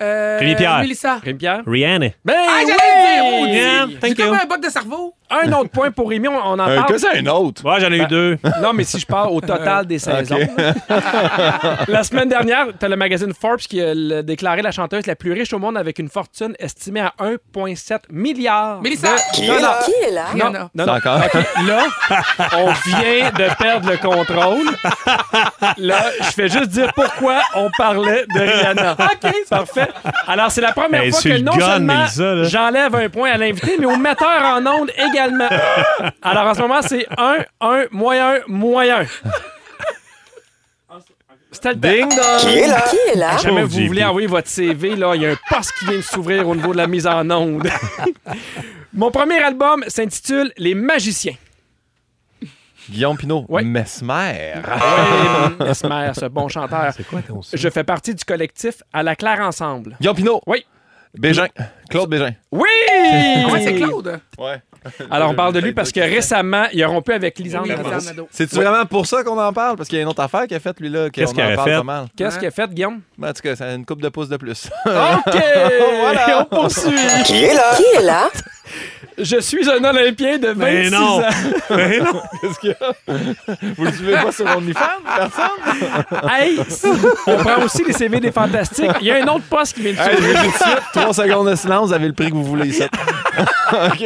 [SPEAKER 4] Euh,
[SPEAKER 1] Rémi Pierre.
[SPEAKER 4] Mélissa.
[SPEAKER 3] Rémi-Pierre?
[SPEAKER 1] Rihanna.
[SPEAKER 3] Ben
[SPEAKER 4] Ah,
[SPEAKER 3] oui!
[SPEAKER 4] j'allais le dire!
[SPEAKER 1] Yeah,
[SPEAKER 4] C'est
[SPEAKER 1] thank you.
[SPEAKER 4] comme un bug de cerveau.
[SPEAKER 3] Un autre point pour Rémi, on, on en
[SPEAKER 2] Euh,
[SPEAKER 3] parle.
[SPEAKER 2] que c'est un autre?
[SPEAKER 1] Ouais, j'en ai eu deux.
[SPEAKER 3] Non, mais si je parle au total des saisons. la semaine dernière, t'as le magazine Forbes qui a le- déclaré la chanteuse la plus riche au monde avec une fortune estimée à 1,7 milliard.
[SPEAKER 4] Mélissa.
[SPEAKER 5] Qui est là? Qui est là?
[SPEAKER 3] Non,
[SPEAKER 4] Rihanna.
[SPEAKER 3] non,
[SPEAKER 2] C'est
[SPEAKER 3] non.
[SPEAKER 2] encore.
[SPEAKER 3] Là, on vient de perdre le contrôle. Là, je fais juste dire pourquoi on parlait de Rihanna. OK, parfait. Alors, c'est la première
[SPEAKER 1] Hey,
[SPEAKER 3] fois
[SPEAKER 1] c'est
[SPEAKER 3] que
[SPEAKER 1] Ben, le
[SPEAKER 3] non
[SPEAKER 1] gun,
[SPEAKER 3] seulement
[SPEAKER 1] Mélissa, là.
[SPEAKER 3] j'enlève un point à l'invité, mais au metteur en onde également. Alors, en ce moment, c'est 1, 1, moyen, moyen. C'était le temps.
[SPEAKER 2] Ding dong!
[SPEAKER 5] Qui est là?
[SPEAKER 3] Si jamais
[SPEAKER 1] Pauvre
[SPEAKER 3] vous
[SPEAKER 1] JP.
[SPEAKER 3] voulez envoyer votre CV, là, il y a un poste qui vient de s'ouvrir au niveau de la mise en onde. Mon premier album s'intitule Les Magiciens.
[SPEAKER 2] Guillaume Pinot,
[SPEAKER 3] Ouais. Ah.
[SPEAKER 2] Mesmer.
[SPEAKER 3] Mesmer, ce bon chanteur.
[SPEAKER 1] C'est quoi ton son?
[SPEAKER 3] Je fais partie du collectif À la Claire Ensemble.
[SPEAKER 2] Guillaume Pinot.
[SPEAKER 3] Oui.
[SPEAKER 2] Bégin. Claude Bégin.
[SPEAKER 3] Oui!
[SPEAKER 4] Ah ouais, c'est Claude.
[SPEAKER 2] Ouais.
[SPEAKER 3] Alors, on parle de lui parce que récemment, il a rompu avec Lisandre.
[SPEAKER 4] Oui,
[SPEAKER 3] Nadeau.
[SPEAKER 4] Lisandre Nadeau.
[SPEAKER 2] C'est-tu vraiment pour ça qu'on en parle? Parce qu'il y a une autre affaire qu'il a faite, lui, là, qu'on
[SPEAKER 1] Qu'est-ce
[SPEAKER 2] en
[SPEAKER 1] qu'il
[SPEAKER 2] parle
[SPEAKER 1] aurait
[SPEAKER 2] pas
[SPEAKER 1] fait?
[SPEAKER 2] mal.
[SPEAKER 3] Qu'est-ce qu'il a fait, Guillaume?
[SPEAKER 2] Mais en tout cas, ça a une coupe de pouces de plus.
[SPEAKER 3] OK! On poursuit.
[SPEAKER 5] Qui est là?
[SPEAKER 3] Je suis un Olympien de 26
[SPEAKER 1] Mais Ben non.
[SPEAKER 3] ans.
[SPEAKER 1] Mais non!
[SPEAKER 2] Qu'est-ce qu'il y a? Vous le suivez pas sur OnlyFans, personne?
[SPEAKER 3] Hey! On prend aussi les CV des Fantastiques. Il y a un autre poste qui vient de
[SPEAKER 2] Hey,
[SPEAKER 3] s'ouvrir.
[SPEAKER 2] je vous dis tout de suite, trois secondes de silence, vous avez le prix que vous voulez ici. OK.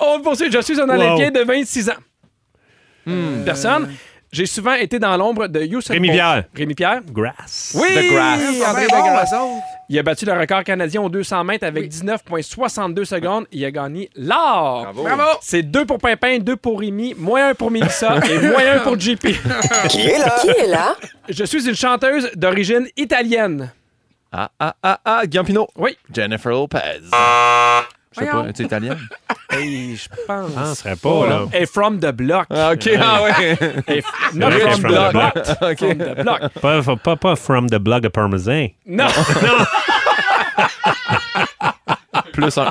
[SPEAKER 3] On poursuit. Je suis un Olympien de 26 ans. Hmm, Personne. J'ai souvent été dans l'ombre de Youssef
[SPEAKER 1] Rémi
[SPEAKER 3] Bolt.
[SPEAKER 1] Pierre.
[SPEAKER 3] Rémi Pierre.
[SPEAKER 1] Grass.
[SPEAKER 3] Oui! Ah, ben
[SPEAKER 2] The Grass.
[SPEAKER 4] Ils sont
[SPEAKER 3] André
[SPEAKER 4] bien bons,
[SPEAKER 3] Degrasse.
[SPEAKER 4] eux autres.
[SPEAKER 3] Il a battu le record canadien aux 200 mètres avec 19,62 secondes. Il a gagné l'or.
[SPEAKER 4] Bravo.
[SPEAKER 3] C'est deux pour Pimpin, deux pour Rémi, moins un pour Mélissa et moins un pour JP.
[SPEAKER 5] Qui est là?
[SPEAKER 3] Je suis une chanteuse d'origine italienne.
[SPEAKER 2] Ah, ah, ah, ah, Guillaume Pinot.
[SPEAKER 3] Oui.
[SPEAKER 2] Jennifer Lopez. Je sais
[SPEAKER 4] Voyons.
[SPEAKER 2] pas, tu es italienne?
[SPEAKER 3] Hey, je pense.
[SPEAKER 1] Je serais pas, là.
[SPEAKER 3] Ah, Et from the block.
[SPEAKER 2] Ah, OK, ah ouais.
[SPEAKER 3] Et f- not
[SPEAKER 1] Rich
[SPEAKER 3] from
[SPEAKER 1] from
[SPEAKER 3] the
[SPEAKER 1] the
[SPEAKER 3] block.
[SPEAKER 2] OK.
[SPEAKER 3] From the block.
[SPEAKER 1] Pas, pas- pas- pas from the blog de Parmesan.
[SPEAKER 3] Non.
[SPEAKER 2] Plus un.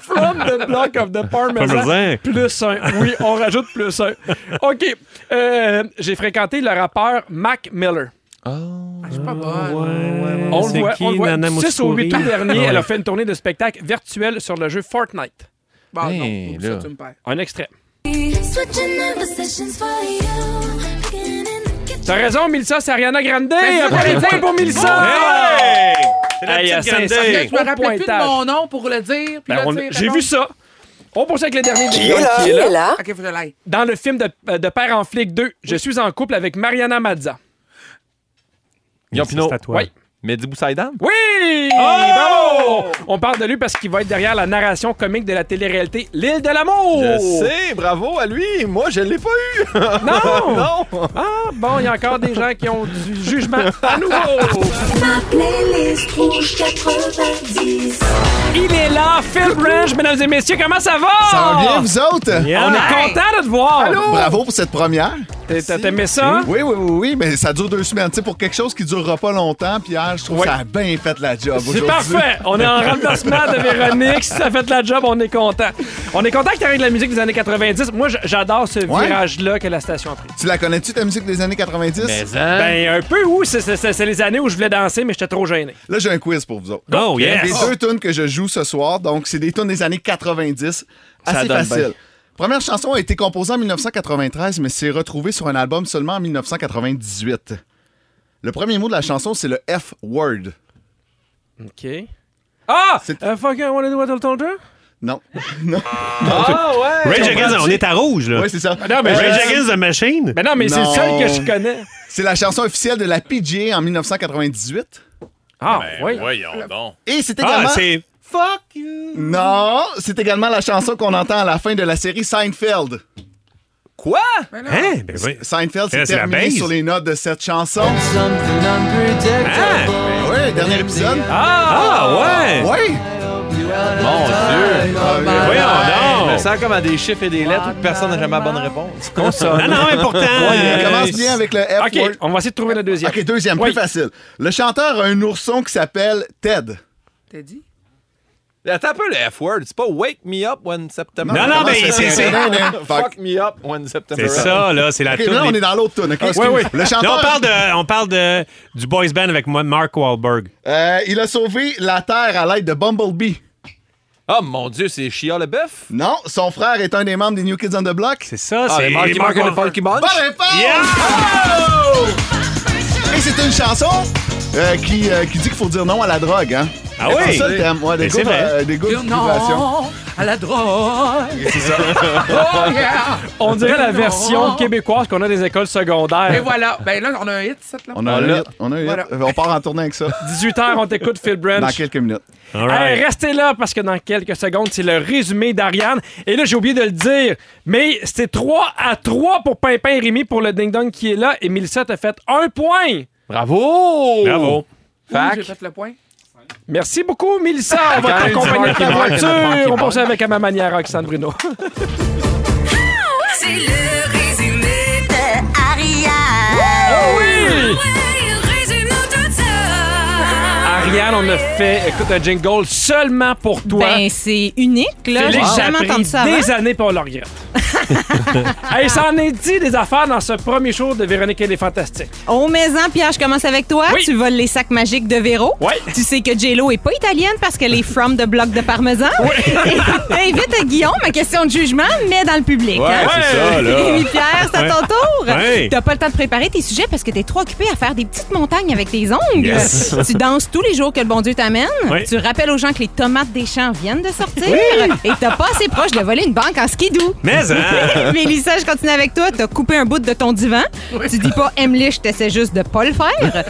[SPEAKER 3] From the block of the parmesan.
[SPEAKER 1] Parmesan.
[SPEAKER 3] Plus un. Oui, on rajoute plus un. OK. Euh, J'ai fréquenté le rappeur Mac Miller.
[SPEAKER 4] Je suis pas bonne.
[SPEAKER 3] On le
[SPEAKER 1] C'est
[SPEAKER 3] voit.
[SPEAKER 1] qui,
[SPEAKER 3] On le voit.
[SPEAKER 1] Nana
[SPEAKER 3] 6 au 8 août
[SPEAKER 1] Mouskouri?
[SPEAKER 3] dernier,
[SPEAKER 1] Ouais.
[SPEAKER 3] elle a fait une tournée de spectacle virtuel sur le jeu Fortnite.
[SPEAKER 4] Bon,
[SPEAKER 2] Hey,
[SPEAKER 3] Ben
[SPEAKER 4] non. oublie
[SPEAKER 2] là.
[SPEAKER 4] Ça, tu me perds.
[SPEAKER 3] Un extrait.
[SPEAKER 6] Switching the positions for you. Looking in the kitchen.
[SPEAKER 3] T'as raison, Milsa, c'est Ariana Grande.
[SPEAKER 4] c'est
[SPEAKER 3] Un
[SPEAKER 4] ça,
[SPEAKER 3] premier
[SPEAKER 4] j'allais
[SPEAKER 3] point
[SPEAKER 4] dire.
[SPEAKER 3] pour Milsa.
[SPEAKER 1] Hey! C'est
[SPEAKER 3] Hey,
[SPEAKER 1] la petite
[SPEAKER 3] à
[SPEAKER 1] grande
[SPEAKER 3] 500.
[SPEAKER 1] dame.
[SPEAKER 4] Je me rappelais plus de
[SPEAKER 3] pointage.
[SPEAKER 4] mon nom pour le dire. puis
[SPEAKER 3] Ben,
[SPEAKER 4] le
[SPEAKER 3] on-
[SPEAKER 4] dire,
[SPEAKER 3] J'ai
[SPEAKER 4] non.
[SPEAKER 3] vu ça. On poursuit avec le dernier qui
[SPEAKER 5] Qui est là?
[SPEAKER 4] OK, faut que je l'aille.
[SPEAKER 3] Dans le film de, euh, de Père en flic 2, je suis en couple avec Mariana Mazza.
[SPEAKER 2] Guillaume Pinot.
[SPEAKER 1] C'est à toi.
[SPEAKER 3] Oui.
[SPEAKER 2] Mehdi Boussaïdan.
[SPEAKER 3] Oui! Bravo! On parle de lui parce qu'il va être derrière la narration comique de la télé-réalité L'île de l'amour!
[SPEAKER 2] Je sais, bravo à lui. Moi, je l'ai pas eu.
[SPEAKER 3] Non!
[SPEAKER 2] Non.
[SPEAKER 3] Ah, bon, il y a encore des gens qui ont du jugement à nouveau!
[SPEAKER 6] Ma playlist rouge 90.
[SPEAKER 3] Il est là, Phil Branch, mesdames et messieurs, comment ça va?
[SPEAKER 7] Ça va bien, vous autres?
[SPEAKER 1] Yeah.
[SPEAKER 3] On est content de te voir!
[SPEAKER 7] Bravo pour cette première.
[SPEAKER 3] T'as- t'as- T'aimais ça?
[SPEAKER 7] Oui, oui, oui, oui, mais ça dure deux semaines. Tu sais, pour quelque chose qui durera pas longtemps, puis hier, je trouve
[SPEAKER 3] Oui.
[SPEAKER 7] que ça a bien fait la job
[SPEAKER 3] C'est
[SPEAKER 7] aujourd'hui.
[SPEAKER 3] parfait! On est en remplacement de Véronique. Si ça fait de la job, on est content. On est content que t'arrives de la musique des années 90. Moi, j- j'adore ce
[SPEAKER 7] Ouais.
[SPEAKER 3] virage-là que la station a pris.
[SPEAKER 7] Tu la connais-tu, ta musique des années 90?
[SPEAKER 3] Ben, un peu, où C'est c'est- c'est les années où je voulais danser, mais j'étais trop gêné.
[SPEAKER 7] Là, j'ai un quiz pour vous autres.
[SPEAKER 1] Oh,
[SPEAKER 7] Les
[SPEAKER 1] yes!
[SPEAKER 7] deux tunes que je joue ce soir, donc c'est des tunes des années 90. Assez
[SPEAKER 2] donne
[SPEAKER 7] facile.
[SPEAKER 2] bien.
[SPEAKER 7] Première chanson a été composée en 1993, mais s'est retrouvée sur un album seulement en 1998. Le premier mot de la chanson, c'est le F-word.
[SPEAKER 3] OK. Ah!
[SPEAKER 7] C'est-
[SPEAKER 3] Euh, fuck, I wanna do what I told you?
[SPEAKER 7] Non. non.
[SPEAKER 2] Ah ouais!
[SPEAKER 1] Rage Against, on est à rouge, là.
[SPEAKER 7] Oui, c'est ça. Ben,
[SPEAKER 3] non, mais
[SPEAKER 7] Euh,
[SPEAKER 1] Rage Against the Machine.
[SPEAKER 3] Mais non, mais c'est le seul
[SPEAKER 7] Non.
[SPEAKER 3] que je connais.
[SPEAKER 7] c'est la chanson officielle de la PGA en 1998.
[SPEAKER 3] Ah,
[SPEAKER 7] Ben,
[SPEAKER 3] oui.
[SPEAKER 2] Ben,
[SPEAKER 7] Euh,
[SPEAKER 2] Voyons donc.
[SPEAKER 7] Et c'est
[SPEAKER 1] Ah,
[SPEAKER 7] également...
[SPEAKER 1] c'est.
[SPEAKER 7] non, c'est également la chanson qu'on entend à la fin de la série Seinfeld.
[SPEAKER 2] Quoi?
[SPEAKER 4] Mais non.
[SPEAKER 1] Hein? Ben oui.
[SPEAKER 7] Seinfeld
[SPEAKER 1] Eh,
[SPEAKER 7] s'est
[SPEAKER 1] c'est la
[SPEAKER 7] terminé
[SPEAKER 1] base.
[SPEAKER 7] sur les notes de cette chanson.
[SPEAKER 1] Ah,
[SPEAKER 7] Oui, dernier épisode.
[SPEAKER 1] ah, ouais! Ben,
[SPEAKER 7] Oui.
[SPEAKER 2] Mon Dieu!
[SPEAKER 1] Voyons
[SPEAKER 7] Ben,
[SPEAKER 2] Je me
[SPEAKER 1] donc!
[SPEAKER 2] sens comme à des chiffres et des lettres où personne n'a jamais la bonne réponse.
[SPEAKER 1] Non, Ah, non, important!
[SPEAKER 7] Il
[SPEAKER 1] Euh,
[SPEAKER 7] commence bien avec le F
[SPEAKER 3] OK, on va essayer de trouver la deuxième.
[SPEAKER 7] word. OK, deuxième,
[SPEAKER 3] Oui.
[SPEAKER 7] plus facile. Le chanteur a un ourson qui s'appelle Ted.
[SPEAKER 4] T'as dit?
[SPEAKER 2] Attends un peu le F-word, c'est pas Wake Me Up When September.
[SPEAKER 1] Non, non,
[SPEAKER 7] Comment
[SPEAKER 1] mais
[SPEAKER 7] ça
[SPEAKER 1] c'est-
[SPEAKER 7] fait?
[SPEAKER 1] c'est-
[SPEAKER 7] Non, non,
[SPEAKER 2] Fuck
[SPEAKER 7] fuck.
[SPEAKER 2] me up when September.
[SPEAKER 1] C'est ça, là, c'est la
[SPEAKER 7] OK,
[SPEAKER 1] toune
[SPEAKER 7] là, on
[SPEAKER 1] des-
[SPEAKER 7] est dans l'autre tune. OK, excuse.
[SPEAKER 3] oui, oui.
[SPEAKER 7] Le
[SPEAKER 1] Là,
[SPEAKER 7] chanteur,
[SPEAKER 1] on parle, de, on parle de, du boys band avec moi, Mark Wahlberg.
[SPEAKER 7] euh, il a sauvé la Terre à l'aide de Bumblebee.
[SPEAKER 2] Oh mon dieu, c'est Chia le bœuf?
[SPEAKER 7] Non, son frère est un des membres des New Kids on the Block.
[SPEAKER 1] C'est ça,
[SPEAKER 2] Ah,
[SPEAKER 1] c'est
[SPEAKER 2] mais Marky Mark and the Funky Bunch?
[SPEAKER 7] Bonne réponse! Oh!
[SPEAKER 1] Yeah!
[SPEAKER 7] Et c'est une chanson euh, qui, euh, qui dit qu'il faut dire non à la drogue, hein?
[SPEAKER 1] Ah
[SPEAKER 7] C'est
[SPEAKER 1] oui?
[SPEAKER 7] ça le thème. Ouais, des
[SPEAKER 1] Mais
[SPEAKER 7] goûts
[SPEAKER 1] c'est
[SPEAKER 7] de-
[SPEAKER 1] vrai.
[SPEAKER 7] euh, des goûts de
[SPEAKER 4] Dire
[SPEAKER 7] privation.
[SPEAKER 4] non à la drogue. Oh yeah!
[SPEAKER 3] On dirait la
[SPEAKER 4] Non.
[SPEAKER 3] version québécoise qu'on a des écoles secondaires.
[SPEAKER 4] Et voilà. Ben là, on a un hit, cette là.
[SPEAKER 7] On a un
[SPEAKER 2] Voilà.
[SPEAKER 7] hit, on a un hit.
[SPEAKER 4] Voilà.
[SPEAKER 7] Euh, On part en tournée avec ça
[SPEAKER 3] 18h, on t'écoute, Phil
[SPEAKER 7] dans
[SPEAKER 3] Branch.
[SPEAKER 7] quelques minutes.
[SPEAKER 1] All
[SPEAKER 3] Hey,
[SPEAKER 1] right.
[SPEAKER 3] restez là parce que dans quelques secondes, c'est le résumé d'Ariane. Et là, j'ai oublié de le dire, mais c'était 3 à 3 pour Pimpin et Rémi pour le ding-dong qui est là. Et Milsa t'a fait un point.
[SPEAKER 2] Bravo!
[SPEAKER 1] Bravo.
[SPEAKER 2] Fac.
[SPEAKER 4] J'ai fait le point.
[SPEAKER 3] Merci beaucoup, Milsa. On va
[SPEAKER 2] Quand même,
[SPEAKER 3] t'accompagner de
[SPEAKER 2] du
[SPEAKER 3] ta
[SPEAKER 2] Marky Mark.
[SPEAKER 3] voiture. On poursuit avec à ma manière, Roxane Bruno.
[SPEAKER 8] C'est le résumé de Ariane.
[SPEAKER 3] oui!
[SPEAKER 8] résume tout ça.
[SPEAKER 3] Ariane, on a fait, écoute, un jingle seulement pour toi.
[SPEAKER 9] Ben, c'est unique, là. J'ai
[SPEAKER 3] Félix, ça a
[SPEAKER 9] jamais
[SPEAKER 3] pris
[SPEAKER 9] entendu ça avant.
[SPEAKER 3] des années, pour on le regrette. hey, ça en est dit des affaires dans ce premier show de Véronique et les Fantastiques.
[SPEAKER 9] Au maison, Pierre, je commence avec toi.
[SPEAKER 3] Oui.
[SPEAKER 9] Tu voles les sacs magiques de Véro.
[SPEAKER 3] Ouais.
[SPEAKER 9] Tu sais que J-Lo est pas italienne parce qu'elle est from the block de parmesan. Et T'invites Guillaume à question de jugement, mais dans le public.
[SPEAKER 2] Ouais,
[SPEAKER 9] hein.
[SPEAKER 2] c'est ça, là.
[SPEAKER 9] Rémi Pierre, c'est à ton tour.
[SPEAKER 1] Ouais.
[SPEAKER 9] T'as pas le temps de préparer tes sujets parce que t'es trop occupé à faire des petites montagnes avec tes ongles.
[SPEAKER 1] Yes.
[SPEAKER 9] Tu danses tous les jours que le bon Dieu t'amène.
[SPEAKER 1] Ouais.
[SPEAKER 9] Tu rappelles aux gens que les tomates des champs viennent de sortir. Et t'as pas assez proche de voler une banque en skidoo.
[SPEAKER 1] Mais, hein?
[SPEAKER 9] Mélissa, je continue avec toi. T'as coupé un bout de ton divan. Tu dis pas Emlich, t'essaies juste de pas le faire.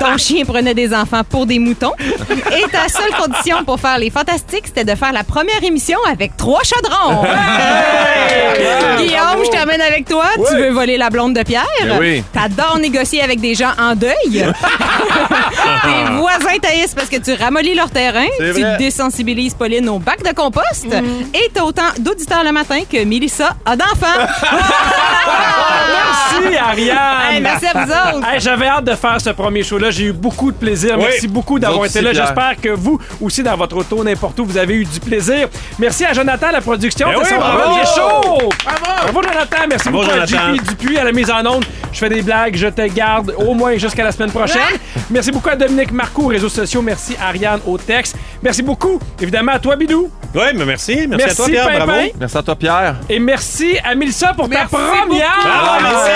[SPEAKER 9] ton chien prenait des enfants pour des moutons. Et ta seule condition pour faire les fantastiques, c'était de faire la première émission avec trois chaudrons. Guillaume, je t'amène avec toi. Tu veux voler la blonde de Pierre.
[SPEAKER 2] Ben oui.
[SPEAKER 9] T'adores négocier avec des gens en deuil. Tes voisins taillissent parce que tu ramollis leur terrain.
[SPEAKER 2] C'est
[SPEAKER 9] Tu
[SPEAKER 2] vrai.
[SPEAKER 9] désensibilises Pauline au bac de compost. Et t'as autant d'auditeurs le matin que Mélissa a d'enfants.
[SPEAKER 3] Merci, Ariane.
[SPEAKER 9] Ah! Hey, merci à vous autres.
[SPEAKER 3] Hey, J'avais hâte de faire ce premier show-là. J'ai eu beaucoup de plaisir.
[SPEAKER 2] Oui.
[SPEAKER 3] Merci beaucoup
[SPEAKER 2] Nous
[SPEAKER 3] d'avoir
[SPEAKER 2] autres
[SPEAKER 3] été
[SPEAKER 2] aussi,
[SPEAKER 3] là.
[SPEAKER 2] Pierre.
[SPEAKER 3] J'espère que vous aussi, dans votre auto, n'importe où, vous avez eu du plaisir. Merci à Jonathan, la production.
[SPEAKER 1] Ben
[SPEAKER 3] C'est
[SPEAKER 1] oui,
[SPEAKER 3] son
[SPEAKER 1] bravo.
[SPEAKER 3] premier show.
[SPEAKER 4] Bravo!
[SPEAKER 3] Bravo, Jonathan. Merci
[SPEAKER 1] Bravo,
[SPEAKER 3] beaucoup à
[SPEAKER 1] Jonathan.
[SPEAKER 3] JP Dupuis à la mise en onde. Je fais des blagues. Je te garde au moins jusqu'à la semaine prochaine. Merci beaucoup à Dominique Marcoux aux réseaux sociaux. Merci, Ariane, au texte. Merci beaucoup, évidemment, à toi, Bidou.
[SPEAKER 1] Oui, mais merci. Merci, à
[SPEAKER 3] Merci,
[SPEAKER 1] toi, Pierre.
[SPEAKER 3] Pimpin.
[SPEAKER 1] Bravo.
[SPEAKER 2] Merci à toi, Pierre.
[SPEAKER 3] Et merci à Milsa pour
[SPEAKER 4] Merci
[SPEAKER 3] ta première.
[SPEAKER 1] Bravo, Ah, merci.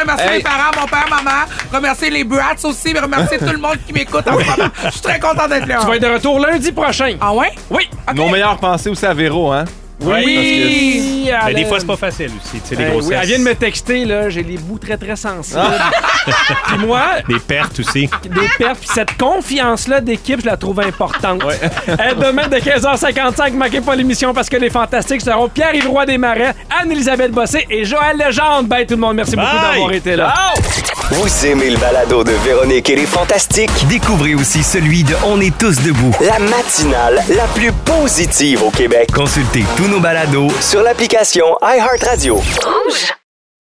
[SPEAKER 4] Remercier
[SPEAKER 2] Hey.
[SPEAKER 4] mes parents, mon père, maman. Remercier les brats aussi, mais remercier tout le monde qui m'écoute en ce moment. Je suis très content d'être là.
[SPEAKER 3] Tu vas être de retour lundi prochain.
[SPEAKER 4] Ah ouais?
[SPEAKER 3] Oui.
[SPEAKER 2] Nos meilleures pensées aussi à Véro, hein?
[SPEAKER 3] Oui.
[SPEAKER 1] Mais des
[SPEAKER 3] Alain.
[SPEAKER 1] fois, c'est pas facile aussi. Tu sais, des
[SPEAKER 3] Ben
[SPEAKER 1] grossesses.
[SPEAKER 3] oui, elle vient de me texter, là, j'ai les bouts très très sensibles. puis moi,
[SPEAKER 1] Des pertes aussi.
[SPEAKER 3] des pertes, puis cette confiance-là d'équipe, je la trouve importante. Et demain, de 15h55, manquez pas l'émission parce que les fantastiques seront Pierre-Yves Roy Desmarais, Anne-Elisabeth Bossé et Joël Legendre. Bye tout le monde, merci beaucoup
[SPEAKER 1] Bye.
[SPEAKER 3] d'avoir été là.
[SPEAKER 10] Vous aimez le balado de Véronique et les Fantastiques?
[SPEAKER 11] Découvrez aussi celui de On est tous debout.
[SPEAKER 10] La matinale la plus positive au Québec
[SPEAKER 11] Consultez tous nos balados
[SPEAKER 10] sur l'application iHeartRadio.